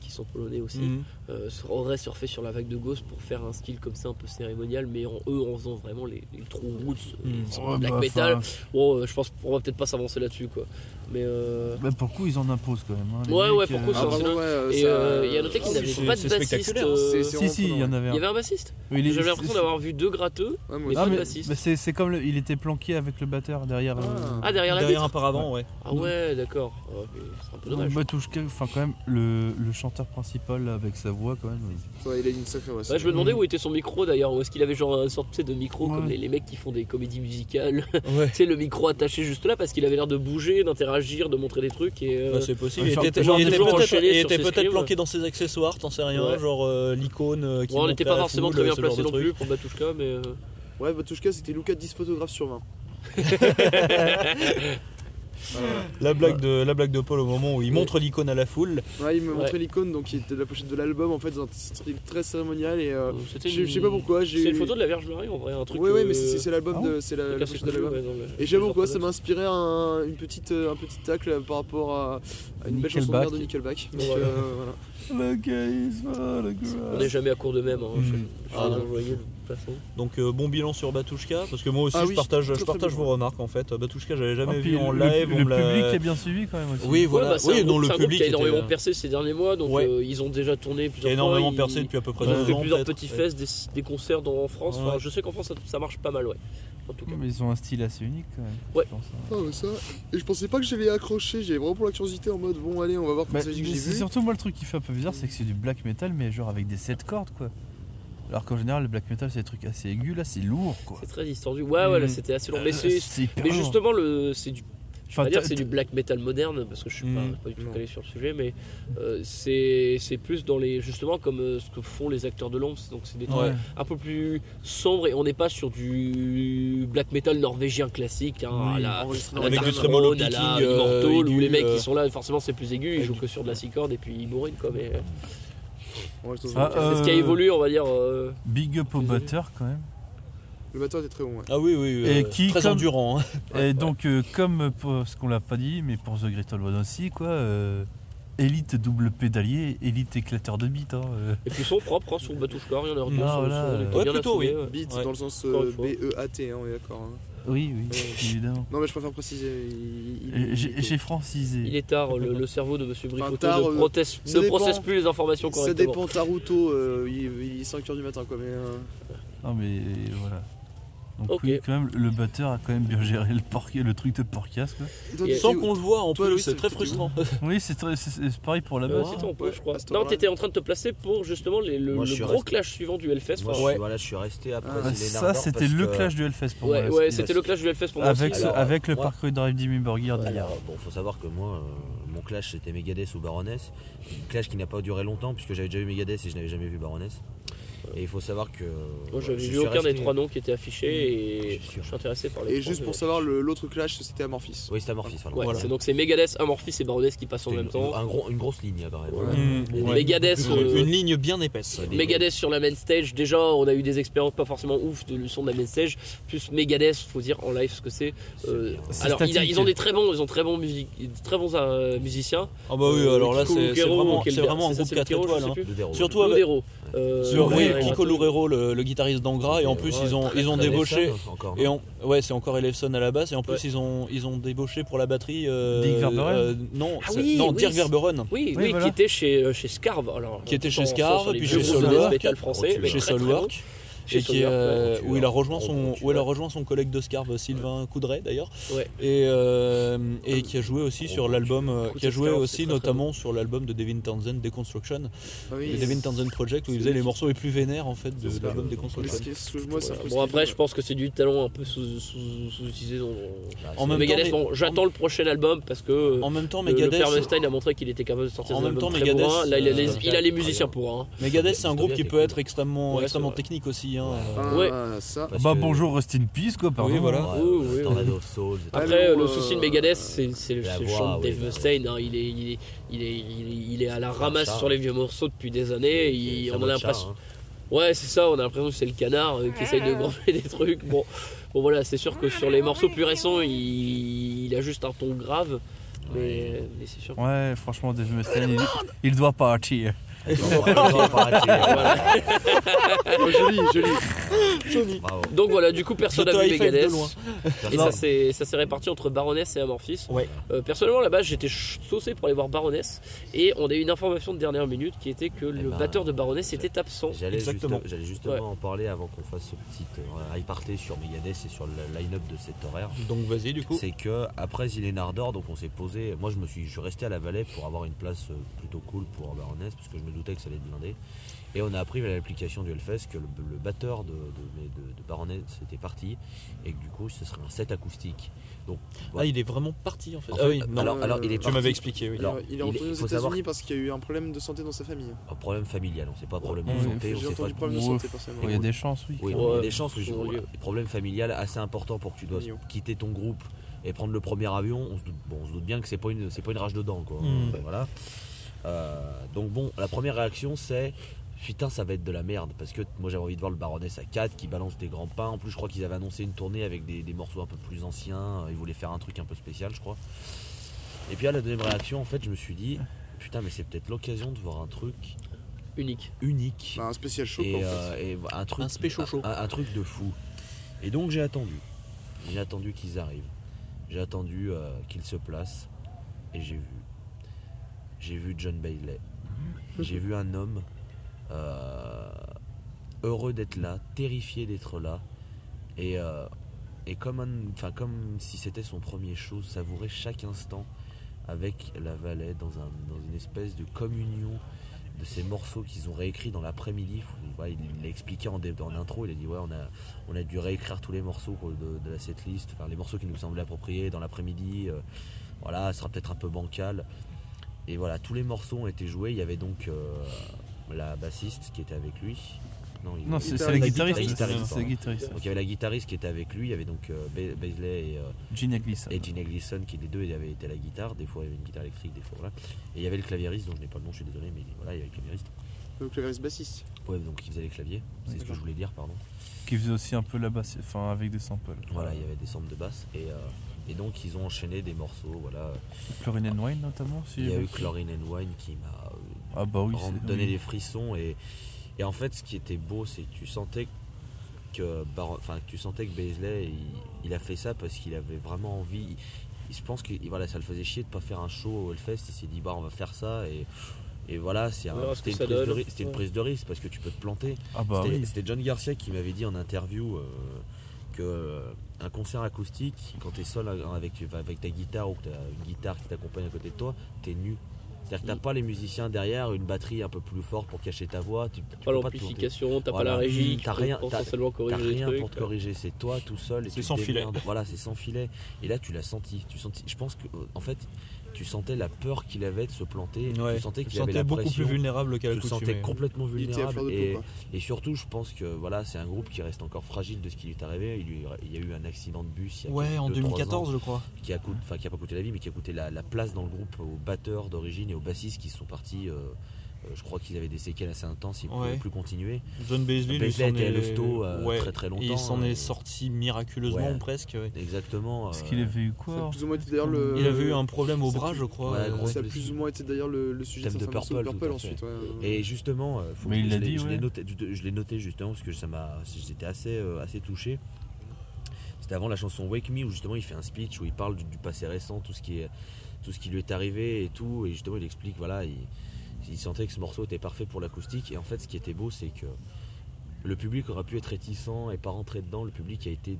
qui sont polonais aussi,
Mhm.
euh, sur- auraient surfé sur la vague de Ghost pour faire un style comme ça un peu cérémonial, mais en eux en faisant vraiment les, les trous roots, euh,
Mhm.
sur
Ouais,
le black
bah,
metal.
enfin,
Bon, euh, je pense qu'on va peut-être pas s'avancer là-dessus quoi. Mais euh,
bah, pour le coup, ils en imposent quand même. hein, les
Ouais,
mecs,
ouais, pour le coup,
Ah,
ça-
vraiment, ouais, euh,
et
ça-
euh, il y a noté qu'ils
c'est-
n'avaient
c'est-
pas de
c'est
bassiste.
spectaculaire.
euh,
hein. C'est- c'est-
Si, si, il y en avait
Il
un.
y avait un bassiste
Oui, il est-
J'avais l'impression d'avoir vu deux gratteux.
ouais, moi
mais
aussi.
pas
Ah,
de
mais-
bassiste.
mais c'est c'est comme le- il était planqué avec le batteur derrière. euh,
Ah.
Ah, derrière la
derrière un
vitre
paravent ouais
Ah ouais, d'accord. Ah, mais c'est un peu dommage.
Bah, touche que- enfin quand même le, le chanteur principal là, avec sa voix quand même. il-
Ouais, il a une sacrée voix,
Ouais,
ça.
je me demandais où était son micro d'ailleurs, ou est-ce qu'il avait genre une sorte tu sais, de micro
Ouais.
comme les, les mecs qui font des comédies musicales,
ouais
tu sais le micro attaché juste là parce qu'il avait l'air de bouger, d'interagir, de montrer des trucs et euh,
Bah, c'est possible.
genre,
Il était,
genre,
il était
toujours
peut-être
enchaîné
il
sur
était
ses
peut-être
scrims.
planqué dans ses accessoires, t'en sais rien,
Ouais.
genre euh, l'icône euh, qui
bon, on
montrait
n'était pas
à la
forcément
foule,
très bien
ce genre
placé
de
non
truc.
plus pour Batushka mais euh,
Ouais, bah, Batushka, c'était Lucas 10 photographes sur 20.
La blague de la blague de Paul au moment où il
Ouais.
montre l'icône à la foule.
Ouais, il me
Ouais.
montrait l'icône, donc il était de la pochette de l'album en fait, dans un style très cérémonial et.
Ah,
euh,
c'était
Je je
une-
sais pas pourquoi, j'ai.
C'est une photo de la Vierge Marie en vrai, un truc.
Ouais, ouais,
euh,
mais c'est c'est l'album
ah
de. C'est la,
avec
la
un
pochette de
cercle bleu,
l'album.
ouais, dans le-
Et j'avoue
les
quoi, ça m'a
orthodoxes.
inspiré un, une petite, euh, un petit tacle par rapport à, à une belle chanson de
Nickelback.
merde de Nickelback. Donc,
Voilà.
euh, voilà.
On n'est jamais à court de même. Hein, chez- chez
Ah,
les
non.
enjoyés, de toute façon.
Donc euh, bon bilan sur Batushka, parce que moi aussi
Ah
je
oui,
partage,
très,
je
très
partage
bon.
vos remarques en fait. Batushka, j'avais
Ah,
jamais
puis
vu en
le-
live.
le
on me l'a-
public a bien suivi quand même aussi.
Oui, voilà.
Ouais, bah, c'est
oui,
un
non,
groupe-
le
c'est un
public
groupe qui a
était-
énormément percé ces derniers mois, donc
Ouais.
euh, ils ont déjà tourné plusieurs fois.
Énormément
ils-
percé depuis à peu près
ils ont
deux
fait
ans,
plusieurs
peut-être.
petits
Ouais.
fesses, des, des concerts dans, en France. Enfin,
Ouais. Mm.
je sais qu'en France ça, ça marche pas mal, ouais. En tout cas.
Ouais, mais ils ont un style assez unique quand même.
Ouais.
je pense, hein.
Ah, ouais, ça. Et je pensais pas que j'allais accrocher, j'avais vraiment pour la curiosité en mode bon, allez, on va voir
Bah,
comment ça dit que j'ai
c'est
vu.
surtout moi le truc qui fait un peu bizarre, c'est que c'est du black metal, mais genre avec des 7 cordes quoi. Alors qu'en général, le black metal c'est des trucs assez aigus, là c'est lourd quoi.
C'est très distordu. Ouais, ouais, là, c'était assez long. Mais,
Euh,
c'est-
c'est hyper
mais
lourd.
justement, le, c'est du. Je vais
Enfin,
pas dire
t'as-
c'est du black metal moderne parce que je suis pas,
Mm.
pas du tout calé sur le sujet, mais euh, c'est c'est plus dans les justement comme euh, ce que font les acteurs de l'ombre, donc c'est des trucs
Ouais.
un peu plus sombres et on n'est pas sur du black metal norvégien classique, hein, à la-
Enregistré
à la
dans
Avec du
Dark
tremolo
Throne, à la
picking, euh,
Immortal, où
aigu,
les mecs
euh,
ils sont là, forcément c'est plus aigu, ils jouent que sur de la six cordes et puis ils bourrinent quoi. Mais euh,
Enregistré dans
Ah,
le-
c'est ce qui a
euh,
évolué, on va dire. euh,
Big up au batteur quand même.
Le batteur était très bon, ouais.
Ah oui, oui,
Et
euh,
qui,
très
comme-
endurant. hein.
Et donc, euh, comme pour ce qu'on l'a pas dit, mais pour The Great Old One aussi quoi. euh, Élite double pédalier, élite éclateur de bite. Hein, euh.
Et puis ils sont propres hein, sur le Batouchka, rien à redire.
Non,
sur le
là,
son,
euh,
on était
ouais,
bien
plutôt,
assommés,
oui.
ouais.
Beat
Ouais.
dans le sens
Encore une
euh,
fois.
B-E-A-T, hein, on est d'accord. hein.
Oui, oui, évidemment.
Non, mais je préfère préciser. il- il-
Euh,
il-
J'ai
il-
j'ai
Il
francisé.
est tard, le, le cerveau de Monsieur Bricoteau
tard,
ne,
euh,
proteste-
ça
ne
dépend.
processe plus les informations
Ça
correctement.
dépend, Taruto, euh, il, il est 5h du matin, quoi. Mais, euh,
Non mais voilà. Donc
Ok.
oui, quand même, le batteur a quand même bien géré le, porc- le truc de porcasse quoi.
toi,
Et-
tu-
Sans qu'on le voit en
Toi,
plus,
Louis,
c'est
t'es-
très
t'es
frustrant.
Oui, c'est très- c'est- c'est pareil pour la
Euh,
basse.
C'était en peu,
Ouais,
je crois.
à ce
Non,
moment-là.
t'étais en train de te placer pour justement les- le,
Moi, je
le
suis
gros
resté-
clash suivant du Hellfest.
Moi,
Enfin,
je,
Ouais.
suis- voilà, je suis resté après.
Ah,
les
ça,
Nardois
c'était
parce
le
que-
clash du Hellfest pour
ouais,
moi.
ouais,
c'est-
c'était le clash du Hellfest pour moi
Avec,
aussi.
ce-
Alors,
avec le
moi-
parcours de Drive Jimmy Burger d'hier.
Alors, bon, faut savoir que moi, euh, mon clash c'était Megadeth ou Baroness. Clash qui n'a pas duré longtemps puisque j'avais déjà vu Megadeth et je n'avais jamais vu Baroness. Et il faut savoir que.
Moi,
je
j'avais
suis
vu aucun
resté-
des trois noms qui étaient affichés et
Je suis
je
sûr.
suis intéressé par les
Et
trois,
juste
mais-
pour savoir, le- l'autre clash, c'était Amorphis.
Oui, c'était Amorphis.
Ouais, c'est- donc c'est Megadeth, Amorphis et Baroness qui passent en
C'était
même
une-
temps.
un gros- une grosse ligne hein, quand même.
Ouais.
Mmh,
Les
ouais.
Megadeth,
Une-
euh,
Une ligne bien épaisse.
Ouais.
Megadeth sur la main stage, déjà on a eu des expériences pas forcément ouf de le son de la main stage, plus Megadeth, faut dire en live ce que c'est. Euh,
C'est
alors il a- ils ont
statique.
des très bons, ils ont très bons, music- très bons euh, musiciens.
Ah bah oui,
Euh,
alors là,
Kiko
c'est c'est
Lucero,
vraiment,
quel
c'est
gars
vraiment un
C'est ça,
groupe
c'est
4
Lucero, je
étoile.
sais
hein.
plus.
De Dero.
Surtout avec
Lodero. Euh,
sur
ouais,
oui,
ouais,
Kiko
ouais.
Loureiro, le, le guitariste d'Angra, et en plus ils ont, ils ont
Très
débauché.
récent, encore.
Et on, ouais, c'est encore Elefson à la basse, et en plus
Ouais.
ils ont, ils ont débauché pour la batterie. euh,
Dick Verberon
euh, Non,
Ah
c'est-
oui,
non
oui,
Dirk
c'est-
Verberon.
Oui, oui,
Oui, voilà.
qui était chez, euh, chez Scarve. Alors,
Qui était chez
sans- sans-
Scarve,
sans les
puis
vieux
chez
groupes de
Soulwork,
métal français, mais
chez
très, très
Soulwork.
bon. Chez
et qui,
Soulwork,
euh,
ouais.
où il a rejoint son,
Gros
où elle a
tueur.
rejoint son collègue de Scarve, Sylvain Coudray d'ailleurs,
Ouais.
et, euh, et qui a joué aussi
Gros
sur
tueur.
l'album, euh,
Écoute,
qui a joué
Scarve, c'est
aussi
très, très
notamment sur l'album de Devin Townsend, Deconstruction,
Ah oui,
le Devin Townsend Project, où il faisait les morceaux les plus vénères en fait de
C'est ça.
l'album
Mais
Deconstruction.
ce qui est- ce que moi, c'est
Voilà.
un peu ce
Bon
qui-
après je pense que c'est du talent un peu sous- sous- sous-utilisé sous,
Bah,
En
c'est-
même temps,
Megadeth.
mais-
bon, j'attends le prochain album parce que euh,
En même temps,
le- le,
Megadeth,
père Mustaine a montré qu'il était capable de sortir
En
des
même
albums
temps,
très
Megadeth,
bourrins. Là il a
euh,
les, il a les
Megadeth,
musiciens
par
pour hein.
Megadeth, c'est un groupe qui peut être extrêmement,
Ouais,
extrêmement
c'est vrai.
technique aussi. Hein.
Ah,
ouais.
ça.
parce
Bah
que-
bonjour, rest in peace
Oh,
quoi, pardon.
Oui, voilà.
Ouais,
hein. Oui, oui, Ah,
Tornado of Souls, et tout.
Après
Allô,
le
euh,
souci de Megadeth c'est c'est le
la
c'est le
voix,
chant de
oui,
Dave
bah,
Mustaine. hein. Il, est, il, est, il, est, il est- il est à la
C'est un
ramasse
chat,
sur les vieux morceaux depuis des années. Il-
C'est un
on a
mode chat,
l'impression
hein.
Ouais, c'est ça, on a l'impression que c'est le canard euh, qui essaye de granger des trucs. Bon, bon voilà, c'est sûr que sur les morceaux plus récents, il, il a juste un ton grave, mais, mais c'est sûr. que-
Ouais, franchement, Dave Mustaine, il, il doit partir.
Bravo.
Ah,
Oh, joli, joli.
Donc voilà, du coup, personne n'a vu
Plutôt high five de
Megadeth.
loin.
Et
Non.
ça s'est ça s'est réparti entre Baroness et Amorphis.
Ouais.
Euh, personnellement, là-bas, j'étais ch- saucé pour aller voir Baroness. Et on a eu une information de dernière minute qui était que le
ben,
batteur de Baroness était absent.
J'allais juste-
Exactement.
j'allais justement
Ouais.
en parler avant qu'on fasse ce petit euh, high party sur Megadeth et sur le line-up de cet horaire.
Donc vas-y, du coup.
C'est que après Zilénard d'Or, donc on s'est posé. Moi, je me suis, je suis resté à la Vallée pour avoir une place euh, plutôt cool pour Baroness parce que je me doutais que ça allait être blindé. Et on a appris via l'application du Hellfest que le, le batteur de, de, de- de Baroness était parti et que du coup, ce serait un set acoustique. Donc,
Ah, il est vraiment parti en fait.
Oh,
en
ah
fait,
oui, non.
alors, alors, il est
tu m'avais
parti-
expliqué, oui.
Il,
Alors,
est- il
il-
est retourné
il
aux
faut savoir-
États-Unis parce qu'il y a eu un problème de santé dans sa famille.
Un problème familial, on sait pas problème
Ouais,
de santé, on
J'ai
sait pas
entendu problème de
Ouf.
santé personnellement.
Il y a des chances, oui.
Oui, mais
Ouais,
il y a
ouais,
des chances. oui, je-
bon,
voilà.
lieu.
Des problèmes familiales assez importants pour que tu dois
Mignon.
quitter ton groupe et prendre le premier avion. On se doute, bon, on se doute bien que c'est pas une, c'est pas une rage dedans, quoi.
Mm.
Ben, Voilà. Euh, donc bon, la première réaction c'est putain ça va être de la merde parce que moi j'avais envie de voir le Baroness à 4 qui balance des grands pains. En plus je crois qu'ils avaient annoncé une tournée avec des, des morceaux un peu plus Euh, anciens. Ils voulaient faire un truc un peu spécial, je crois. Et puis à la deuxième réaction en fait je me suis dit putain, mais c'est peut-être l'occasion de voir un truc
unique.
unique.
Bah, un spécial show,
et,
quoi, en
euh,
fait.
et un truc
Un spé chocho.
un, un truc de fou et donc j'ai attendu j'ai attendu qu'ils arrivent j'ai attendu euh, qu'ils se placent et j'ai vu j'ai vu John Bailey j'ai vu un homme euh, heureux d'être là terrifié d'être là et euh, et comme un- enfin comme si c'était son premier show savourer chaque instant avec la Valais dans, un, dans une espèce de communion de ces morceaux qu'ils ont réécrits dans l'après-midi. Faut- ouais, il l'a expliqué en, dé- en intro, il a dit ouais on a, on a dû réécrire tous les morceaux quoi, de, de la setlist, enfin les morceaux qui nous semblaient appropriés dans l'après-midi, euh, voilà, ça sera peut-être un peu bancal. Et voilà, tous les morceaux ont été joués, il y avait donc euh, la bassiste qui était avec lui. il-
Non,
il-
c'est- c'est la guitariste, c'est- c'est la
pardon.
guitariste.
Donc il y avait la guitariste qui était avec lui, il y avait donc euh, Ba- Baisley et euh,
Gene Eglison.
et Gene Eglison, qui les deux avaient été à la guitare. Des fois il y avait une guitare électrique, des fois voilà. Et il y avait le claviériste, dont je n'ai pas le nom, je suis désolé, mais voilà, il y avait le claviériste.
Le clavier bassiste.
Ouais, donc il faisait les claviers, c'est ce que je voulais dire, pardon.
Qui faisait aussi un peu la basse, enfin avec des samples.
Voilà, il y avait des samples de basse et, euh, et donc ils ont enchaîné des morceaux, voilà.
Chlorine and Wine notamment aussi.
Il y a eu Chlorine and Wine qui m'a euh,
Ah bah oui,
rend-
c'est-
donné
oui.
des frissons et, et en fait ce qui était beau c'est que tu sentais que Bar- enfin que tu sentais que Beasley il, il a fait ça parce qu'il avait vraiment envie. Il, je pense que voilà ça le faisait chier de pas faire un show au Hellfest. Il s'est dit bah on va faire ça et et voilà c'est un-
On verra ce
c'était
que
une,
ça
prise de
donne.
ri- c'était une
Ouais.
prise de risque parce que tu peux te planter.
Ah bah
C'était-
oui.
c'était John Garcia qui m'avait dit en interview euh, que euh, un concert acoustique, quand t'es seul euh, avec, avec ta guitare ou que t'as une guitare qui t'accompagne à côté de toi, t'es nu. C'est-à-dire
Mm.
que t'as pas les musiciens derrière, une batterie un peu plus forte pour cacher ta voix. Tu, tu
Pas
peux te
l'amplification,
tourner.
t'as pas la régie qui
T'as
peut
rien,
penser
t'as-
seulement à corriger
t'as
les
rien
trucs, euh.
pour te
quoi.
corriger, c'est toi tout seul. et
C'est
tu te
sans filet.
démerdes. Voilà, c'est sans filet. Et là, tu l'as senti. Tu sentis, je pense que, euh, en fait, tu sentais la peur qu'il avait de se planter.
Ouais.
Tu sentais
Tu
qu'il avait
sentais
la
beaucoup
pression.
plus vulnérable qu'à
Tu le
l'accoutumée.
sentais complètement
Il était à fleur
vulnérable.
de peau,
Et,
quoi.
et surtout, je pense que voilà, c'est un groupe qui reste encore fragile de ce qui lui est arrivé. Il, lui- il y a eu un accident de bus. Il y a
Ouais,
quelques-
en
deux, trois
2014,
ans,
je crois.
Qui a, coût- enfin, qui a pas coûté la vie, mais qui a coûté la, la place dans le groupe aux batteurs d'origine et aux bassistes qui sont partis. euh, euh, je crois qu'ils avaient des séquelles assez intenses, ils ne pouvaient
Ouais.
plus continuer.
John Beasley, lui,
Beasley
s'en
était à
est-
l'hosto euh,
ouais,
très très longtemps.
il s'en est
et-
sorti miraculeusement,
Ouais,
presque, ouais.
Exactement.
Parce
euh,
qu'il avait eu
Oh.
quoi, Ça a plus ou moins été d'ailleurs le- Il avait eu un problème au
Ça a
bras,
plus-
je crois.
Ouais,
euh,
grosse
ça a
blessure.
plus ou moins été d'ailleurs le, le sujet
thème de
certains morceaux
Purple, tout à fait.
ensuite. ouais, ouais, ouais.
Et justement, euh, faut
Mais
que
il
je
l'a
l'ai-
dit,
je l'ai
ouais.
noté, je- je l'ai noté justement parce que ça m'a, j'étais assez, euh, assez touché. C'était avant la chanson Wake Me où justement il fait un speech où il parle du, du passé récent, tout ce qui est, tout ce qui lui est arrivé et tout, et justement il explique voilà, il, il sentait que ce morceau était parfait pour l'acoustique et en fait ce qui était beau c'est que le public aurait pu être réticent et pas rentrer dedans, le public a été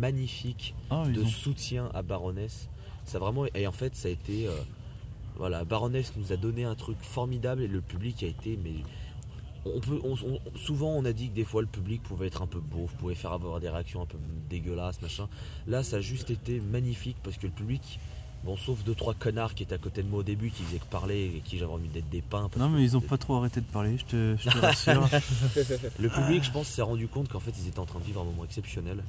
magnifique
Ah, ils
de
ont-
soutien à Baroness. Ça vraiment et en fait ça a été euh, voilà Baroness nous a donné un truc formidable et le public a été mais on peut on- on- souvent on a dit que des fois le public pouvait être un peu beau, pouvait faire avoir des réactions un peu dégueulasses machin. Là ça a juste été magnifique parce que le public Bon, sauf deux trois connards qui étaient à côté de moi au début, qui faisaient que parler et qui j'avais envie d'être des pains. parce
Non
que
mais ils ont pas trop arrêté de parler, je te, je te rassure.
le public,
Ah.
je pense, s'est rendu compte qu'en fait, ils étaient en train de vivre un moment exceptionnel.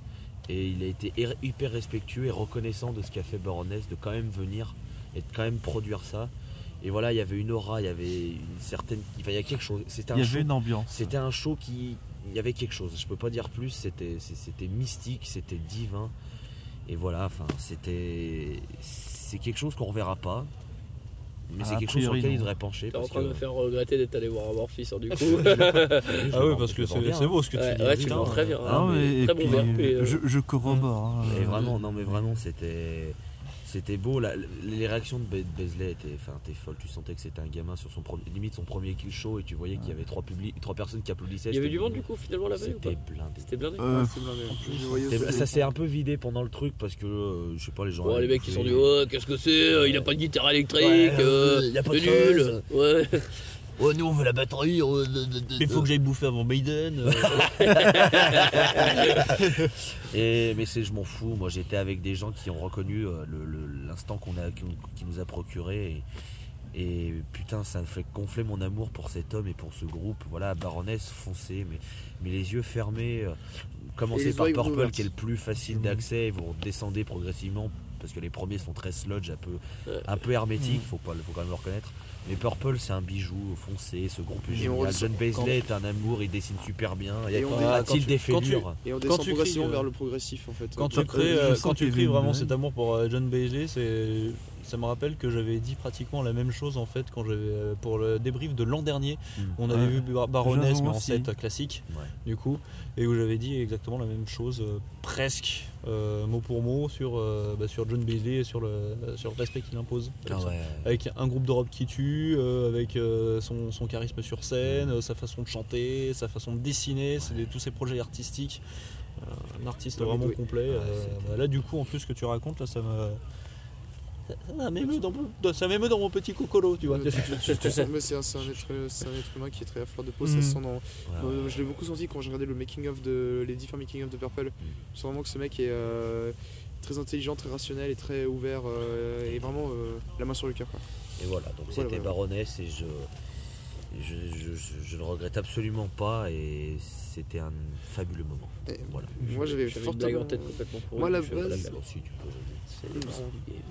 Et il a été hyper- hyper respectueux et reconnaissant de ce qu'a fait Baroness, de quand même venir et de quand même produire ça. Et voilà, il y avait une aura, il y avait une certaine. enfin, il y a quelque chose. C'était un
Il y avait
show-
une ambiance.
C'était un show qui. Il y avait quelque chose. Je peux pas dire plus. C'était c'est- c'était mystique, c'était divin. Et voilà, enfin, c'était. C'est quelque chose qu'on reverra pas. Mais
Ah,
c'est
a
quelque chose sur
priori,
lequel il
non.
devrait pencher.
T'es en
parce
train de
que-
me faire regretter d'être allé voir Amorphis, hein, du coup.
Ah
ouais, parce que c'est- c'est beau ce que tu
Ouais,
dis,
Ouais, tu le
putain.
vends très bien.
Ah
hein,
ouais,
mais
et
Très
puis,
bon verre. et, euh,
je, je corrobore. hein.
Et vraiment, non mais vraiment, c'était c'était beau. La- les réactions de Be- Beasley étaient, enfin, t'es folle. Tu sentais que c'était un gamin sur son premier, limite son premier kill show et tu voyais qu'il y avait trois publics, trois personnes qui applaudissaient.
Il y avait
C'était-
du monde, du coup, finalement, là-bas, ou
C'était
pas
blindé.
C'était blindé Euh, Ouais, c'était blindé. En plus, je voyais
C'était-
aussi
Ça
les-
s'est un peu vidé pendant le truc parce que euh, je sais pas les gens.
Ouais, les mecs qui sont dit ouais qu'est-ce que c'est euh, Il a pas de guitare électrique,
Ouais,
euh,
il a pas de
c'est nul.
creuse.
Ouais.
Ouais, nous on veut la batterie.
Il faut que j'aille bouffer avant Biden. euh.
Et mais c'est je m'en fous. Moi j'étais avec des gens qui ont reconnu euh, le- le- l'instant qu'on a qui, qui nous a procuré. Et, et putain ça me fait gonfler mon amour pour cet homme et pour ce groupe. Voilà Baroness foncez mais mais les yeux fermés. euh,
Et
Commencez
les
par
oreilles
Purple
ouvertes.
qui est le plus
Mmh.
facile d'accès. et Vous descendez progressivement parce que les premiers sont très sludge, un peu un peu
Mm.
hermétique. Faut pas faut quand même le reconnaître. Mais Purple c'est un bijou foncé. Ce groupe est
Et on
génial.
ressent-
John Beasley est un amour. Il dessine super bien. Il y a pas
quand
il
tu-
des
quand tu-
fêlures.
Et on
Quand
descend
tu
progressivement
cries, euh,
vers le progressif en fait.
Quand tu crées, euh, quand tu crées vraiment cet amour pour euh, John Bailey, c'est
ça me rappelle que j'avais dit pratiquement la même chose en fait quand j'avais euh, pour le débrief de l'an dernier. On avait
Ouais.
vu Bar- Baroness
J'avoue
mais en
aussi.
set classique du coup et où j'avais dit exactement la même chose euh, presque euh, mot pour mot sur euh, bah, sur John Beasley et sur le sur le respect qu'il impose
Ah ouais.
avec un groupe de rock qui tue, euh, avec euh, son, son charisme sur scène, euh, sa façon de chanter, sa façon de dessiner, c'est des- tous ses projets artistiques. Euh, un artiste
L'homme est
vraiment
doué.
complet.
Ouais,
euh,
c'était-
bah là, du coup, en plus, ce que tu racontes, là, ça me. ça- Ça m'émeut dans, mon- ça m'émeut dans mon petit cocolo, tu vois.
Euh, tu- tu- tu sens- mais c'est un, c'est un être, c'est un être humain qui est très à fleur de peau, ça
Mm.
Mhm.
se sent dans.
Ah.
dans-
ouais.
je l'ai beaucoup senti quand j'ai regardé le making of de les différents making of de Purple. Je sens vraiment que ce mec est euh, très intelligent, très rationnel et très ouvert euh, et vraiment euh, la main sur le cœur. quoi.
Et voilà, donc
Voilà,
c'était
voilà.
Baroness et je, je, je- je- je ne regrette absolument pas et c'était un fabuleux moment.
Et
Voilà.
Moi j'avais
J'avais une blague
fortement.
en tête complètement pour
Moi à la
Voilà,
base,
bah, si, tu peux-
C'est les barons du game.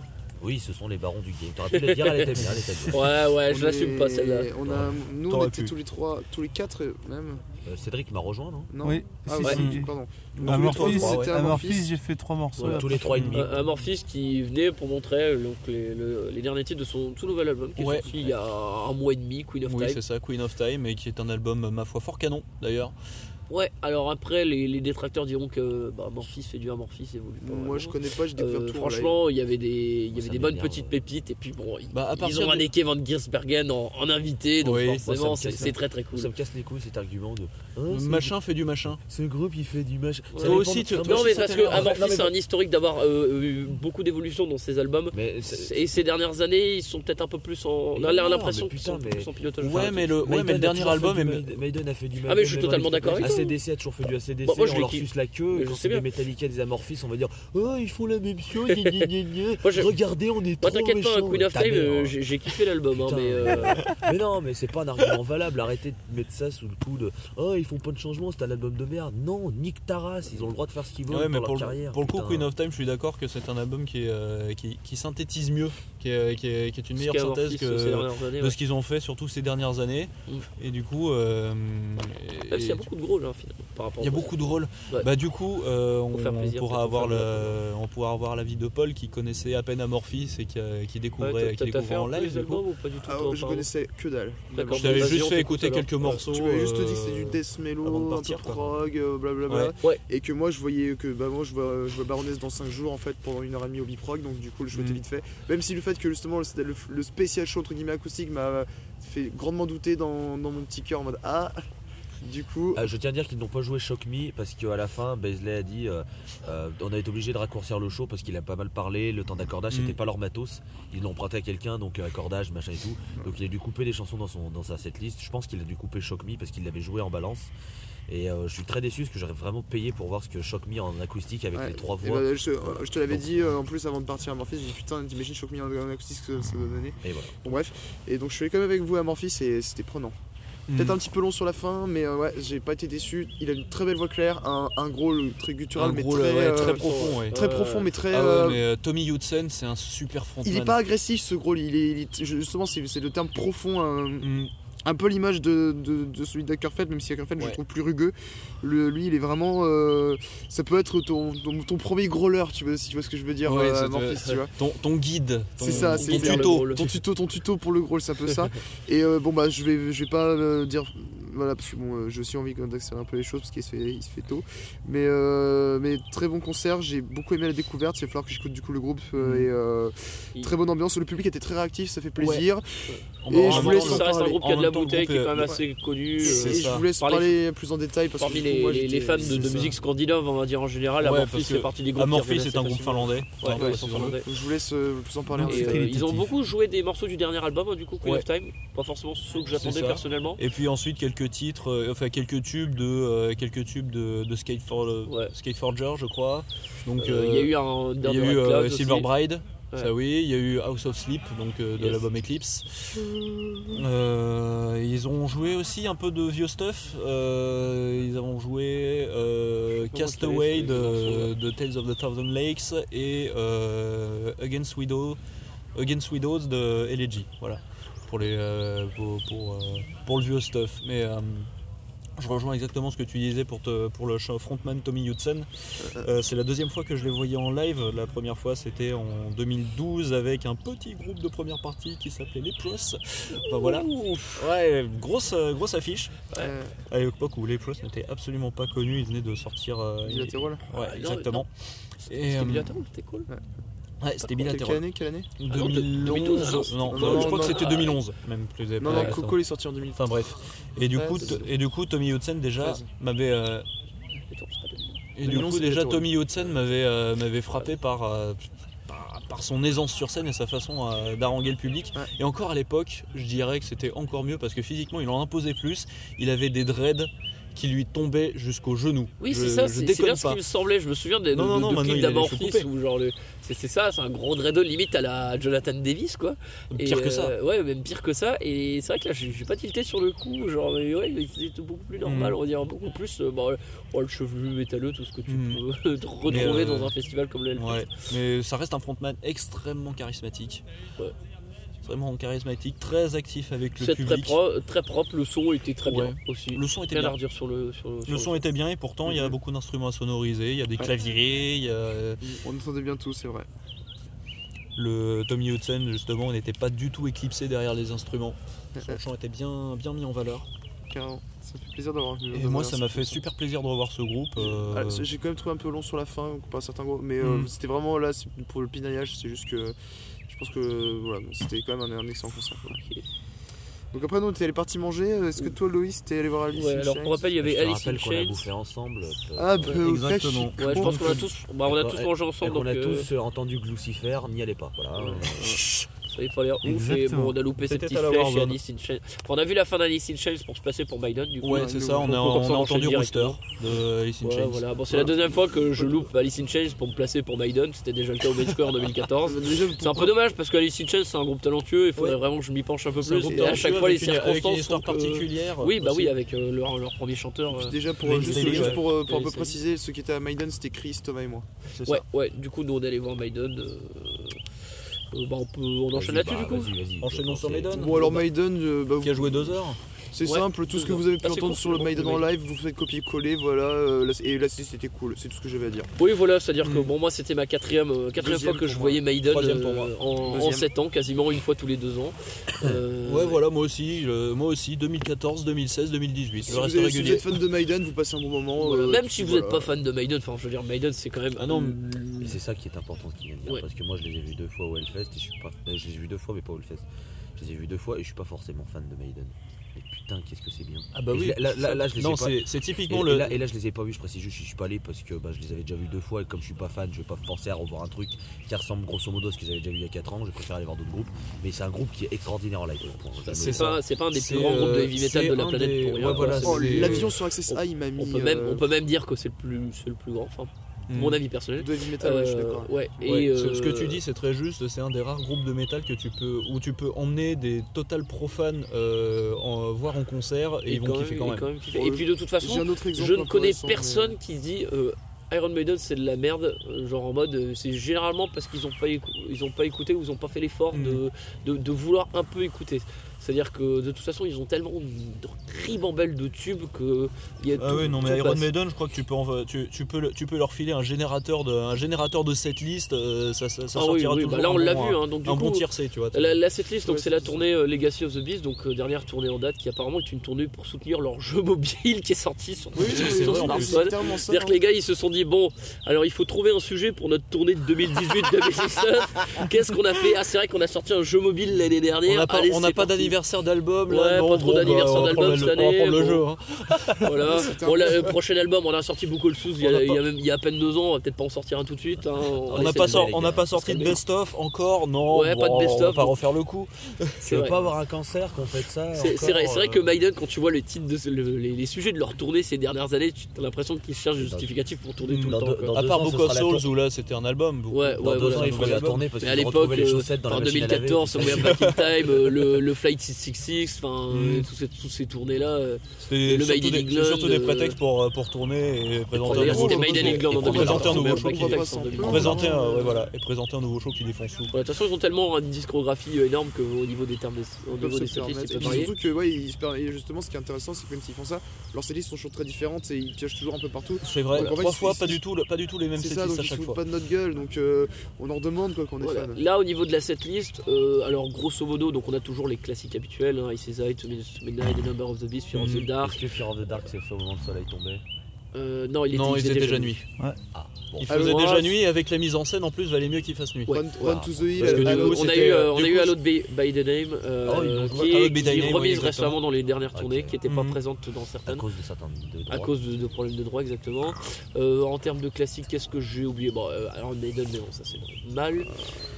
Oui, ce sont les barons du game. T'aurais pu le dire, elle était bien, elle était bien.
Ouais, ouais,
on
je l'assume
est-
pas celle-là.
On a, nous on
T'aurais
était
pu.
tous les trois, tous les quatre même.
Euh, Cédric m'a rejoint, non
Non.
Oui,
Ah
si,
ouais,
si.
pardon.
À
tous les trois,
Amorphis,
on était à Amorphis.
j'ai fait trois morceaux.
Voilà,
là.
tous les trois et demi.
Euh,
Un, un Morphis qui venait pour montrer euh, donc, les, le- les derniers titres de son tout nouvel album qui est
Ouais.
sorti il y a un mois et demi, Queen of
Oui,
Time.
c'est ça, Queen of Time, et qui est un album, ma foi, fort canon d'ailleurs.
Ouais, alors après, les, les détracteurs diront que bah, Morphis fait du Amorphis et vous pas
Moi je
vraiment.
connais pas, je
Euh,
découvre tout. en live.
franchement, il y avait des, il y
Ça
avait des bonnes
m'énerve.
petites pépites et puis bon, ils,
Bah, à
ils
partir
ont
de-
un Van Giersbergen en, en invité, donc
Oui,
forcément
ça me
c'est
casse
c'est très très
euh.
cool.
Ça me casse les couilles cet argument de.
Le
Oh, ce
machin fait du machin.
grou- Ce groupe il fait du machin.
Ouais.
Ça
Toi
dépend
aussi,
de-
tu-
Non,
toi
Non
aussi,
mais
ça
parce que
t'énerve.
Amorphis
Non, mais-
c'est un historique d'avoir euh, eu beaucoup d'évolutions dans ses albums.
Mais c'est-
Et ces dernières années, ils sont peut-être un peu plus en. On a
Mais non,
l'impression
mais
qu'ils
putain,
sont
mais-
plus en pilotage.
Ouais, mais
euh,
le, ouais,
Maiden
mais le
a
dernier
toujours
album
fait
est.
du
me-
Maiden- Maiden a fait du Maiden.
Ah, mais je suis
même
totalement
Maiden- Ah,
d'accord avec toi.
ACDC a toujours fait du ACDC.
Bah, moi, je
on
les
leur
kiffe.
suce la
Mais
queue. Et
je
quand
sais
c'est
bien.
des Metallica, des Amorphis, on va dire Oh, ils font la même chose. gna, gna, gna, gna.
Moi, je-
Regardez, on est trop
Moi, t'inquiète pas,
méchants.
Queen of
Ta
Time,
mère.
euh, j'ai j'ai kiffé l'album, hein,
Putain,
mais. euh,
mais non, mais c'est pas un argument valable. Arrêtez de mettre ça sous le coup de Oh, ils font pas de changement, c'est un album de merde. Non, nique Taras, ils ont le droit de faire ce qu'ils veulent
Ouais, mais
pour,
pour,
leur
le-
carrière.
pour le coup,
putain.
Queen of Time, je suis d'accord que c'est un album qui, est, euh, qui, qui synthétise mieux, qui est, qui est- qui est une meilleure
Sky Amorphis,
synthèse que,
ces dernières années,
de
ouais.
ce qu'ils ont fait, surtout ces dernières années.
Mm.
Et du coup, euh,
Même
et-
s'il y a beaucoup de gros là finalement par rapport
il y a
au-
beaucoup de rôles.
Ah, Ouais.
Bah du coup, euh, on,
Pour faire plaisir,
pourra
peut-être,
avoir
pour faire
le, on pourra avoir l'avis de Paul qui connaissait à peine Amorphis et qui, a- qui
Ouais,
découvrait,
t'as-
qui
t'as- t'as
découvrait
fait
en
un peu
live.
les
Du coup.
albums ou pas du tout
Ah,
toi,
je
pardon
connaissais que dalle.
D'accord.
Je t'avais
Vas-y, on
juste fait
t'écoute
écouter
alors.
quelques morceaux.
Tu m'avais juste dit que c'était du
euh,
death
avant de
mellow,
partir,
un peu
quoi.
prog, euh, blablabla.
Ouais.
Et que moi je voyais que bah moi je vois, je vois Baroness dans 5 jours en fait pendant une heure et demie au biprog donc du coup le choix était
Mhm.
vite fait. Même si le fait que justement le, le- le spécial show entre guillemets acoustique m'a fait grandement douter dans, dans mon petit cœur en mode ah du coup
Ah, je tiens à dire qu'ils n'ont pas joué Shock Me parce qu'à la fin, Beasley a dit euh, euh, on a été obligé de raccourcir le show parce qu'il a pas mal parlé. Le temps d'accordage,
Mm.
c'était pas leur matos. Ils l'ont emprunté à quelqu'un, donc euh, accordage, machin et tout. Donc il a dû couper des chansons dans, son, dans sa setlist. Je pense qu'il a dû couper Shock Me parce qu'il l'avait joué en balance. Et euh, je suis très déçu parce que j'aurais vraiment payé pour voir ce que Shock Me en acoustique avec
ouais.
les trois
Eh
Et
voix.
ben,
bah, je, je te l'avais
Donc-
dit euh, en plus avant de partir à Morphis, j'ai dit putain t'imagines Shock Me en en acoustique ce que ça doit donner.
Et voilà.
Bon bref, et donc je suis quand même avec vous à Morphis et c'était prenant.
hmm.
Peut-être un petit peu long sur la fin, mais euh, ouais, j'ai pas été déçu. Il a une très belle voix claire, un, un gros le- très guttural,
Un
mais
gros,
très,
ouais,
euh,
très profond. ouais.
très
Ouais.
profond, mais très.
Ah ouais,
euh,
mais, euh, Tommy Hudson, c'est un super frontman.
Il est pas agressif ce gros, il est, il est- justement c'est c'est le terme profond, un,
Hmm.
un peu l'image de, de- de celui d'Ackerfeld, même si Ackerfeld je
Ouais.
le trouve plus rugueux. Le- lui il est vraiment, euh, ça peut être ton, ton, ton premier growler, tu vois, si tu vois ce que je veux dire,
Ouais,
euh,
ça te-
Memphis, tu vois.
Ton, ton guide, ton,
C'est ça,
ton
c'est-
Vers le
tuto.
rôle.
Ton tuto, ton tuto pour le growl, c'est un peu ça. Et euh, bon bah je vais, je vais pas euh, dire voilà parce que bon euh, j'ai aussi envie quand- d'accélérer un peu les choses parce qu'il se fait, il se fait tôt. Mais euh, mais très bon concert, j'ai beaucoup aimé la découverte. Il va falloir que j'écoute du coup le groupe euh, et euh,
Mm. Il-
très bonne ambiance. Le public était très réactif, ça fait plaisir.
En-
Et
en
je
même
voulais
temps,
en
ça reste un
parler.
groupe
En
qui a de la
même temps, le
bouteille,
groupe
qui est
est-
quand même
ouais.
assez connu.
Et,
euh,
et je vous laisse
Parler-
parler plus en détail parce
Parmi
que pour moi,
les, les- les
j'étais-
fans de, de
c'est ça.
musique scandinave, on va dire en général,
Ouais,
Amorphis
parce que
fait partie des groupes. qui
Amorphis,
reviennent
c'est
assez
un groupe
facilement.
finlandais.
Ouais,
Enfin,
ouais,
ils
ils sont
sont
finlandais.
Je vous laisse euh, plus en parler.
Donc,
en
Et,
c'est
détail.
euh, ils ont
qualitatif.
beaucoup joué des morceaux du dernier album, hein, du coup, Queen
Ouais.
of Time. Pas forcément ceux que
C'est
j'attendais
ça.
personnellement.
Et puis ensuite quelques titres, euh, enfin quelques tubes de euh, quelques tubes de, de Skate for euh,
Ouais.
Skate Forger, je crois. Donc
Euh, Il y a eu un
il y a
dernier
eu,
Red
euh,
Cloud aussi.
Silver Bride,
Ouais.
ça oui. Il y a eu House of Sleep, donc euh, de
Yes.
l'album Eclipse. Euh, ils ont joué aussi un peu de vieux stuff. Euh, ils ont joué euh,
Je sais pas moi qui
Castaway
l'ai, c'est
de,
les
de Tales of the Thousand Lakes et euh, Against Widow, Against Widows de Elegy. Voilà pour les euh, pour pour, euh, pour le vieux stuff. Mais euh, Je rejoins exactement ce que tu disais pour, te- pour le ch- frontman Tommy Hudson. Euh, c'est la deuxième fois que je les voyais en live. La première fois, c'était euh, en 2012 avec un petit groupe de première partie qui s'appelait Les Pros. Enfin, voilà. Ouais, grosse, euh, grosse affiche. Ouais. À l'époque où Les Pros n'étaient absolument pas connus, ils venaient de sortir. euh,
Bilatéral.
Ouais,
Ah, non,
exactement.
non.
euh,
C'était bilatéral, c'était cool.
Ouais, c'était
Quelle
bilatéral.
année, quelle année
Ah non,
2012 Non,
Non, non,
je crois que
non,
c'était
ah,
2011 même plus
Non, non,
exactement.
Coco il est sorti en 2000.
Enfin bref. Et du coup,
Treize.
et du coup Tommy Hudson déjà
Treize.
m'avait euh, et du
2011,
coup
c'est
déjà
bientôt,
Tommy Hudson m'avait euh, m'avait frappé par, euh, par par son aisance sur scène et sa façon euh, d'haranguer le public. Et encore à l'époque, je dirais que c'était encore mieux parce que physiquement, il en imposait plus, il avait des dreads qui lui tombaient jusqu'aux genoux.
Oui,
Je-
c'est ça,
je
c'est c'est
déconne
bien ce
pas.
qui me semblait. Je me souviens des
Non, non, non,
de, de,
maintenant,
clips
il a les
d'Amorphis
cheveux coupés.
où genre le- c'est c'est ça, c'est un gros dread limite à la Jonathan Davis quoi. euh,
Pire que ça.
Ouais, même pire que ça. Et c'est vrai que là, j'ai j'ai pas tilté sur le coup. Genre, mais ouais, c'était beaucoup plus normal,
Mhm.
on dirait beaucoup plus euh, bon, euh, oh, le chevelu métalleux, tout ce que tu peux te retrouver
Mais, euh,
dans un festival comme le Hellfest.
Ouais, mais ça reste un frontman extrêmement charismatique.
Ouais.
Vraiment charismatique, très actif avec le
C'est très,
public.
pro- très propre, le son était très
Ouais.
bien aussi.
Le son était
Rien
bien.
à redire sur le, sur le- sur
Le son était bien et pourtant il y a beaucoup d'instruments à sonoriser, il y a des
Ouais.
claviers, il y a euh,
On entendait bien tout, c'est vrai.
le Tommy Hudson justement, il n'était pas du tout éclipsé derrière les instruments. Son chant était bien, bien mis en valeur.
Carrément. Ça me fait plaisir d'avoir vu.
Et moi ça m'a fait super plaisir de revoir ce groupe. euh,
Ah, c'est- J'ai quand même trouvé un peu long sur la fin, pas certains gros, mais euh,
Mm.
c'était vraiment là c'est pour le pinaillage, c'est juste que je pense que voilà, bon, c'était quand même un, un excellent concert. quoi. Donc après, nous, t'es allé parti manger. euh, Est-ce que toi, Loïs, t'es allé voir Alice
Ouais,
in
alors,
Chains
pour rappel, il y avait
Je te
eh ben, Alice
rappelle
in
qu'on a
Chains.
bouffé ensemble.
Ah, bah,
euh,
exactement.
Ouais, je pense qu'on a tous, bah, on a tous mangé ensemble.
On a
donc, euh,
tous euh, entendu Glucifer, n'y allez pas. Voilà.
Ça avait pas l'air ouf et
Exactement.
bon, on a loupé ces
C'était
petits
à la
flèches et
Warzone.
Alice in Chains. Enfin, on a vu la fin d'Alice in Chains pour se passer pour Biden du coup.
Ouais, c'est ça, on a, on a entendu Rooster de Alice in
Ouais,
Chains.
voilà. Bon, c'est la deuxième fois que je loupe Alice in Chains pour me placer pour Maiden. C'était déjà le cas au Main Square en 2014. c'est un peu dommage parce que Alice in Chains, c'est un groupe talentueux. Il faudrait vraiment que je m'y penche un peu
C'est un
plus.
groupe
Et à
talentueux
chaque fois, les
avec une- avec une
circonstances.
histoire
font que-
particulière
Oui, bah
aussi.
oui, avec euh, leur, leur premier chanteur. euh,
Déjà pour,
Bah,
Lane
juste,
Staley,
juste
ouais.
pour, euh, pour un
Lane
peu
Staley.
préciser, ceux qui étaient à Maiden, c'était Chris, Thomas et moi.
Ouais, ouais. Du coup, nous, on est allé voir Maiden. euh, euh, bah, on, peut, on
Vas-y,
enchaîne là-dessus
bah,
du coup.
vas-y, vas-y.
Enchaînons sur Maiden.
Bon alors Maiden, euh, bah,
qui a joué deux heures.
c'est
Ouais,
simple, tout ce que
deux
vous avez pu
heures. Ah, c'est
entendre
court,
sur le
c'est
Maiden
bon,
en
oui.
live, vous faites copier-coller, voilà, euh, la- et la c'était cool, c'est tout ce que j'avais à dire.
Oui, voilà, c'est-à-dire
Hmm.
que bon, moi c'était ma quatrième, euh, quatrième
Deuxième
fois que je
pour
voyais Maiden
Troisième
euh,
pour moi.
en, en
Deuxième.
7 ans, quasiment une fois tous les deux ans. Euh,
Ouais, voilà, moi aussi, je- moi aussi, 2014, 2016, 2018.
Si
je
vous,
reste
avez- si vous
régulier.
êtes fan de Maiden, vous passez un bon moment.
voilà.
euh,
Même si vous n'êtes
voilà.
pas fan de Maiden, enfin je veux dire, Maiden c'est quand même. Hmm,
Ah non,
Et c'est ça qui est important ce qu'il vient de dire
Ouais.
parce que moi je les ai vus deux fois au Hellfest et je suis pas euh, je les ai vus deux fois mais pas au Hellfest. Je les ai vus deux fois et je suis pas forcément fan de Maiden. Mais putain qu'est-ce que c'est bien.
Ah bah
Et je
oui,
l'ai- là, là, là, je les
Non,
ai pas.
c'est- c'est typiquement
et,
le-
et là, et là, je les ai pas vus, je précise juste je suis pas allé parce que bah, je les avais déjà vus deux fois et comme je suis pas fan je vais pas penser à revoir un truc qui ressemble grosso modo à ce que j'avais déjà vu il y a 4 ans, je préfère aller voir d'autres groupes. Mais c'est un groupe qui est extraordinaire en live. Bon, je
Bah, c'est
le-
pas, c'est pas un des
C'est,
plus grands
euh,
groupes de heavy metal
c'est
de la
un
planète
des-
pour rien.
ouais, voilà,
Oh,
c'est-
L'avion sur Access High, il m'a mis.
On peut, même,
euh,
on peut même dire que c'est le plus, c'est le plus grand, enfin,
Hmm. Ah
mon avis personnel.
de heavy metal, ouais, je suis
Euh,
d'accord.
ouais, et
Ouais, ce- Ce que
euh,
tu dis, c'est très juste. C'est un des rares groupes de métal que tu peux, où tu peux emmener des total profanes euh, en, voir en concert et, ils vont kiffer quand
et
même.
kiffer. Et puis de toute façon,
J'ai un autre exemple
je ne connais
intéressant, mais-
personne qui dit euh, Iron Maiden c'est de la merde, euh, genre en mode euh, c'est généralement parce qu'ils n'ont pas, écou- ils ont pas écouté ou ils n'ont pas fait l'effort
Hmm.
de, de, de vouloir un peu écouter. C'est-à-dire que de toute façon ils ont tellement de ribambelle de tubes que il y a
Ah
tout-
ouais, non
tout
mais Iron
passe.
Maiden, je crois que tu peux, en- tu, tu peux, le- tu peux leur filer un générateur de, un générateur de setlist. euh, ça, ça, ça
Ah oui,
sortira
oui,
toujours
bah là,
un
on l'a
bon-
vu, hein,
un-
donc du
un
coup,
bon tiercé, tu vois.
La, la setlist, donc
Ouais,
c'est la
c'est ça.
tournée euh, Legacy of the Beast, donc euh, dernière tournée en date qui apparemment est une tournée pour soutenir leur jeu mobile qui est sorti sur,
Oui, oui,
sur
c'est vrai, en plus,
smartphone.
c'est tellement ça, hein.
C'est-à-dire que les gars ils se sont dit bon, alors il faut trouver un sujet pour notre tournée de 2018-2019. Qu'est-ce qu'on a fait Ah c'est vrai qu'on a sorti un jeu mobile l'année
On
dernière.
n'a pas,
Allez,
on
c'est
n'a pas
parti.
d'anniversaire d'album. là,
Ouais,
non,
pas trop
bon, bah,
d'anniversaire
on va
d'album
prendre
cette
le-
année.
On va prendre le
bon.
jeu. hein.
Voilà.
C'était un
Bon,
peu-
là, le prochain album, on a sorti beaucoup le sous il y,
On
a,
a
il y a
pas-
même, il y a à peine deux ans, on va peut-être pas en sortir un tout de suite. hein.
On n'a
essaie
pas,
de-
sor-
les
on n'a
gars,
pas sorti
serait
de
bien.
best-of encore, non
Ouais, pas de
bon, On va
best-of,
pas
donc-
refaire le coup.
Tu
C'est
veux
vrai.
pas avoir un cancer qu'on fait de ça
C'est c'est vrai,
encore,
c'est vrai
euh,
que Maiden, quand tu vois le titre de ce- le- les, les sujets de leur tournée ces dernières années, tu as l'impression qu'ils cherchent des
Dans-
justificatifs pour tourner
Mm,
tout le
dans
temps.
deux-
quoi.
dans
à part
ans, ce
Book of
sera la
Souls où là c'était un album. Book-
Ouais,
Dans
ouais,
deux
voilà.
ans, il faut
Mais
la
à
tourner parce
Mais à
qu'ils ont
l'époque,
retrouvé les
euh,
chaussettes dans
en
la machine à laver.
2014, Somewhere Back in Time, euh, le, le Fly Flight 666, enfin,
Mm.
euh, tous ces, tous ces tournées-là. euh,
C'était
le
surtout,
Made in
des-
England,
surtout des
euh,
prétextes pour, euh, pour tourner et présenter un
d'ailleurs,
nouveau
c'était
show.
Made in
et-
England en
et présenter un
2014,
nouveau
mais
show.
après, prétexte en 2014.
Présenter un-
euh,
ouais, voilà, Et présenter un nouveau show qui défonce tout.
Bon, de toute façon, ils ont tellement une discographie énorme qu'au niveau des termes, des- au
Ils peuvent
niveau
se
des
le permettre.
statistiques,
Et
c'est
puis
pas varié.
surtout que, ouais, ils se per- et justement, ce qui est intéressant, c'est que même s'ils font ça, leurs stylistes sont toujours très différentes et ils piochent toujours un peu partout.
C'est vrai,
Donc, en fait,
trois
ils-
fois,
ils-
pas du tout, le- pas du tout les mêmes
C'est ça,
setlists
donc
à
ils se
chaque
foutent
fois.
pas de notre gueule, donc euh, on en demande quoi qu'on est
Voilà.
fan.
Là, au niveau de la setlist, euh, alors grosso modo, donc on a toujours les classiques habituels hein, Ice is High, Two Minutes to Midnight, The Number of the Beast, Fear of the Dark.
Est-ce que Fear of the Dark c'est fait au moment où le soleil tombait
Euh, non, il était,
Non, il
il faisait
était déjà nuit.
Ouais. Ah, bon.
Il
Alors,
faisait
moi,
déjà
c'est-
nuit, et avec la mise en scène en plus, valait mieux qu'il fasse nuit.
Ouais.
Run, Run to the Hill,
Parce que du
à l'autre-
coup,
on a
c'était,
eu, euh,
euh,
on
du
a eu
coup,
Hallowed by, by the Name, euh,
Ah oui, ils ont joué
qui est,
Hallowed by
qui
the
est
Name, oui,
remise
exactement.
récemment dans les dernières tournées, qui n'était pas
Mhm.
présente dans
À
certaines.
cause de certains de
Hein À
droits.
cause de, de problèmes de droit, exactement. Euh, en termes de classique, qu'est-ce que j'ai oublié Bon, euh, alors Maiden, mais bon, ça c'est normal.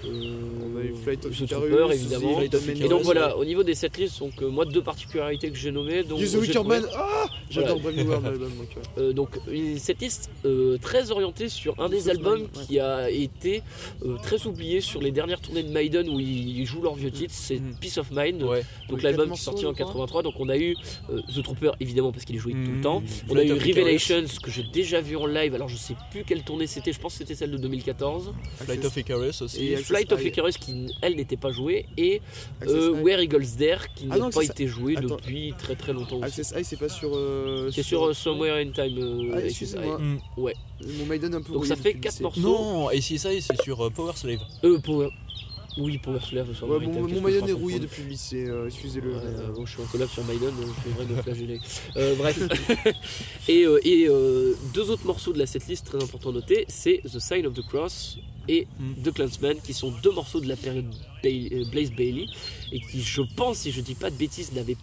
Euh,
On a eu Flight of
The
Icarus,
Trooper, évidemment.
Flight of
Et donc
Icarus,
voilà, au niveau des setlists, donc euh, moi deux particularités que j'ai nommées. Donc,
Use the
j'ai
Wicker
trouvé-
Man, ah J'adore Brave New World, l'album, donc, euh,
euh, donc une setlist euh, très orientée sur un des
Sauf
albums
Maiden, ouais.
qui a été euh, très oublié sur les dernières tournées de Maiden où ils, ils jouent leurs vieux titres, c'est
Mm.
Peace of Mind.
Ouais.
Donc
Avec
l'album
quatre
qui est sorti
morceaux,
en
je crois.
83, donc on a eu euh, The Trooper évidemment parce qu'il est joué tout le
Mm.
temps. On a
Flight
eu
of Icarus.
Revelations que j'ai déjà vu en live, alors je sais plus quelle tournée c'était, je pense que c'était celle de 2014.
Flight of Icarus aussi.
Et- Access
Flight of
High.
Icarus qui elle n'était pas jouée et
Access
euh,
High.
Where Eagles Dare qui
Ah
n'a
non,
pas
c'est ça.
été joué
Attends.
depuis très très longtemps. aussi.
Access High, c'est pas sur. euh,
C'est sur euh, Somewhere in Time. euh,
Ah,
SSI.
excusez-moi.
Mm.
Ouais.
Mon Maiden un peu.
Donc ça
rouillé
fait
depuis le
4
lycée.
morceaux.
Non, et si ça, c'est sur euh, Power Slave.
Euh, Power. Oui, Power Slave. sur
Ouais,
Maiden,
mon,
qu'est-ce
mon
que
Maiden
je
est
raconte
rouillé depuis le lycée, euh, excusez-le.
Ouais,
mais,
euh,
euh,
bon, je suis en collab sur Maiden, donc je devrais me flageller. Euh, bref. et euh, et, euh, deux autres morceaux de la setlist très important à noter c'est The Sign of the Cross et
Hmm.
Mm.
The Clansman, qui sont deux morceaux de la période Bailey- euh, Blaze Bailey, et qui, je pense, si je dis pas de bêtises, n'avaient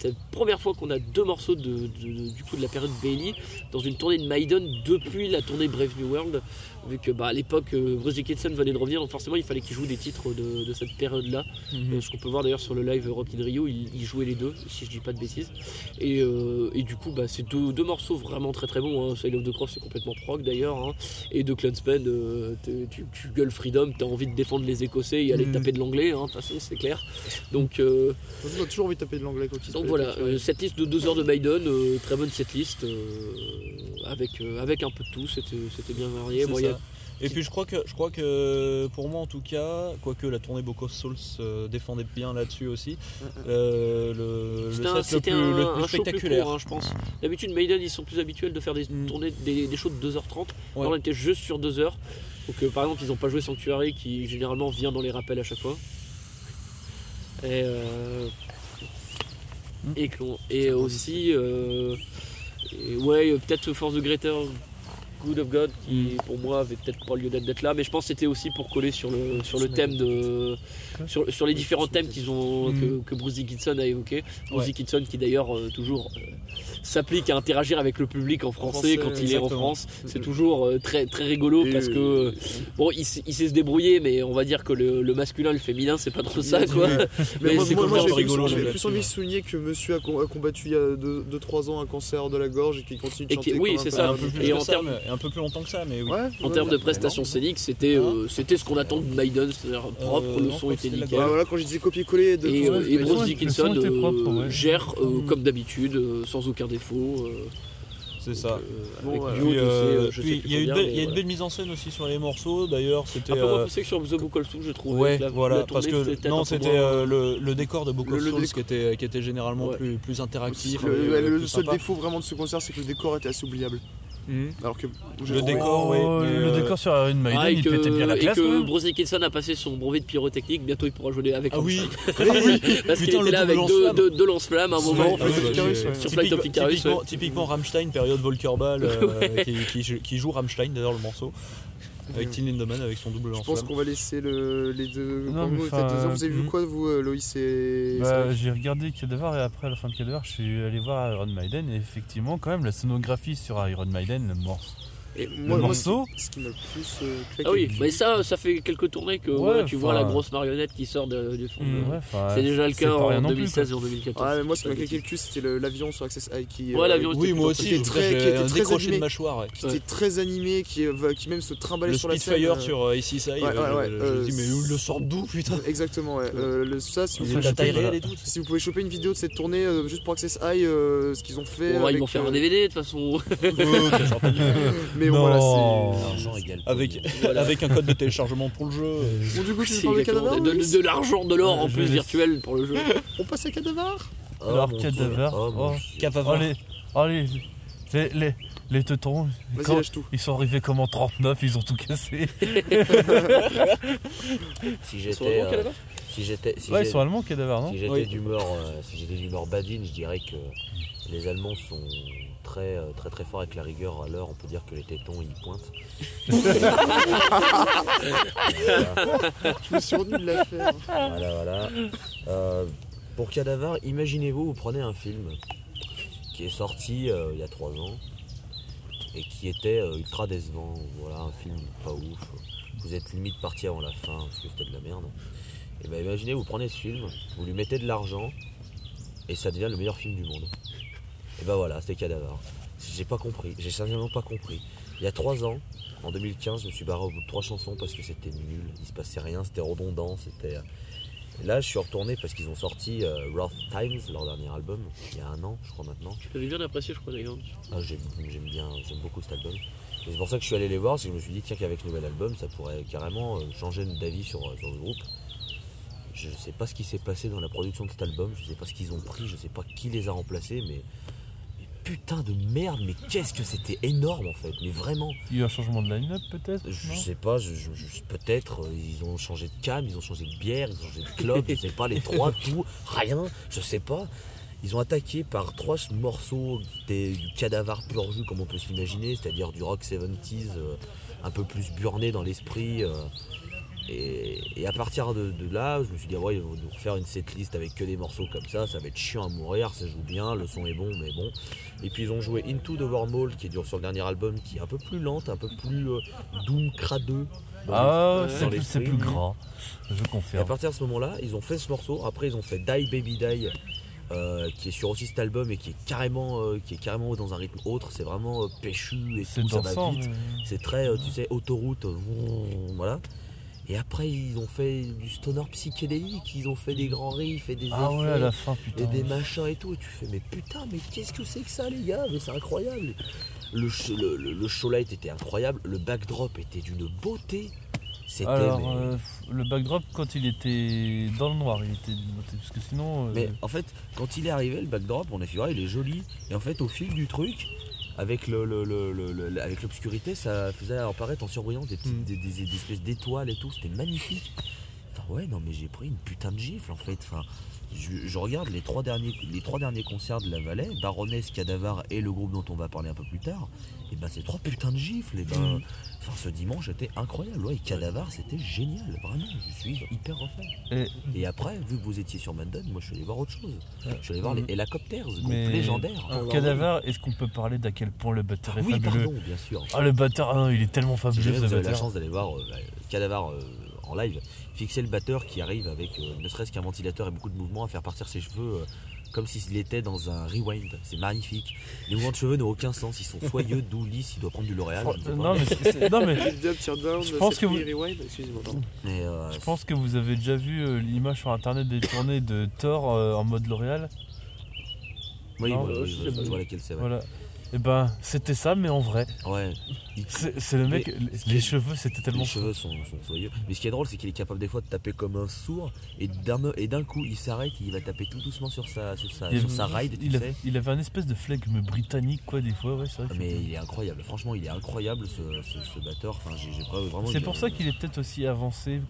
c'est la première fois qu'on a deux morceaux de, de- de- du coup de la période Bailey dans une tournée de Maiden depuis la tournée Brave New World vu que bah, à l'époque euh, Bruce Dickinson venait de revenir donc forcément il fallait qu'il joue des titres de, de cette période là euh, Ce qu'on peut voir d'ailleurs sur le live Rock in Rio, il, il jouait les deux, si je dis pas de bêtises. Et, euh, et du coup, bah, c'est deux, deux morceaux vraiment très très bons. Hein. Side of the Cross, c'est complètement prog d'ailleurs. hein. Et de Clansman, euh, t'es- tu, tu gueules Freedom, t'as envie de défendre les Écossais et aller
Mhm.
taper de l'anglais, hein, de toute façon, c'est clair. Donc, euh,
On a toujours envie de taper de l'anglais quand il
donc voilà, euh, cette liste de deux heures de Maiden, euh, très bonne cette liste, avec, euh, avec un peu de tout, c'était c'était bien varié.
C'est
Bon, il y a-
ça. Et puis je crois que je crois que pour moi en tout cas, quoique la tournée Book of Souls se défendait bien là-dessus aussi,
Mm,
euh, le, le
C'était un-
set le
C'était
plus, le
un, un
plus
show plus
spectaculaire.
court, hein, je pense. D'habitude, Maiden, ils sont plus habituels de faire des
Mm.
tournées, des, des shows de 2h30.
Ouais.
Là, on était juste sur 2h. Donc, euh, par exemple, ils n'ont pas joué Sanctuary, qui généralement vient dans les rappels à chaque fois. Et, euh,
Mm.
et, que l'on- et aussi, euh, et ouais, euh, peut-être Force the Greater Good of God,
Mm.
qui pour moi avait peut-être pas lieu d'être d'être là, mais je pense que c'était aussi pour coller sur le, sur le thème de. Sur, sur les différents thèmes qu'ils ont, que, que Bruce Dickinson a évoqué. Bruce
Ouais.
Dickinson qui d'ailleurs euh, toujours euh, s'applique à interagir avec le public en français,
français,
quand il est en
exactement.
France. C'est toujours euh, très, très rigolo parce que. euh, Bon, il, sait- il sait se débrouiller, mais on va dire que le, le masculin, le féminin, c'est pas trop ça, quoi.
Mais moi,
c'est
moi, moi,
complètement
j'ai
rigolo,
plus- j'avais
le
plus
film.
envie de souligner que monsieur a, com- a combattu il y a 2-3 ans un cancer de la gorge et qu'il continue de
Et qui-
chanter.
oui,
comme
c'est
un taré.
ça.
un peu plus
Et
que
en
ça,
termes-
mais- et un peu plus longtemps que ça, mais oui.
Ouais,
En
ouais,
termes de
ouais.
prestations scéniques, c'était euh, c'était ce qu'on attendait de Maiden, c'est-à-dire propre,
Euh,
le
non,
son
je crois que
était
c'était la
nickel.
Bah, voilà, quand je disais copier-coller de
Et,
tout,
euh,
ouais,
et
mais-
Bruce
Ouais,
Dickinson
son était
euh,
propre, ouais.
gère euh, comme d'habitude, euh, sans aucun défaut. euh,
C'est ça.
donc, euh,
Bon,
avec
ouais.
du haut,
Puis,
je sais,
euh,
euh, je sais
puis,
plus
il y a eu une
combien,
belle- il y a
mais
une
voilà.
belle mise en scène aussi sur les morceaux. D'ailleurs, c'était
Un peu moins
euh,
poussé que sur The Book of Souls, je trouve.
Ouais,
avec la-
voilà,
la
parce
tournée,
que
peut-être un
non,
peu
c'était
moins-
euh, le, le décor de Book of
Le- le
Souls
décor.
qui était, qui était généralement
Ouais.
plus, plus interactif.
Le,
et,
ouais,
euh,
le
plus
seul
sympa.
défaut vraiment de ce concert, c'est que le décor était assez oubliable.
Mhm.
Alors que
Le décor, oui.
Oh,
mais,
le
euh,
décor sur Iron Maiden,
Ah, et
il
que,
pétait bien la
et
classe.
que
quand même.
Bruce Dickinson a passé son brevet de pyrotechnique, bientôt il pourra jouer avec
Ah
nous.
oui,
Parce qu'il
Putain,
était
le
là
double
avec deux,
lance-flamme.
deux, deux lance-flammes à un moment.
Ah oui, bah, c'est-
ouais.
Sur Flight of Icarus,
Typiquement,
ouais.
typiquement Rammstein, période Volkerball, euh, qui, qui- qui joue Rammstein d'ailleurs le morceau, avec Tin Lindemann avec son double
Je
lance
pense qu'on va laisser le- les deux.
Non, mais
Vous
enfin,
deux hommes, vous avez vu
mhm.
quoi, vous, euh, Loïs et.
Bah,
Cyril
j'ai regardé Cadaver et après à la fin de Cadaver, je suis allé voir Iron Maiden et effectivement, quand même, la sonographie sur Iron Maiden, le morceau,
Et
Le morceau
Ce qui m'a le plus. euh, claqué.
Ah oui, mais ça, ça fait quelques tournées que
Ouais,
ouais, tu vois
enfin-
la grosse marionnette qui sort de- du fond.
Mm,
de-
ouais, enfin,
c'est déjà le
c'est
cas
pas rien
en
non plus,
2016 ou en 2014.
Ah, mais moi,
c'est
ce qui m'a claqué le cul, c'était le- l'avion sur Access High qui.
Ouais, l'avion,
Oui, moi aussi,
qui était
je-
très, qui
j'ai
était
un
très
décroché de
animé,
mâchoire. ouais.
qui était très animé, qui, euh, qui même se trimballait
Le
sur la scène.
Spitfire
euh,
sur euh, ACSI,
ouais,
euh,
ouais, ouais,
je-
euh,
je dis, mais où le sort d'où, putain
Exactement, ouais. Euh, le, ça, si
Il
vous,
est de la
pouvez
taille
choper,
réelle et tout.
si vous pouvez choper une vidéo de cette tournée euh, juste pour Access High, euh, ce qu'ils ont fait.
Bon, bah, ils
avec,
vont faire
euh,
un DVD de toute façon.
Mais bon, voilà,
Non.
c'est.
L'argent égale.
Avec, avec un code de téléchargement pour le jeu. euh,
Bon, du coup, tu
C'est
nous parles de
exactement-
Cadavar
de, de-
Maurice
de l'argent, de l'or en
Je
plus
laisse-
virtuel pour le jeu.
On passe à Cadavar
Alors,
Oh, mon
cadaver.
Dieu. Oh, mon
Oh.
Dieu.
Cavavant.
Allez, allez, les, les, les teutons,
Vas-y,
Quand-
lâche tout.
ils sont arrivés comme en 39, ils ont tout cassé.
Si
Ils sont
j'étais.
vraiment
euh,
Cadavar
Si j'étais. Si
Ouais,
j'ai-
ils sont allemands, cadavres, non
Si j'étais
Oui.
d'humeur, euh, si j'étais d'humeur badine, je dirais que les Allemands sont très euh, très très forts avec la rigueur. À l'heure, on peut dire que les tétons ils pointent. voilà,
Je me suis retenu de la faire.
voilà, voilà. Euh, pour Cadavar, imaginez-vous, vous prenez un film qui est sorti euh, il y a trois ans et qui était euh, ultra décevant. Voilà, un film pas ouf. Vous êtes limite parti avant la fin parce que c'était de la merde. Et ben imaginez, vous prenez ce film, vous lui mettez de l'argent et ça devient le meilleur film du monde. Et ben voilà, c'était Cadavar. J'ai pas compris, j'ai sincèrement pas compris. Il y a trois ans, en 2015, je me suis barré au bout de trois chansons parce que c'était nul, il se passait rien, c'était redondant, c'était. euh, Et Là, je suis retourné parce qu'ils ont sorti euh, Rough Times, leur dernier album, il y a un an, je crois maintenant.
J'avais bien apprécié, je crois, d'ailleurs.
Ah, j'aime j'aime bien, j'aime beaucoup cet album. Et c'est pour ça que je suis allé les voir, parce que je me suis dit, tiens, qu'avec ce nouvel album, ça pourrait carrément euh, changer d'avis sur, euh, sur le groupe. Je ne sais pas ce qui s'est passé dans la production de cet album, je ne sais pas ce qu'ils ont pris, je ne sais pas qui les a remplacés, mais, mais putain de merde, mais qu'est-ce que c'était énorme en fait, mais vraiment.
Il y a eu un changement de line-up, peut-être
Je
non
sais pas, je, je- je- peut-être euh, ils ont changé de cam, ils ont changé de bière, ils ont changé de club, je sais pas, les trois, tout, rien, je sais pas. Ils ont attaqué par trois ch- morceaux des- du cadavre pur jus comme on peut s'imaginer, c'est-à-dire du rock 70s euh, un peu plus burné dans l'esprit. euh, et, et à partir de, de là, je me suis dit, ah ouais, ils vont nous refaire une setlist avec que des morceaux comme ça, ça va être chiant à mourir, ça joue bien, le son est bon, mais bon. Et puis ils ont joué Into the Wormhole, qui dure sur le dernier album, qui est un peu plus lente, un peu plus euh, doom cradeux. dans
Ah,
les-
c'est
dans
plus,
Euh, les
c'est plus
streams.
gras. Je
Et à
confirme.
partir de ce moment-là, ils ont fait ce morceau. Après, ils ont fait Die Baby Die, euh, qui est sur aussi cet album et qui est carrément, euh, qui est carrément dans un rythme autre. C'est vraiment euh, péchu et
C'est
tout, ça va
dansant.
vite.
mais-
C'est très, euh, tu sais, autoroute, euh, vroom, voilà. Et après, ils ont fait du stoner psychédélique, ils ont fait des grands riffs et des
Ah ouais,
effets
à la fin,
et
putain.
des machins et tout. Et tu fais, mais putain, mais qu'est-ce que c'est que ça, les gars Mais c'est incroyable. Le, sh- le, le- le showlight était incroyable, le backdrop était d'une beauté. C'était.
Alors,
mais-
euh, le backdrop, quand il était dans le noir, il était. Parce que sinon. euh,
Mais en fait, quand il est arrivé, le backdrop, on a fait, ouais, il est joli. Et en fait, au fil du truc, avec le, le- le- le- le- avec l'obscurité, ça faisait apparaître en surbrillance des, petites- des- des- des espèces d'étoiles et tout. C'était magnifique. Enfin, ouais, non, mais j'ai pris une putain de gifle en fait. Enfin, je, je regarde les trois, derniers, les trois derniers concerts de la Vallée, Baroness, Cadavar et le groupe dont on va parler un peu plus tard. Et ben, ces trois putains de gifles. Et ben, enfin, ce dimanche était incroyable. Ouais, et Cadavar, c'était génial. Vraiment, je suis hyper refait.
Et-
Et après, vu que vous étiez sur Mandan, moi je suis allé voir autre chose.
Ouais.
Je suis allé voir les Helicopters, groupe
Ah. Mm. Mais-
légendaire.
Pour Cadaver, est-ce qu'on peut parler d'à quel point le batteur est
Ah oui,
fabuleux
pardon, bien sûr.
Ah, le batteur, ah non, il est tellement
Si
fabuleux
jamais
ce
vous avez la
batteur.
chance d'aller voir euh, bah, Cadavar euh, en live, fixer le batteur qui arrive avec euh, ne serait-ce qu'un ventilateur et beaucoup de mouvements à faire partir ses cheveux euh, comme s'il était dans un rewind. C'est magnifique. Les mouvements de cheveux n'ont aucun sens. Ils sont soyeux, doux, lisses. Il doit prendre du L'Oréal. je ne sais pas.
Non, mais, c'est- c'est- non, mais
Lift up, tear down,
Je pense
set
que
free, rewind. Excusez-moi, pardon.
Mais, euh,
Je pense que vous avez déjà vu euh, l'image sur internet des tournées de Thor euh, en mode L'Oréal.
Oui,
Non,
oui,
euh,
oui,
je
je,
sais
je
pas.
vois laquelle c'est. ouais.
Voilà. Et ben, c'était ça, mais en vrai.
Ouais. Il-
C'est c'est le mec, les, les cheveux, c'était tellement
Les
chaud.
cheveux sont, sont soyeux. Mais ce qui est drôle, c'est qu'il est capable des fois de taper comme un sourd et d'un et d'un coup, il s'arrête et il va taper tout doucement sur sa sur sa,
Il,
sur sa ride, tu
il a-
sais. Ah,
il avait un espèce de flegme britannique, quoi, des fois, ouais, c'est vrai. que-
Mais il est incroyable. Franchement, il est incroyable ce, ce, ce batteur. Enfin, j'ai j'ai vraiment.
C'est
une-
pour ça qu'il est peut-être aussi avancé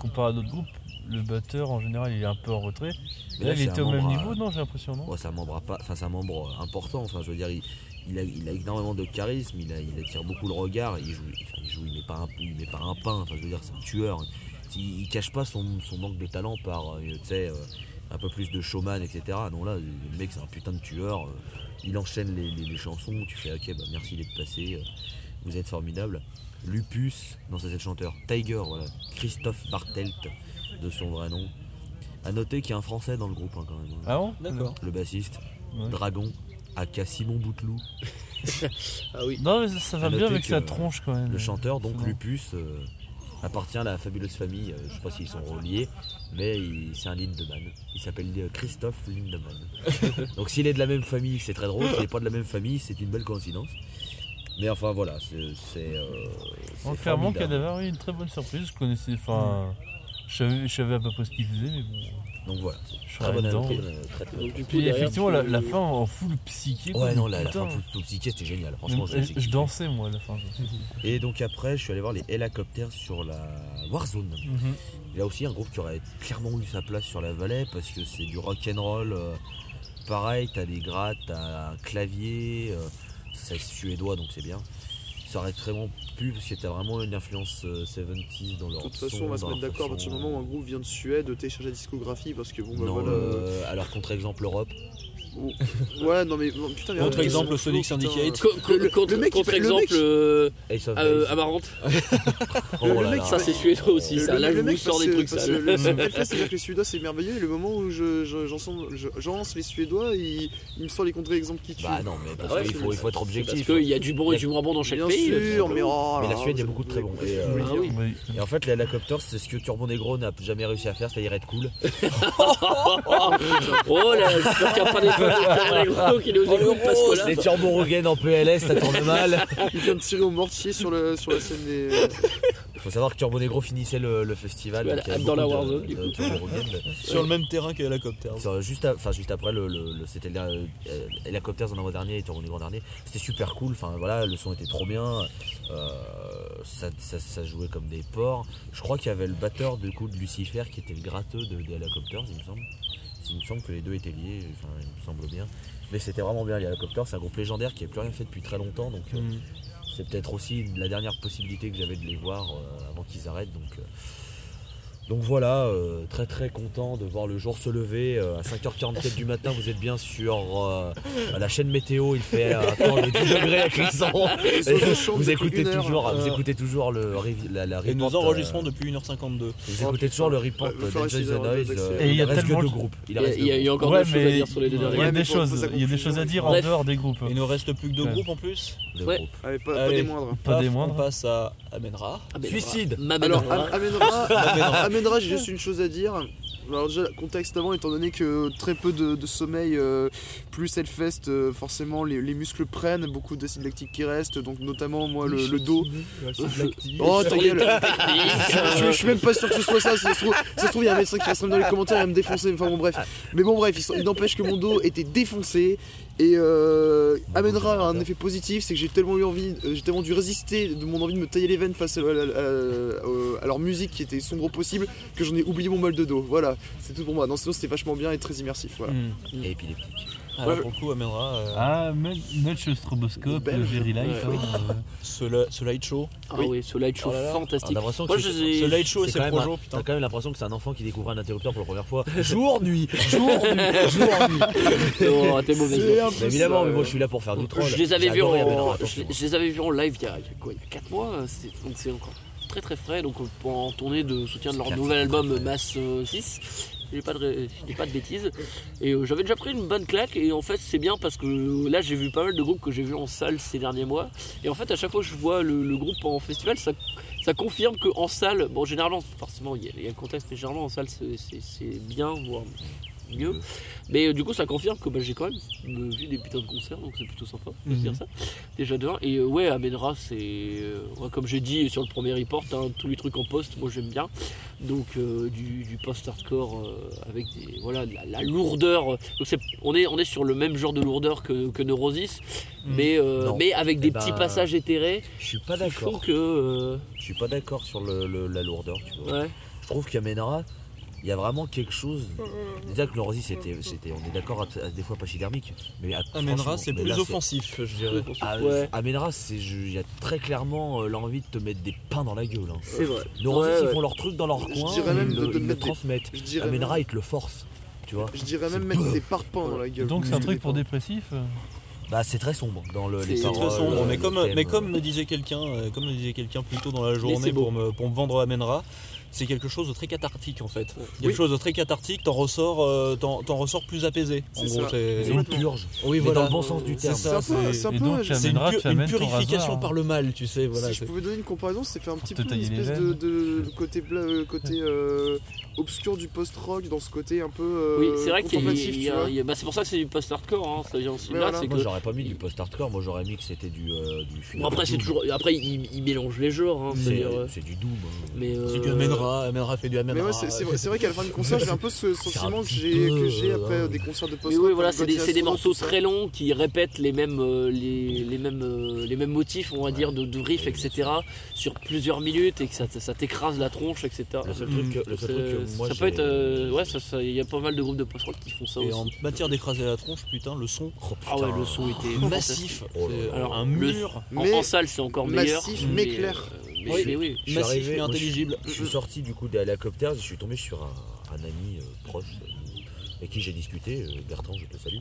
comparé à d'autres groupes. Le batteur, en général, il est un peu en retrait.
Mais là,
Là, il
c'est
était
un
au même
membre à-
niveau, non, j'ai l'impression, non
Ouais, c'est un membre à pas- enfin, c'est un membre euh, important. Enfin, je veux dire, il, il a, il a énormément de charisme. Il, a- il attire beaucoup le regard. Il joue, enfin, il joue, il met pas un, il met pas un pain. Enfin, je veux dire, c'est un tueur. Il, il cache pas son, son manque de talent par, euh, tu sais, euh, un peu plus de showman, etc. Non, là, le mec, c'est un putain de tueur. euh, Il enchaîne les, les- les chansons. Tu fais, ok, bah, merci d'être passé. euh, vous êtes formidables. Lupus, non, ça c'est le chanteur. Tiger, voilà. Christophe Bartelt, de son vrai nom. A noter qu'il y a un français dans le groupe hein, quand même. hein.
Ah bon D'accord.
Le bassiste,
Ouais.
Dragon, aka Simon Bouteloup.
Ah oui.
Non, mais ça, ça va
À
bien
noter
avec
que
sa tronche quand même.
Le chanteur, donc
Souvent.
Lupus, euh, appartient à la fabuleuse famille. euh, je sais pas s'ils sont reliés, mais il- c'est un Lindemann. Il s'appelle euh, Christophe Lindemann. donc s'il est de la même famille, c'est très drôle. S'il n'est pas de la même famille, c'est une belle coïncidence. Mais enfin voilà, c'est. c'est, euh, c'est
Donc clairement,
formidable.
Cadaver est une très bonne surprise. Je connaissais, enfin, je savais- je savais à peu près ce qu'il faisait, mais bon.
Donc voilà,
Je
très
serais
bonne
dedans.
annonce, euh, très, très bonne
Donc, du
annonce.
coup,
Puis
derrière,
effectivement,
tu-
la, la fin en full psyché. quoi.
Ouais, non, la, la
Putain.
fin tout, tout psyché, c'était génial. Franchement, j'ai-
je,
j'ai
je
kiffé.
dansais moi à la fin.
Et donc après, je suis allé voir les Hélacoptères sur la Warzone.
Mhm.
Il y a aussi un groupe qui aurait clairement eu sa place sur la vallée parce que c'est du rock and roll. euh, pareil, t'as des grattes, t'as un clavier. euh, c'est suédois donc c'est bien. Ça aurait très bon pu parce que t'as vraiment une influence euh, 70s dans
De
leur
toute
son,
façon, on va se
dans
mettre
leur
d'accord à partir
façon-
du moment où un groupe vient de Suède, télécharger la discographie parce que bon, bah
Non,
voilà. euh,
euh, alors contre-exemple Europe.
bon. Ouais, non mais bon, putain, mais
Autre
arrête,
exemple,
c'est
Sonic
flou, putain.
Syndicate.
Co- co-
Le- le
contre-
mec qui fait- le mec
Contre-exemple,
qui-
euh,
Ace of
euh,
Base.
Amarante.
Oh
Ah, le
là
mec
là.
qui
Ça, c'est suédois aussi.
Le-
Ça,
le-
là,
le
je vous
mec
sors
parce
des
que-
trucs
parce
sales.
que le- le fait, c'est-à-dire que les Suédois c'est merveilleux et le moment où je, je- j'en sens- je- j'en lance les Suédois, ils, ils me sortent les contre-exemples qui tuent.
Bah non, mais
Ah
parce
Ouais,
qu'il
c'est-
faut, il faut être
C'est Parce
objectif.
qu'il y a du
Il
bon
y
et
a-
du moins bon dans chaque
Bien
pays.
sûr, mais oh
Mais
là
la
là,
Suède, il y a
vous
beaucoup de
êtes-
très bons. Et,
vous
euh,
voulez
Ah
dire.
oui.
Oui.
Et en fait, les Hélacoptères, c'est ce que Turbo Negro n'a jamais réussi à faire, c'est-à-dire être cool.
Oh là, j'espère qu'il n'y a pas des fans de Gros qui nous écoutent parce que Oh là.
c'est Turbo Rogan en PLS, ça tourne mal.
Il vient de tirer au mortier sur, le, sur la scène des.
Il faut savoir que Turbo Negro finissait le, le festival.
Voilà,
donc il y avait
dans la
beaucoup de-
Warzone, du
de
coup.
Turbo Rogan, mais-
Sur le même terrain que Hélacoptère.
Sur- juste, à- enfin, juste après, le, le- le- c'était le euh, Hélacoptères en avant dernier et Turbo Negro en dernier. C'était super cool, enfin voilà, le son était trop bien. euh, ça, ça- ça jouait comme des porcs. Je crois qu'il y avait le batteur du coup de Lucifer qui était le gratteux de, des Hélacoptères, il me semble. Il me semble que les deux étaient liés, enfin il me semble bien. Mais c'était vraiment bien, les Hélacoptères, c'est un groupe légendaire qui n'a plus rien fait depuis très longtemps, donc euh,
Mm.
c'est peut-être aussi la dernière possibilité que j'avais de les voir euh, avant qu'ils arrêtent. Donc, euh, donc voilà, euh, très très content de voir le jour se lever euh, à 5h44 du matin. Vous êtes bien sur euh, la chaîne météo, il fait euh, un temps de 10 degrés à Clisson.
Ils sont chauds
Vous
depuis
écoutez
une heure.
toujours, vous
Euh.
écoutez toujours le riv- la, la
Et nous
report,
enregistrons
euh,
depuis 1h52.
vous écoutez toujours le report
Ouais,
Euh,
de
va falloir
Enjoy
essayer
the
d'avoir
Noise.
des accès.
euh,
Et il y a
reste que
tellement
deux
de-
groupes.
Il y a-
reste
il y a
deux
eu
groupes.
encore
Ouais,
d'autres choses à
mais-
dire sur les deux
Il y
dernières.
a
Ouais,
des
mais faut- faut
choses,
ça
il y a des
confuse,
choses à
ouais.
dire en
Bref.
dehors des groupes.
Il nous reste plus que deux
Ouais.
groupes en plus.
Deux
Ouais.
groupes.
Allez, pas, pas
Allez.
des moindres.
Pas
Paf,
des
On
moindres.
passe à Amenra.
Suicide.
Mamenra.
Alors, Am- Amenra, Amenra, j'ai juste une chose à dire. Alors déjà, contexte avant, étant donné que très peu de, de sommeil, euh, plus Hellfest, euh, forcément les, les muscles prennent, beaucoup d'acide lactique qui reste, donc notamment moi le, le dos. Oh ta gueule
Ah,
je, je suis même pas sûr que ce soit ça, ça se trouve, ça se trouve, il y a un médecin qui va se remettre dans les commentaires et va me défoncer, enfin bon bref. Mais bon bref, il s- il n'empêche que mon dos était défoncé et euh, amènera un effet positif, c'est que j'ai tellement eu envie, euh, j'ai tellement dû résister de mon envie de me tailler les veines face à, la- à la- à la- à leur musique qui était sombre au possible que j'en ai oublié mon mal de dos. Voilà, c'est tout pour moi. Non sinon c'était vachement bien et très immersif. Voilà.
Mmh.
Hmm.
Et épileptique.
Ah, là, pour le coup, Amenra, euh,
Ah, mais notre stroboscope,
Belge.
le Very Life.
Ouais.
hein,
ce, la- ce light show.
Ah oui, ce light show
Oh là là. On a
fantastique.
l'impression que
Moi,
c'est-
je
Ce
les ai-
light show et
c'est
ses
quand même
projos,
T'as
putain.
quand même l'impression que c'est un enfant qui découvre un interrupteur pour la première fois. Jour, nuit, jour, nuit, jour, nuit.
Non, t'es mauvaise.
un peu
Mais évidemment,
ça,
mais moi
ouais.
je suis là pour faire du troll.
Je les avais
J'ai
vus
adoré Amenra,
en, je,
attention.
les- je les avais vus en live il y a, il y a quoi, il y a 4 mois, hein, c'est- donc c'est encore très très frais. Donc euh, pour en tournée de soutien de leur
Quatre,
nouvel
c'est
album
très frais.
Mass euh, 6, j'ai pas de, ré- j'ai pas de bêtises. Et euh, j'avais déjà pris une bonne claque et en fait c'est bien parce que euh, là j'ai vu pas mal de groupes que j'ai vus en salle ces derniers mois. Et en fait à chaque fois que je vois le, le groupe en festival, ça, ça confirme qu'en salle, bon généralement forcément il y, a- il y a le contexte, mais généralement en salle c'est- c'est c'est bien, voire mieux. Mais euh, du coup, ça confirme que bah, j'ai quand même euh, vu des putains de concerts, donc c'est plutôt sympa de se dire
Mhm.
ça. Déjà de un. Et euh, ouais, Amenra, c'est. euh, ouais, comme j'ai dit sur le premier report, hein, tous les trucs en poste, moi j'aime bien. Donc euh, du, du post-hardcore euh, avec des, voilà, de la, la lourdeur. euh, Donc, c'est- on, est, on est sur le même genre de lourdeur que, que Neurosis, mais, euh,
Mhm. Non.
mais avec des
Eh ben,
petits passages éthérés.
Je suis pas
Je trouve
d'accord.
que. euh,
Je suis pas d'accord sur le- le- la lourdeur. Tu vois.
ouais.
Je trouve qu'Amenra, il y a vraiment quelque chose. Déjà que l'Orosis, c'était, c'était, on est d'accord, à- à des fois pachydermique. Mais à- franchement,
Amenra, c'est
mais
plus
là,
offensif, je dirais.
Ah,
Ouais.
Amenra, c'est, je- il y a très clairement euh, l'envie de te mettre des pains dans la gueule. Hein.
C'est vrai.
L'Orosis,
Ouais,
ils
ouais.
font leur truc dans leur
Je
coin.
dirais
et
même
ils
de-
le-
de
ils le
mettre des-
transmettent.
Je dirais même,
Amenra, ils te le forcent. Tu vois
je dirais même
C'est-
mettre des parpaings dans la
euh.
gueule.
Donc c'est un truc pour
des
dépressif. euh.
Bah c'est très sombre dans le. les
C'est
paroles,
très sombre,
euh,
mais
le
comme,
thème,
mais
euh,
comme me disait quelqu'un, euh, comme me disait quelqu'un plus tôt dans la
c'est
journée
beau.
pour me, pour me vendre Amenra, c'est quelque chose de très cathartique en fait.
Euh,
Quelque
Oui.
chose de très cathartique, t'en ressors, euh, t'en, t'en ressors plus apaisé. En
C'est
gros,
ça.
c'est
C'est euh, une purge.
Oui,
Mais
voilà.
dans le bon sens du terme.
C'est ça,
C'est un peu-
c'est,
c'est un
et
peu-
donc,
tu
c'est une,
amèneras-
pure-
tu
une
amènes ton
purification
rasoir.
par le mal, tu sais. Voilà,
si je
c'est-
pouvais donner une comparaison, c'est fait un petit
te
peu une
tailler les
espèce de,
veines.
de- de côté, bla- euh, côté euh, obscur du post-rock, dans ce côté un peu euh,
Oui, c'est vrai qu'il y a-
contemplatif,
il
tu
y a-
vois.
il y a- bah, c'est pour ça que c'est du post-hardcore, hein, ça vient aussi de
Mais
là,
voilà.
c'est
Moi
que-
j'aurais pas mis du post-hardcore, moi j'aurais mis que c'était du. euh, du
Bon, après, c'est
doom.
toujours. Après, il, il mélange les genres. Hein,
C'est-
c'est-à-dire, euh,
c'est du doom. hein.
Mais. euh,
C'est du Amenra, Amenra fait du
Mais
Amenra.
ouais, c'est- c'est vrai, c'est vrai qu'à la fin du concert, j'ai un peu ce sentiment que
petit
j'ai
peu,
que j'ai après
euh,
euh, des concerts de post-rock.
Mais oui,
comme
voilà, c'est des,
Godzilla
c'est des
Squad,
morceaux
tout ça.
très longs qui répètent les mêmes, euh, les, les mêmes, euh, les mêmes motifs, on va dire, de, de riff, etc., sur plusieurs minutes et que ça, ça t'écrase la tronche, etc.
Le seul
Mm.
truc que- le seul
C'est-
truc que moi,
ça
j'ai-
peut être. euh, ouais, ça- ça- il y a pas mal de groupes de post-rock qui font ça
Et en
aussi.
matière d'écraser la tronche, putain, le son.
Ah ouais, le son était
massif.
Oh là
C'est
là.
Alors,
un
le-
mur.
en-
Mais-
en, salle, c'est encore meilleur.
massif, mais
euh,
clair.
mais, mais oui.
Je suis
Massif,
arrivé,
mais
moi, je-
intelligible.
Je, suis sorti du coup d'hélicoptère, je suis tombé sur un, un ami euh, proche euh, avec qui j'ai discuté, euh, Bertrand, je te salue.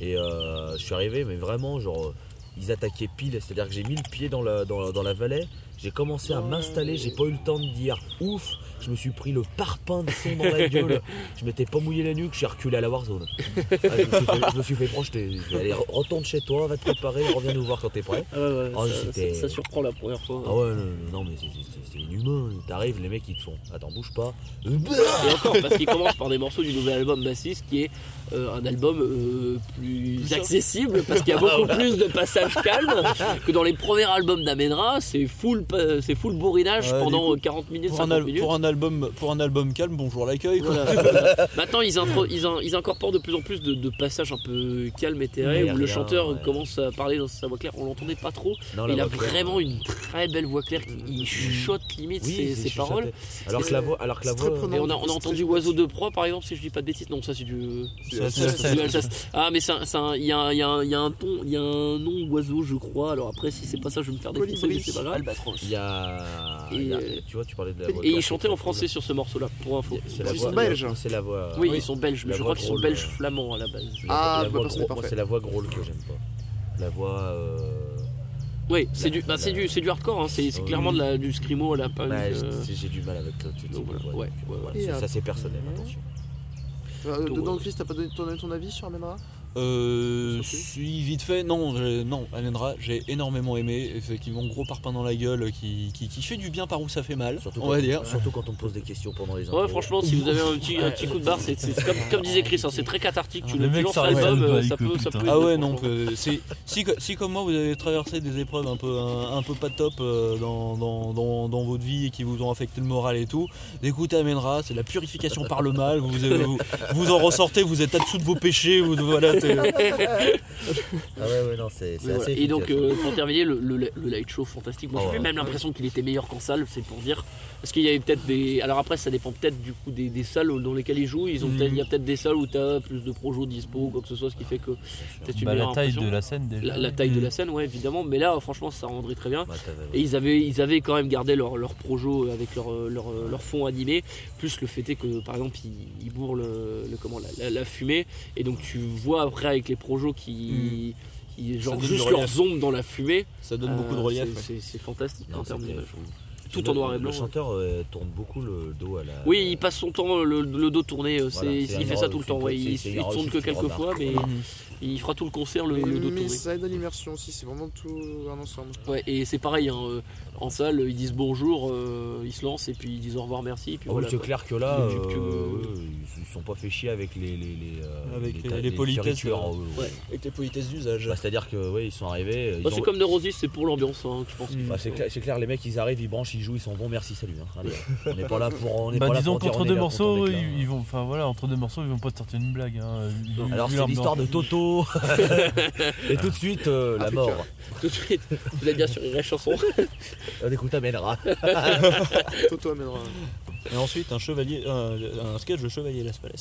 Et euh, je suis arrivé, mais vraiment, genre, euh, ils attaquaient pile, c'est-à-dire que j'ai mis le pied dans la, dans, la- dans la vallée, j'ai commencé à m'installer, j'ai pas eu le temps de dire ouf, je me suis pris le parpaing de son dans la gueule, je m'étais pas mouillé la nuque, je suis reculé à la Warzone. Ah, je, me suis fait, je me suis fait proche, allez, re- retourne chez toi, va te préparer, reviens nous voir quand t'es prêt.
Ah ouais, ouais,
Ah,
ça,
c'était-
ça- ça surprend la première fois.
Ah ouais, non, non, mais c'est- c'est c'est- c'est inhumain. T'arrives, les mecs ils te font. Attends, bouge pas.
Et encore, parce qu'il commence par des morceaux du nouvel album Massis, qui est euh, un album euh, plus accessible, parce qu'il y a beaucoup plus de passages calmes que dans les premiers albums d'Amenra. C'est full, pa- c'est full bourrinage
Ouais,
pendant
du coup,
40 minutes,
Pour un,
50
al-
minutes.
pour un album, pour un album calme, bonjour l'accueil. quoi.
Voilà, voilà. Maintenant, ils, intro- ils in- ils incorporent de plus en plus de, de passages un peu calmes et terrés
Ouais,
où le
rien,
chanteur
ouais.
commence à parler dans sa voix claire. On l'entendait pas trop.
Non, la
mais il a
voix claire,
vraiment
ouais.
une très belle voix claire. qui- Il chuchote limite
Oui, c'est
ses, ses
chuchoté.
paroles.
Alors que la voix. Alors que la
C'est très
voix
prenant.
Et on a, on a entendu Oiseau de Proie par exemple, si je dis pas de bêtises. Non, ça c'est du.
Ça,
C'est
c'est-
du Alsace. Ah, mais c'est un- c'est un- il y, a un- il y a un il y a un ton, il y a un nom oiseau, je crois. Alors après, si c'est pas ça, je vais me faire défoncer, mais
Colibri.
c'est pas grave.
il y a.
Et,
il y a-
euh,
Tu vois, tu parlais de la voix.
Et ils
claire,
chantaient
c'est
en
très
français sur ce morceau-là, pour info.
cool. C'est la
Ils sont
voix-
belges.
C'est la voix.
Oui, ils sont belges, mais
La
je
voix
crois qu'ils sont
drôle, euh.
belges
ouais.
flamands à la base.
la voix-
Ah,
la
bah,
voix gro-
parce que c'est
moi,
parfait.
c'est la voix grôle que j'aime pas. La voix. euh,
Oui, c'est
La-
du, bah, c'est
la-
du, c'est du hardcore, hein, c'est c'est
Oui.
clairement de la- du scrimo à la punk.
bah,
euh,
j'ai- J'ai du mal avec le type de
donc voilà,
voix,
ouais,
donc, euh,
ouais,
voilà,
ouais.
c'est- Ça, c'est personnel, attention.
Euh,
Donc,
Dedans,
ouais.
Chris, t'as pas donné ton, ton avis sur Amenra
Euh,
Ça,
si vite fait, non, j'ai- non, Alendra, j'ai énormément aimé, effectivement, gros parpaing dans la gueule qui, qui, qui fait du bien par où ça fait mal,
Surtout
on va
quand-
dire.
Surtout quand on te pose des questions pendant les
Ouais,
intros.
franchement, si vous avez un petit, un petit coup de barre, c'est c'est comme, comme disait Chris, hein, c'est très cathartique. Tu
Ah, Le
le tu
mec
lances
s'arrête
l'album,
même pas,
euh,
il
ça
peut,
peut, ça
putain.
peut.
Ah
aider,
ouais, non,
franchement.
que- c'est- si, co- si comme moi vous avez traversé des épreuves un peu, un, un peu pas top euh, dans, dans, dans- dans votre vie et qui vous ont affecté le moral et tout, écoutez Amenra, c'est la purification par le mal, vous, vous, vous en ressortez, vous êtes à-dessous de vos péchés, vous voilà, c'est-
Ah ouais, ouais, non, c'est c'est
Mais
assez.
voilà. Et donc,
efficace, hein.
euh, pour terminer, le, le- le light show fantastique. Moi,
Ah
j'avais
ouais.
même l'impression qu'il était meilleur qu'en salle, c'est pour dire. Parce qu'il y avait peut-être des. Alors après, ça dépend peut-être du coup des, des salles dans lesquelles ils jouent. Ils ont
Mhm.
peut-être- il y a peut-être des salles où tu as plus de projos dispo ou quoi que ce soit, ce qui fait que peut-être une
Bah, la
meilleure
taille de
impression.
la scène déjà. Mhm.
La, la taille de la scène, ouais, évidemment. Mais là, franchement, ça rendrait très bien.
Bah, t'avais-
euh, Et ils avaient, ils avaient quand même gardé leur, leur projo avec leur, leur, leur fond animé, plus le fait est que par exemple ils, ils bourrent le, le- comment, la, la- la fumée, et donc tu vois après avec les projos qui, qui genre
donne du
juste
relief.
leurs ombres dans la fumée.
ça donne beaucoup de
Euh,
relief.
c'est- C'est c'est fantastique
Non,
en termes
c'était
de-
fou.
Tout en noir et blanc. hein.
Le chanteur euh, tourne beaucoup le dos à la.
Oui, il passe son temps euh, le, le dos tourné, euh,
Voilà,
c'est-
c'est
il
un
fait ça
erreur,
tout le
c'est une
temps, ouais,
petite-
il,
c'est
il
une erreur
tourne
aussi que
que
tu
quelques fois,
remarques,
mais
voilà.
il fera tout le concert le,
Mais
le dos tourné.
ça aide à l'immersion aussi, c'est vraiment tout un ensemble.
Ouais, et c'est pareil, hein, euh, en salle, ils disent bonjour, euh, ils se lancent et puis ils disent au revoir, merci. Et puis
Ah oui,
voilà,
c'est
quoi.
clair que là,
Ils disent que-
euh, ouais, ils ils sont pas fait chier avec les, les, les, euh,
Avec les-
ta-
les politesses,
fioritures,
euh,
ouais, ouais.
ouais.
Avec les politesses d'usage.
Bah, C'est-à-dire que ouais, ils sont arrivés. euh, ils
Bah,
ont-
c'est comme De Rosis, c'est pour l'ambiance, hein, je pense.
Mm.
Bah, c'est clair, c'est clair, les mecs ils arrivent, ils branchent, ils jouent, ils sont bons, merci, salut. hein. Allez, on n'est pas là pour. On est
Bah
pas là
disons
pour dire,
qu'entre
on est
deux
là pour
morceaux,
ton déclin,
ils,
hein.
ils vont, enfin voilà, entre deux morceaux, ils vont pas te sortir une blague. hein, vu-
Alors
vu
c'est
leur
l'histoire de
bande.
Toto et tout de suite euh, la
Impeccable.
mort.
Tout de suite, vous êtes bien sur une vraie chanson.
On Euh, écoute Amenra.
Toto amènera.
Et ensuite un chevalier, un, un sketch de chevalier Las Palais.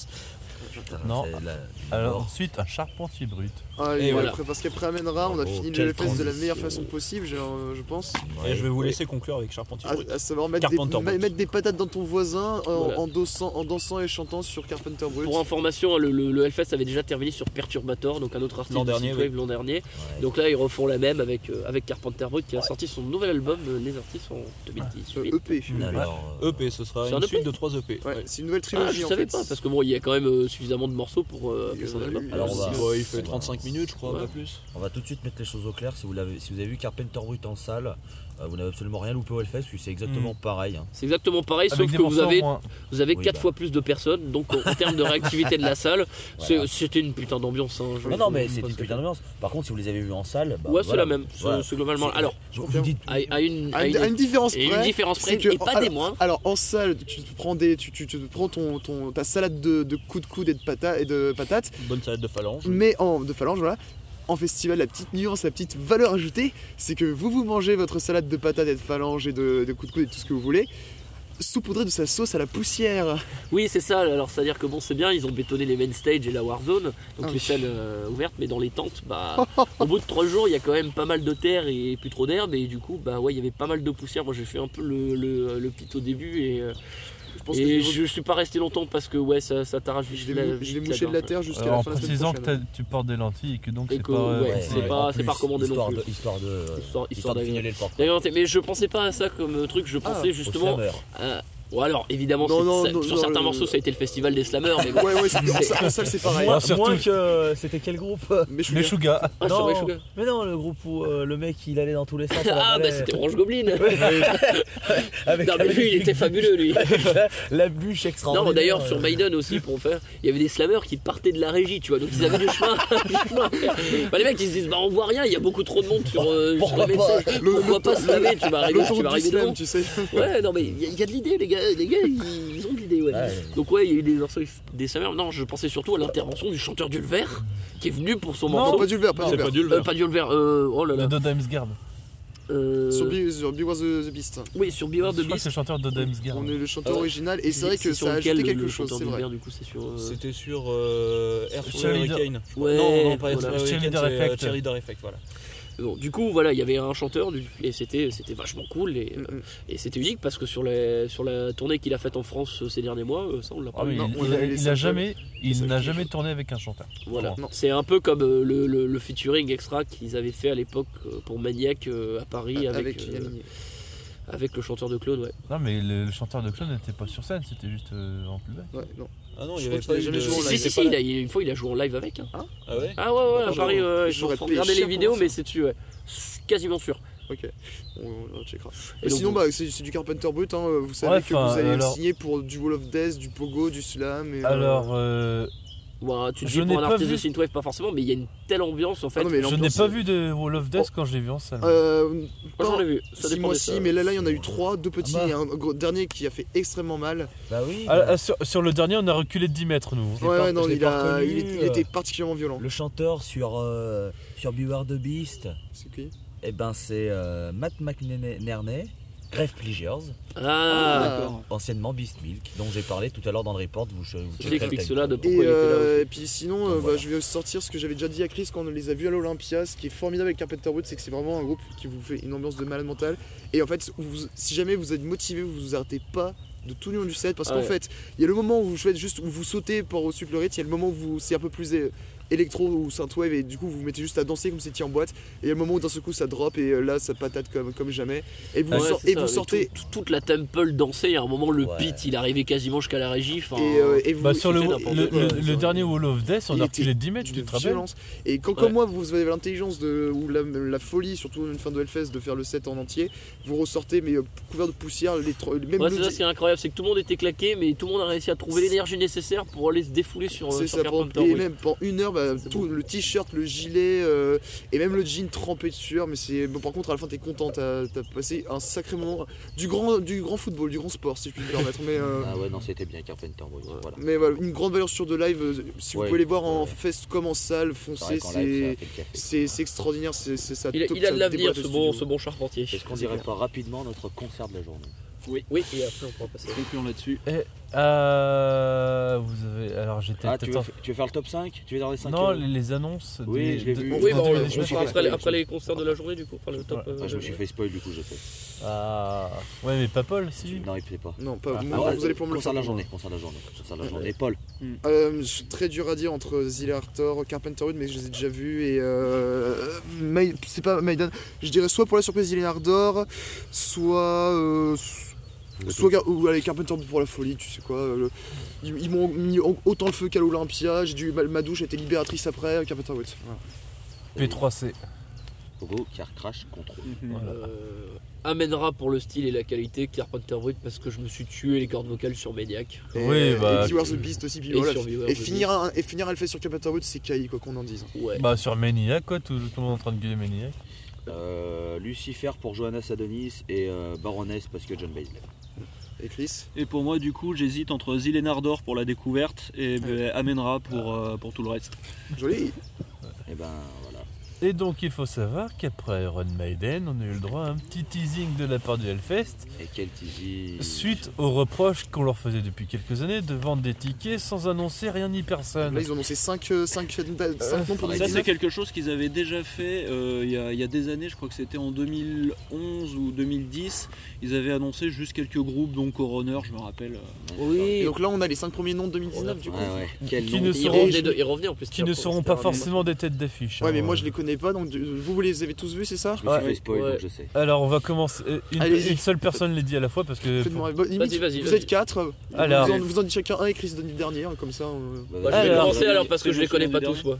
Non.
C'est la-
Alors ensuite, un charpentier brut.
Ah,
Et
et
voilà.
après, Parce qu'après Amenra,
Oh,
on a
Bravo,
fini le
quelle
LFS de la meilleure
transition.
façon possible, je, je pense.
Et je vais vous laisser conclure avec Charpentier
Ah,
À,
Brut.
à savoir Ah, mettre des,
Carpenter
ma-
Brut.
mettre des patates dans ton voisin en,
Voilà.
en dansant, en dansant et chantant sur Carpenter Brut.
Pour information, hein, le, le, le Hellfest avait déjà intervenu sur Perturbator, donc un autre artiste
L'an
de
dernier,
Synthwave
oui.
l'an dernier. Donc là, ils refont la même avec, euh, avec Carpenter Brut qui a sorti son nouvel album, euh, Les Artistes, en 2018.
EP.
Alors,
euh, EP, ce sera
C'est un
une
EP?
suite de 3 EP. Ouais.
C'est une nouvelle
Ah,
trilogie
je
en
savais
fait.
pas, parce que bon, il y a quand même euh, suffisamment de morceaux pour euh, appeler ça un album.
Alors, on va-
Ouais, bah, il fait
on va-
35 minutes, je crois,
Ouais.
pas plus.
On va tout de suite mettre les choses au clair. Si vous, l'avez- si vous avez vu Carpenter Brut en salle, euh, vous n'avez absolument rien loupé au Hellfest, parce que c'est exactement
Mm.
pareil. hein.
C'est exactement pareil,
Avec
sauf
des
que vous
morceaux en
avez,
moins.
vous avez
Oui,
4
bah.
fois plus de personnes, donc en en termes de réactivité de la salle, c'est-
Voilà.
c'était une putain d'ambiance. hein, je-
Non, non,
je-
mais
je-
c'est une putain d'ambiance. Par contre, si vous les avez vus en salle, bah,
ouais, c'est
voilà.
la même. C'est
Voilà.
c'est globalement.
C'est-
Alors,
je vous dis
à, à une,
À une, à une différence
Ah, et
près.
une différence près,
c'est que-
et pas des
alors-
moins.
Alors en salle, tu te prends des, tu, tu, tu te prends ton, ton- ta salade de, de coups de coude et de patates et de patates.
Bonne salade de
Mm.
phalange.
Mm.
Mais en de phalange, voilà. En festival, la petite nuance, la petite valeur ajoutée, c'est que vous vous mangez votre salade de patates et de phalange et de, de coups de coude et tout ce que vous voulez, saupoudrée de sa sauce à la poussière.
Oui, c'est ça. Alors, c'est-à-dire que bon, c'est bien, ils ont bétonné les main stage et la Warzone, donc
Ah
les
oui.
salles euh, ouvertes, mais dans les tentes, bah, au bout de trois jours, il y a quand même pas mal de terre et plus trop d'herbe, et du coup, bah ouais, il y avait pas mal de poussière. Moi, j'ai fait un peu le, le, le pit au début et. euh,
pense
et
que
je,
je-
je suis pas resté longtemps parce que ouais ça, ça t'arrache vite.
Je l'ai
la-
mou- je
vite
l'ai
la
mouché de la
gorge. hein.
terre jusqu'à
Alors,
la
en
fin de la semaine
précisant que
prochaine.
t'as- tu portes des lentilles et que donc
Et
c'est
que,
pas.
ouais,
euh,
c'est pas, c'est pas recommandé
histoire
non
de,
plus.
histoire de, euh,
Histoire- histoire
histoire de
d'aller-
fignoler le porc.
d'aller en tête. Mais je pensais pas à ça comme euh, truc, je pensais
au
justement.
slammer.
à- Ou alors, évidemment,
Ah, Non,
c'est-
non,
ça-
non,
sur
non,
certains
le-
morceaux, ça a été le festival des slammers. Mais bon.
Ouais, ouais, c'est- en salle, c'est pareil.
Moins,
Ah, surtout
moins que euh, c'était quel groupe euh,
Meshuga.
Meshuga.
Ah, sur
non,
Meshuga.
mais non, le groupe où euh, le mec il allait dans tous les sens. à la
Ah, bah
volée.
c'était Orange Goblin!
Avec-
non, mais lui, il était fabuleux, lui!
la bûche extraordinaire.
Non, d'ailleurs,
euh,
sur Maiden aussi, pour en faire, il y avait des slammeurs qui partaient de la régie, tu vois, donc ils avaient du chemin. du chemin à faire. Bah, les mecs, ils se disent, bah, on voit rien, il y a beaucoup trop de monde sur. euh,
Pourquoi
sur
pas
Maiden. Pourquoi pas slammer? Tu vas arriver, tu vas
L'autoroute du
arriver devant.
slam, tu sais.
Ouais, non, mais il y, a- il y a de l'idée, les gars, les gars ils, ils ont de l'idée, ouais.
Ouais.
Donc, ouais, il y a eu des morceaux des saveurs. Non, je pensais surtout à l'intervention du chanteur d'Ulver qui est venu pour son
Non,
morceau.
pas d'Ulver, pas
C'est
d'Ulver.
pas
Euh,
Dulver.
pas d'Ulver, euh, oh là
De
là.
Dodamsgard.
Euh,
Sur, Be- sur Beware the, the Beast.
Oui, sur Beware
Je
the
crois que
Beast.
c'est le chanteur de Dodamsgard.
On est le chanteur
Ah ouais.
original et c'est vrai que
sur
ça a
lequel
ajouté
le-
quelque
le
chose,
chanteur
c'est vrai.
d'Ulver, du coup, c'est sur. euh,
C'était sur euh, Air
Sur
Force
Leader-
Hurricane.
Ouais,
non, non, pas Air
voilà.
Force Hurricane,
Cheerleader
c'est, euh,
Effect.
Cheerleader Effect, voilà.
Bon, du coup, voilà, il y avait un chanteur du- et c'était c'était vachement cool et,
Mm.
euh, et c'était unique parce que sur la sur la tournée qu'il a faite en France euh, ces derniers mois, euh, ça on l'a
Ah,
pas.
mais
vu.
Non,
il-
on
il
avait
a-
les
il a
seuls
jamais, il
seuls
n'a
qui-
jamais tourné avec un chanteur.
Voilà.
Non.
C'est un peu comme euh, le, le- le featuring extra qu'ils avaient fait à l'époque euh, pour Maniac euh, à Paris avec
Avec
euh,
Yannick.
avec le chanteur de Claude, ouais.
Non, mais le, le chanteur de Clone n'était pas sur scène, c'était juste euh, en plus
Ouais, non.
Ah non,
Je
il y
crois
avait
qu'il
pas
a
eu
jamais
de...
joué
Si,
en live.
si,
c'était
si,
pas
il
là.
a- une fois il a joué en live avec. hein.
Ah ouais
Ah ouais, ouais, à
J'aurais-
Paris, euh, je
j'aurais payé
regardez
cher
les
pour
vidéos,
voir ça.
mais c'est dessus, ouais. Quasiment sûr.
Ok, on, on checkera.
Et
Mais
donc,
sinon,
vous-
bah, c'est c'est du Carpenter Brut, hein, vous savez
Ouais,
que
enfin,
vous allez
alors-
le signer pour du Wall of Death, du Pogo, du Slam. Et, euh,
Alors, euh,
Ouah, bah, tu te
Je
dis
n'ai
pour un
pas
artiste de
vu.
synthwave pas forcément, mais il y a une telle ambiance en fait.
Ah non, mais
je n'ai
l'ambiance,
pas
euh,
vu de Wall of
Oh.
Death quand je l'ai vu en salle.
Euh,
Moi j'en
pas-
ai vu, ça
si,
dépend
moi
des
si,
salles.
mais là, là, il y en a eu trois, deux petits
bah.
et un gros- dernier qui a fait extrêmement mal.
Bah oui.
Ah, ah, sur, sur le dernier, on a reculé de 10 mètres, nous.
l'ai
Ouais,
pas-
ouais, non,
je l'ai
il,
pas
a,
reconnu,
il, est- il
euh.
était particulièrement violent.
Le chanteur sur, euh, sur Beware the Beast,
C'est qui
eh ben, c'est euh, Matt McNerney, Grave Pleasures,
Ah,
anciennement Beast Milk, dont j'ai parlé tout à l'ure dans le report. Vous, vous checkerez
j'explique
le
cela de
Et,
pourquoi il était là.
euh, et puis sinon, euh, bah,
voilà.
je vais sortir ce que j'avais déjà dit à Chris quand on les a vus à l'Olympia. Ce qui est formidable avec Carpenter Brut, c'est que c'est vraiment un groupe qui vous fait une ambiance de malade mental. Et en fait, vous- si jamais vous êtes motivé, vous vous arrêtez pas de tout le long du set parce
Ah
qu'en
ouais.
fait, il y a le moment où vous faites juste où vous sautez pour au-dessus de le rythme, il y a le moment où vous- c'est un peu plus euh, électro ou synthwave et du coup vous vous mettez juste à danser comme si vous étiez en boîte. Et il y a le moment où d'un seul coup ça drop et euh, là ça patate comme, comme jamais. Et vous,
Ah Ouais,
sor-
c'est
et
ça,
vous
avec
sortez.
tout- tout- toute la temple dansait. À un moment, le
Ouais.
pit, il arrivait quasiment jusqu'à la régie. enfin,
Et, euh, et vous,
Bah, sur le,
c'était n'importe
le,
quoi,
le-
ouais,
le
ça.
dernier Wall of Death, on
Il
a
était
reculé de 10 mètres, tu
de
te rappelles
violence. Et quand
Ouais.
comme moi vous avez l'intelligence de ou la, la folie surtout une fin de Hellfest de faire le set en entier, vous ressortez mais euh, couvert de poussière, les tro- même
Ouais,
le-
c'est ça ce qui est incroyable, c'est que tout le monde était claqué, mais tout le monde a réussi à trouver l'énergie nécessaire pour aller se défouler sur,
c'est
sur
ça pendant,
Carpenter,
et
oui.
même pendant une heure bah,
C'est
tout
bon.
le t-shirt, le gilet euh, et même le jean trempé de sueur mais c'est bon, par contre à la fin t'es content t'as t'as passé un sacré moment du grand du grand football du grand sport si je puis me permettre mais euh,
Ah ouais, non, c'était bien Carpenter Brut. Voilà.
mais voilà une grande valeur sur de live euh, si vous
Ouais.
pouvez les voir en
Ouais.
fest comme en salle foncez c'est c'est c'est extraordinaire c'est c'est ça
Il, a-
top,
il a
ça
de l'avenir,
bah, déboîte
ce
le
bon,
studio.
ce bon charpentier.
Est-ce qu'on dirait pas rapidement notre concert de la journée
Oui, oui, et après on pourra passer.
Concluons là-dessus.
Et, euh, vous avez. Alors j'étais.
Ah, tu veux,
peut-être un-
tu veux faire le top 5 Tu veux dans les 5
Non, les, les annonces.
Oui,
des-
je l'ai
de-
vu.
de-
Oui, bah,
de- de-
on-
de-
on
de-
se
de-
fera
Après, les- après les concerts de la journée, du coup, enfin le top.
Voilà.
euh,
Ah, je me suis
ouais.
fait spoil du coup, je sais.
Ah, ouais, mais pas Paul, si.
Non, il plaît pas.
Non, pas
Ah,
moi,
ouais,
vous allez pour me le
concert de la
faire.
journée, concert de la journée, concert de la journée. Paul,
Euh, je suis très dur à dire entre Zille Arthur, Carpenterwood, mais je les ai déjà vus et euh, Maid- c'est pas Maiden. Je dirais soit pour la surprise Zille Ardor, soit euh, s- soit Gar- ou allez Carpenterwood pour la folie, tu sais quoi. euh, le- ils ils m'ont mis en- autant le feu qu'à l'Olympia. J'ai dû ma, ma douche a été libératrice après euh, Carpenterwood. Voilà.
P3C.
Bobo, Car Crash, Control.
Euh, amènera pour le style et la qualité Carpenter Brut parce que je me suis tué les cordes vocales sur Maniac.
Oui,
et,
bah.
et Beware the Beast aussi. puis
et
voilà. Et,
Survivor the
finir un- et finir elle fait sur Carpenterwood, c'est Kai quoi qu'on en dise.
Ouais.
Bah, sur Maniac, quoi, tout, tout le monde en train de gueuler Maniac.
Euh, Lucifer pour Johanna Sadonis et euh, Baroness parce que John Baisley.
Et Chris.
Et pour moi, du coup, j'hésite entre Zilénardor pour la découverte et ben, Amenra pour, euh, pour tout le reste.
Joli.
Et ben voilà.
Et donc, il faut savoir qu'après Iron Maiden, on a eu le droit à un petit teasing de la part du Hellfest.
Et quel teasing
Suite aux reproches qu'on leur faisait depuis quelques années de vendre des tickets sans annoncer rien ni
Ah,
personne.
Là ils ont annoncé euh, 5 5
Euh,
noms pour des
Ça, c'est
19.
quelque chose qu'ils avaient déjà fait euh, il y a- il y, a des années, je crois que c'était en 2011 ou 2010. Ils avaient annoncé juste quelques groupes, dont Coroner, je me rappelle. euh,
Et
Oui.
donc là on a les 5 premiers noms de 2019 du coup.
Ouais, ouais. Quel
Qui
nom
ne
Ils
seront,
revenaient, de- ils revenaient en plus.
qui ne seront pas forcément des têtes d'affiche.
Ouais,
hein.
mais moi
euh,
je les connais pas, donc du- vous, vous les avez tous vus, c'est ça
Je me suis
Ouais.
fait spoil,
Ouais.
donc je sais.
Alors, on va commencer. euh, Une,
Allez-y.
une seule personne les dit à la fois parce que.
Faites-moi- bah, limite,
Vas-y, vas-y,
Vous
vas-y.
êtes quatre. euh,
Alors.
Vous en, vous en dites chacun un et Chris donne le dernier, comme ça. euh,
Bah,
Bah, je
vas-y.
vais
Alors,
commencer alors parce que
c'est
je les
bon,
connais
c'est
pas
bon,
tous moi.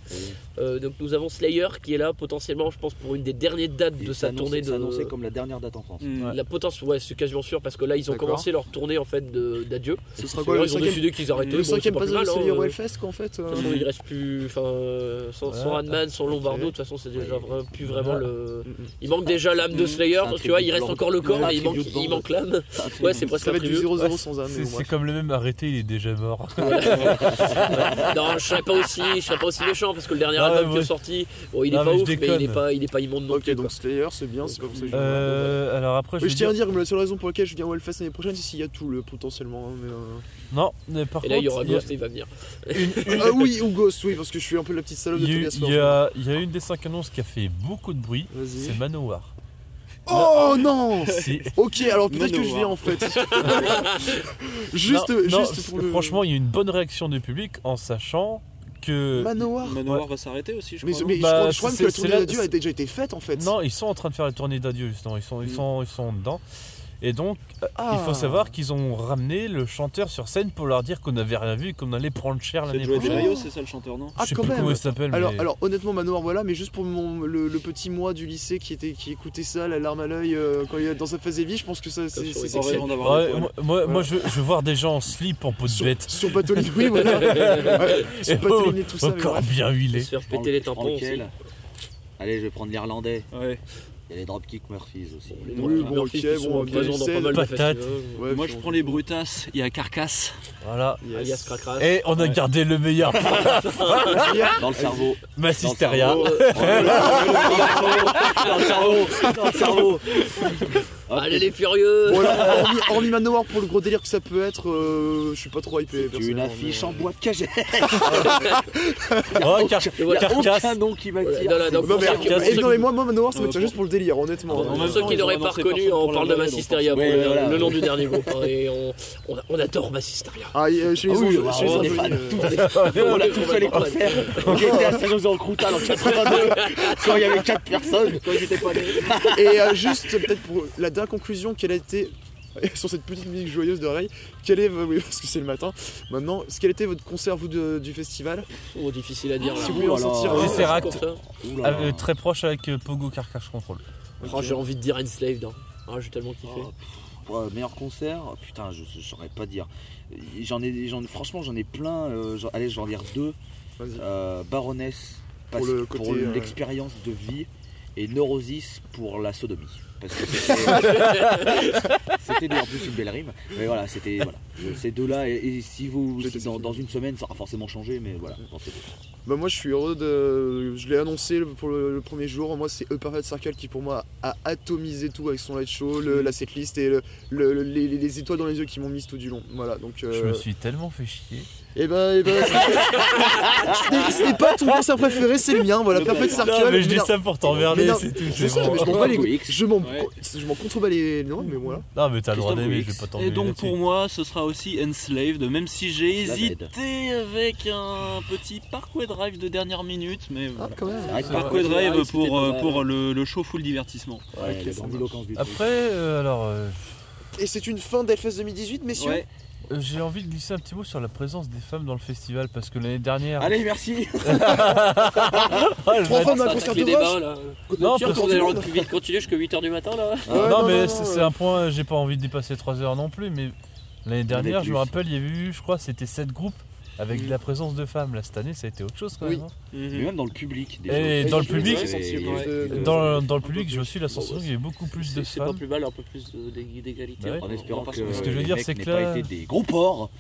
Euh, donc nous avons Slayer qui est là potentiellement je pense pour une des dernières dates
Et
de sa
c'est
tournée
annoncé- c'est annoncé
de
comme la dernière date en France.
la potence ouais c'est quasiment sûr parce que là ils ont
D'accord.
commencé leur tournée en fait de- d'adieu.
Ce sera quoi
Alors,
le
Ils ont
cinquième
décidé qu'ils arrêtaient.
Le
bon, c'est
cinquième
pas
pas
plus
de
mal, hein,
Solid
euh,
Hellfest, quoi, en fait.
De
euh,
toute façon, il reste plus. Enfin, euh, sans, sans
Ouais.
Radman, sans Lombardo, de toute façon, c'est déjà
Ouais.
vra- plus vraiment
Ouais.
le. Il manque déjà l'âme de Slayer,
C'est un
tu vois,
tribute
il reste
band.
encore le corps,
Ouais,
mais il
tribute
manque,
band.
il manque l'âme. Ouais, c'est presque
Ça
un
va être du
tribute.
0-0 sans âme.
C'est
mais bon,
c'est
bref.
comme le même arrêté, il est déjà mort.
Non, je serais pas aussi, je serais pas aussi méchant parce que le dernier
Ah ouais,
album
moi,
qui est
je-
sorti, bon, il est
Non,
pas
mais je
ouf, mais
déconne.
il est pas, il est pas immonde non
Ok,
plus. quoi.
donc Slayer, c'est bien, c'est pas pour ça que je
Euh, alors après, je,
Oui,
vais
je tiens à
dire-
dire que la seule raison pour laquelle je viens au Hellfest l'année prochaine, c'est s'il y a tout le potentiellement. hein, mais, euh,
Non, mais par
Et là,
contre,
il y aura
il y a-
Ghost et il va venir.
Ah oui, ou Ghost, oui, parce que je suis un peu la petite salope de
il y a eu-
Tobias
il y,
Forge.
a- il y a une des cinq annonces qui a fait beaucoup de bruit.
Vas-y.
C'est Manowar.
Oh non
Si.
Ok, alors peut-être
Mono,
que je viens
hein.
en fait. Juste,
Non, non,
juste pour le-
Franchement, il y a eu une bonne réaction du public en sachant que.
Manoir.
Manowar va s'arrêter aussi, je
Mais,
crois.
mais
non
je
Bah,
crois- je crois, même que la
c'est-
tournée
c'est là-
d'adieu a déjà été faite en fait.
Non, ils sont en train de faire la tournée d'adieu, justement. Ils sont, ils, sont, ils sont dedans. Et donc, euh,
Mm. Ah.
il faut savoir qu'ils ont ramené le chanteur sur euh, scène pour leur dire qu'on n'avait rien vu et qu'on allait prendre cher
C'est
l'année
Joey
prochaine.
Delario, c'est ça le chanteur, non
Ah,
Je sais
quand
plus comment
même.
il s'appelle.
Alors,
mais-
alors honnêtement Manoir voilà mais juste pour mon, le, le petit moi du lycée qui était qui écoutait ça la larme à l'œil euh, quand il est dans sa phase vie je pense que ça c'est
sur
c'est
les
c'est
Pas
que
raison d'avoir
Ouais,
des poils.
moi, moi- moi, je, veux- je veux voir des gens en slip en peau de
sur,
bête.
sur Patolino, oui voilà Ouais,
Et
sur Patolino et
oh,
tout ça mais
encore
bref.
bien
Il
huilé.
se faire
Je prends
péter les
je prends
tampons.
lequel Allez, je vais prendre l'Irlandais.
Ouais.
Il y a les Dropkick Murphys aussi.
aussi.
Oui, bon,
Leurs fils
ok,
qui sont
bon,
en prison dans pas mal de festivals.
Patate.
Ouais,
Moi, je
bon.
prends les Brutas, il y a Carcasse.
Voilà.
Yes.
Alias Cracras.
Et on a gardé le meilleur pour
Dans le cerveau.
Massisteria.
Dans le cerveau. Dans le cerveau. Dans le cerveau. Hop,
Allez les furieux
voilà, hormis, hormis Manoir pour le gros délire que ça peut être euh, je suis pas trop hypé
Tu une
personnellement, mais,
affiche
euh,
en bois de cagette.
Oh, car-
Il y a aucun
carcasse.
nom qui
Voilà,
m'attire.
dans la- dans-
non
pour
mais,
ceux qui- pour
eh,
ceux
non,
qui-
mais moi, moi Manoir ça me tient
Euh,
juste pour le délire honnêtement
Ah,
Ah,
en
Pour
même
ceux
temps,
qui
ils
n'auraient
ont
pas
annoncé
reconnu,
personne
on
pour
parle de
leur blague,
Massisteria
donc
pour
forcément.
le-
Ouais, voilà.
le nom du dernier groupe. hein, Et on, on, on adore Massisteria.
Ah, et, euh, chez les
Ah oui,
anges,
bah,
chez les
on est
anges,
fans,
euh,
On a
est
tous fait les
complètement
concerts. On était à Saint-José en Croutade en 82 quand il y avait 4 personnes. Quand j'étais pas né.
Et euh, juste, peut-être pour la dernière conclusion, quelle a été, sur cette petite musique joyeuse de Ray, quelle est, oui, parce que c'est le matin, maintenant, quel était votre concert, vous, de- du festival
Oh, difficile à dire. là.
Si vous voulez en
là.
sortir un.
Laissez-
Comme
Tesseract.
ça.
Ah,
Euh,
Ah.
très proche avec euh, Pogo Carcass Control.
Oh, j'ai envie de dire Enslaved. Hein. Ah, j'ai tellement kiffé.
Oh, pff, ouais, meilleur concert Oh, Putain, je je saurais pas dire. J'en ai, j'en- franchement, j'en ai plein. euh, j'en- allez, je vais en lire deux.
Vas-y.
Euh, Baroness
Pour
parce-
le côté,
pour
euh,
l'expérience de vie et Neurosis pour la sodomie. Parce que c'était c'était des- en plus une belle rime. Mais voilà, c'était voilà. Euh, Ces deux-là, et, et si vous. si dans, dans une semaine, ça aura forcément changé, mais voilà. dans ces deux.
Bah moi je suis heureux de. Je l'ai annoncé le- pour le, le premier jour. Moi c'est E Perfect Circle qui pour moi a atomisé tout avec son light show, le- la setlist et le- le- le- les, les étoiles dans les yeux qui m'ont mis tout du long. Voilà donc. euh,
Je me suis tellement fait chier.
Et bah, et ben, ce n'est- ce n'est pas ton concert préféré, c'est le mien. Voilà Perfect
Non,
Circle.
mais je dis
non.
ça pour t'emmerder,
Mais non,
c'est tout,
je
c'est
sais,
bon.
mais je m'en bats les
Ouais.
Je m'en je m'en contrebats les. Non mais voilà.
Non, mais t'as le droit
Christophe
d'aimer,
Willix.
je vais pas
Et
t'emmerder.
donc
là-dessus.
pour moi, Ah, ce sera aussi Enslaved, même si j'ai
Enslaved.
hésité avec un petit Parkway Drive de dernière minute, mais voilà.
Ah, quand même.
C'est vrai que
Parkway
Parkway
Drive
Drive, c'était
pour,
pas
euh,
mal.
pour le, le show full divertissement.
Ouais, la grandiloquence du truc.
Après, euh, alors, euh,
Et c'est une fin d'Elfest 2018 messieurs.
Ouais.
euh, j'ai envie de glisser un petit mot sur la présence des femmes dans le festival parce que l'année dernière.
Allez, merci
Ah, le
Trois
mat-
femmes
Ça
d'un
attaque
concert
les
de
débats
rock.
là.
Non,
Tiens,
parce
on
que-
est dans le plus vite continuer jusqu'à 8h du matin là.
Ouais,
non, mais
non,
c'est
non,
c'est
euh,
un point, euh, j'ai pas envie de dépasser 3 heures non plus, mais l'année dernière, je me
plus.
rappelle, il y avait eu, je crois, c'était 7 groupes avec de la présence de femmes. Là, cette année, ça a été autre chose quand
Oui.
même. hein.
Mais même dans le public. déjà.
Et dans le public,
Ouais,
sensible, ouais.
euh,
Dans, dans le public, j'ai aussi la sensation qu'il y avait beaucoup plus de
C'est c'est pas
femmes.
plus mal, un peu plus de- d'é- d'égalité. hein.
Bah ouais.
On
En
va
espérant
pas
que
se-
Ce que je veux
les
dire,
mecs
c'est
n'aient
que
pas
là-
été des gros porcs.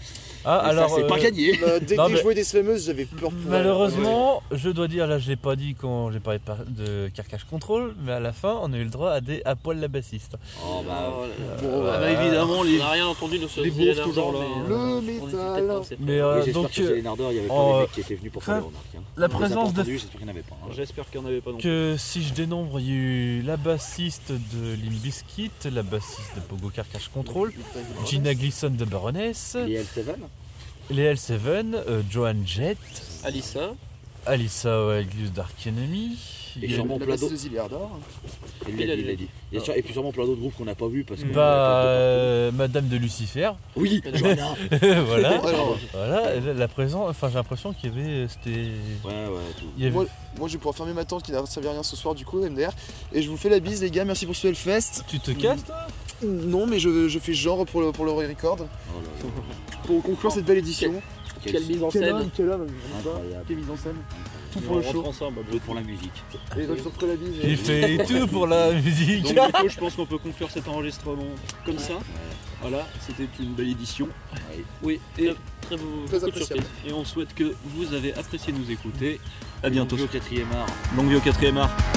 Ah,
Alors,
alors.
c'est pas
euh,
gagné.
Bah, dès
Non,
que j'ai
mais-
joué des fameuses, j'avais peur pour. euh, elle.
Malheureusement, je dois dire, là je l'ai pas dit quand j'ai parlé de par- de Carcache Control, mais à la fin on a eu le droit à des à poil la bassiste.
Oh bah.
Ah, voilà.
Bon,
Ah, bah, évidemment, les- on n'a rien entendu de ce
Les
sujet
bourses,
d'argent,
toujours là.
mais,
Le
euh, on était
métal.
peut-être dans cette-
Mais
Oui,
euh,
j'espère
donc
que chez
euh,
les Nardeurs, il n'y avait pas
en,
des mecs qui étaient venus pour faire
fin-
les remarques. hein.
la
On les a pas
présence de-
entendus, J'espère qu'il n'y en avait pas. hein.
J'espère qu'il n'y en avait pas non plus.
que si je dénombre, il y a eu la bassiste de Limbiskit, la bassiste de Pogo Carcache Control, Gina Gleason de Baroness,
Les L7
les L7, euh, Joan Jett,
Alissa,
Alissa Wagyu Dark Enemy.
Et
il y a-
sûrement
La
plein
basse
d'autres.
de Zilliard d'or.
Il l'a dit, il l'a dit. Il y a sûr- Et puis sûrement plein d'autres groupes qu'on n'a pas vu parce que.
Bah, euh, Madame de Lucifer,
Oui Johanna.
voilà,
Alors,
voilà, et la, la présence, enfin j'ai l'impression qu'il y avait, euh, c'était,
Ouais, ouais, tout.
euh, il y avait,
Moi- moi je vais pouvoir fermer ma tente qui n'a servi à rien ce soir du coup MDR et je vous fais la bise les gars merci pour ce Hellfest
tu te casses toi
non mais je, je fais genre pour le, pour le record
Oh là
pour conclure cette belle édition
là. Quel-
quelle mise en scène.
quel homme
Incroyable.
quelle mise en scène tout
On
pour le
rentre
show
ensemble.
Tout pour la musique.
et donc je te ferai la bise
Il
et...
fait tout pour la musique.
Donc du coup, je pense qu'on peut conclure cet enregistrement comme ça. Voilà, c'était une belle édition.
Ouais.
Oui, et,
Très beau.
très
beaucoup de
appréciable
et on souhaite que vous avez apprécié nous écouter. À
Longue
bientôt.
vie au quatrième art.
Longue vie au 4 art.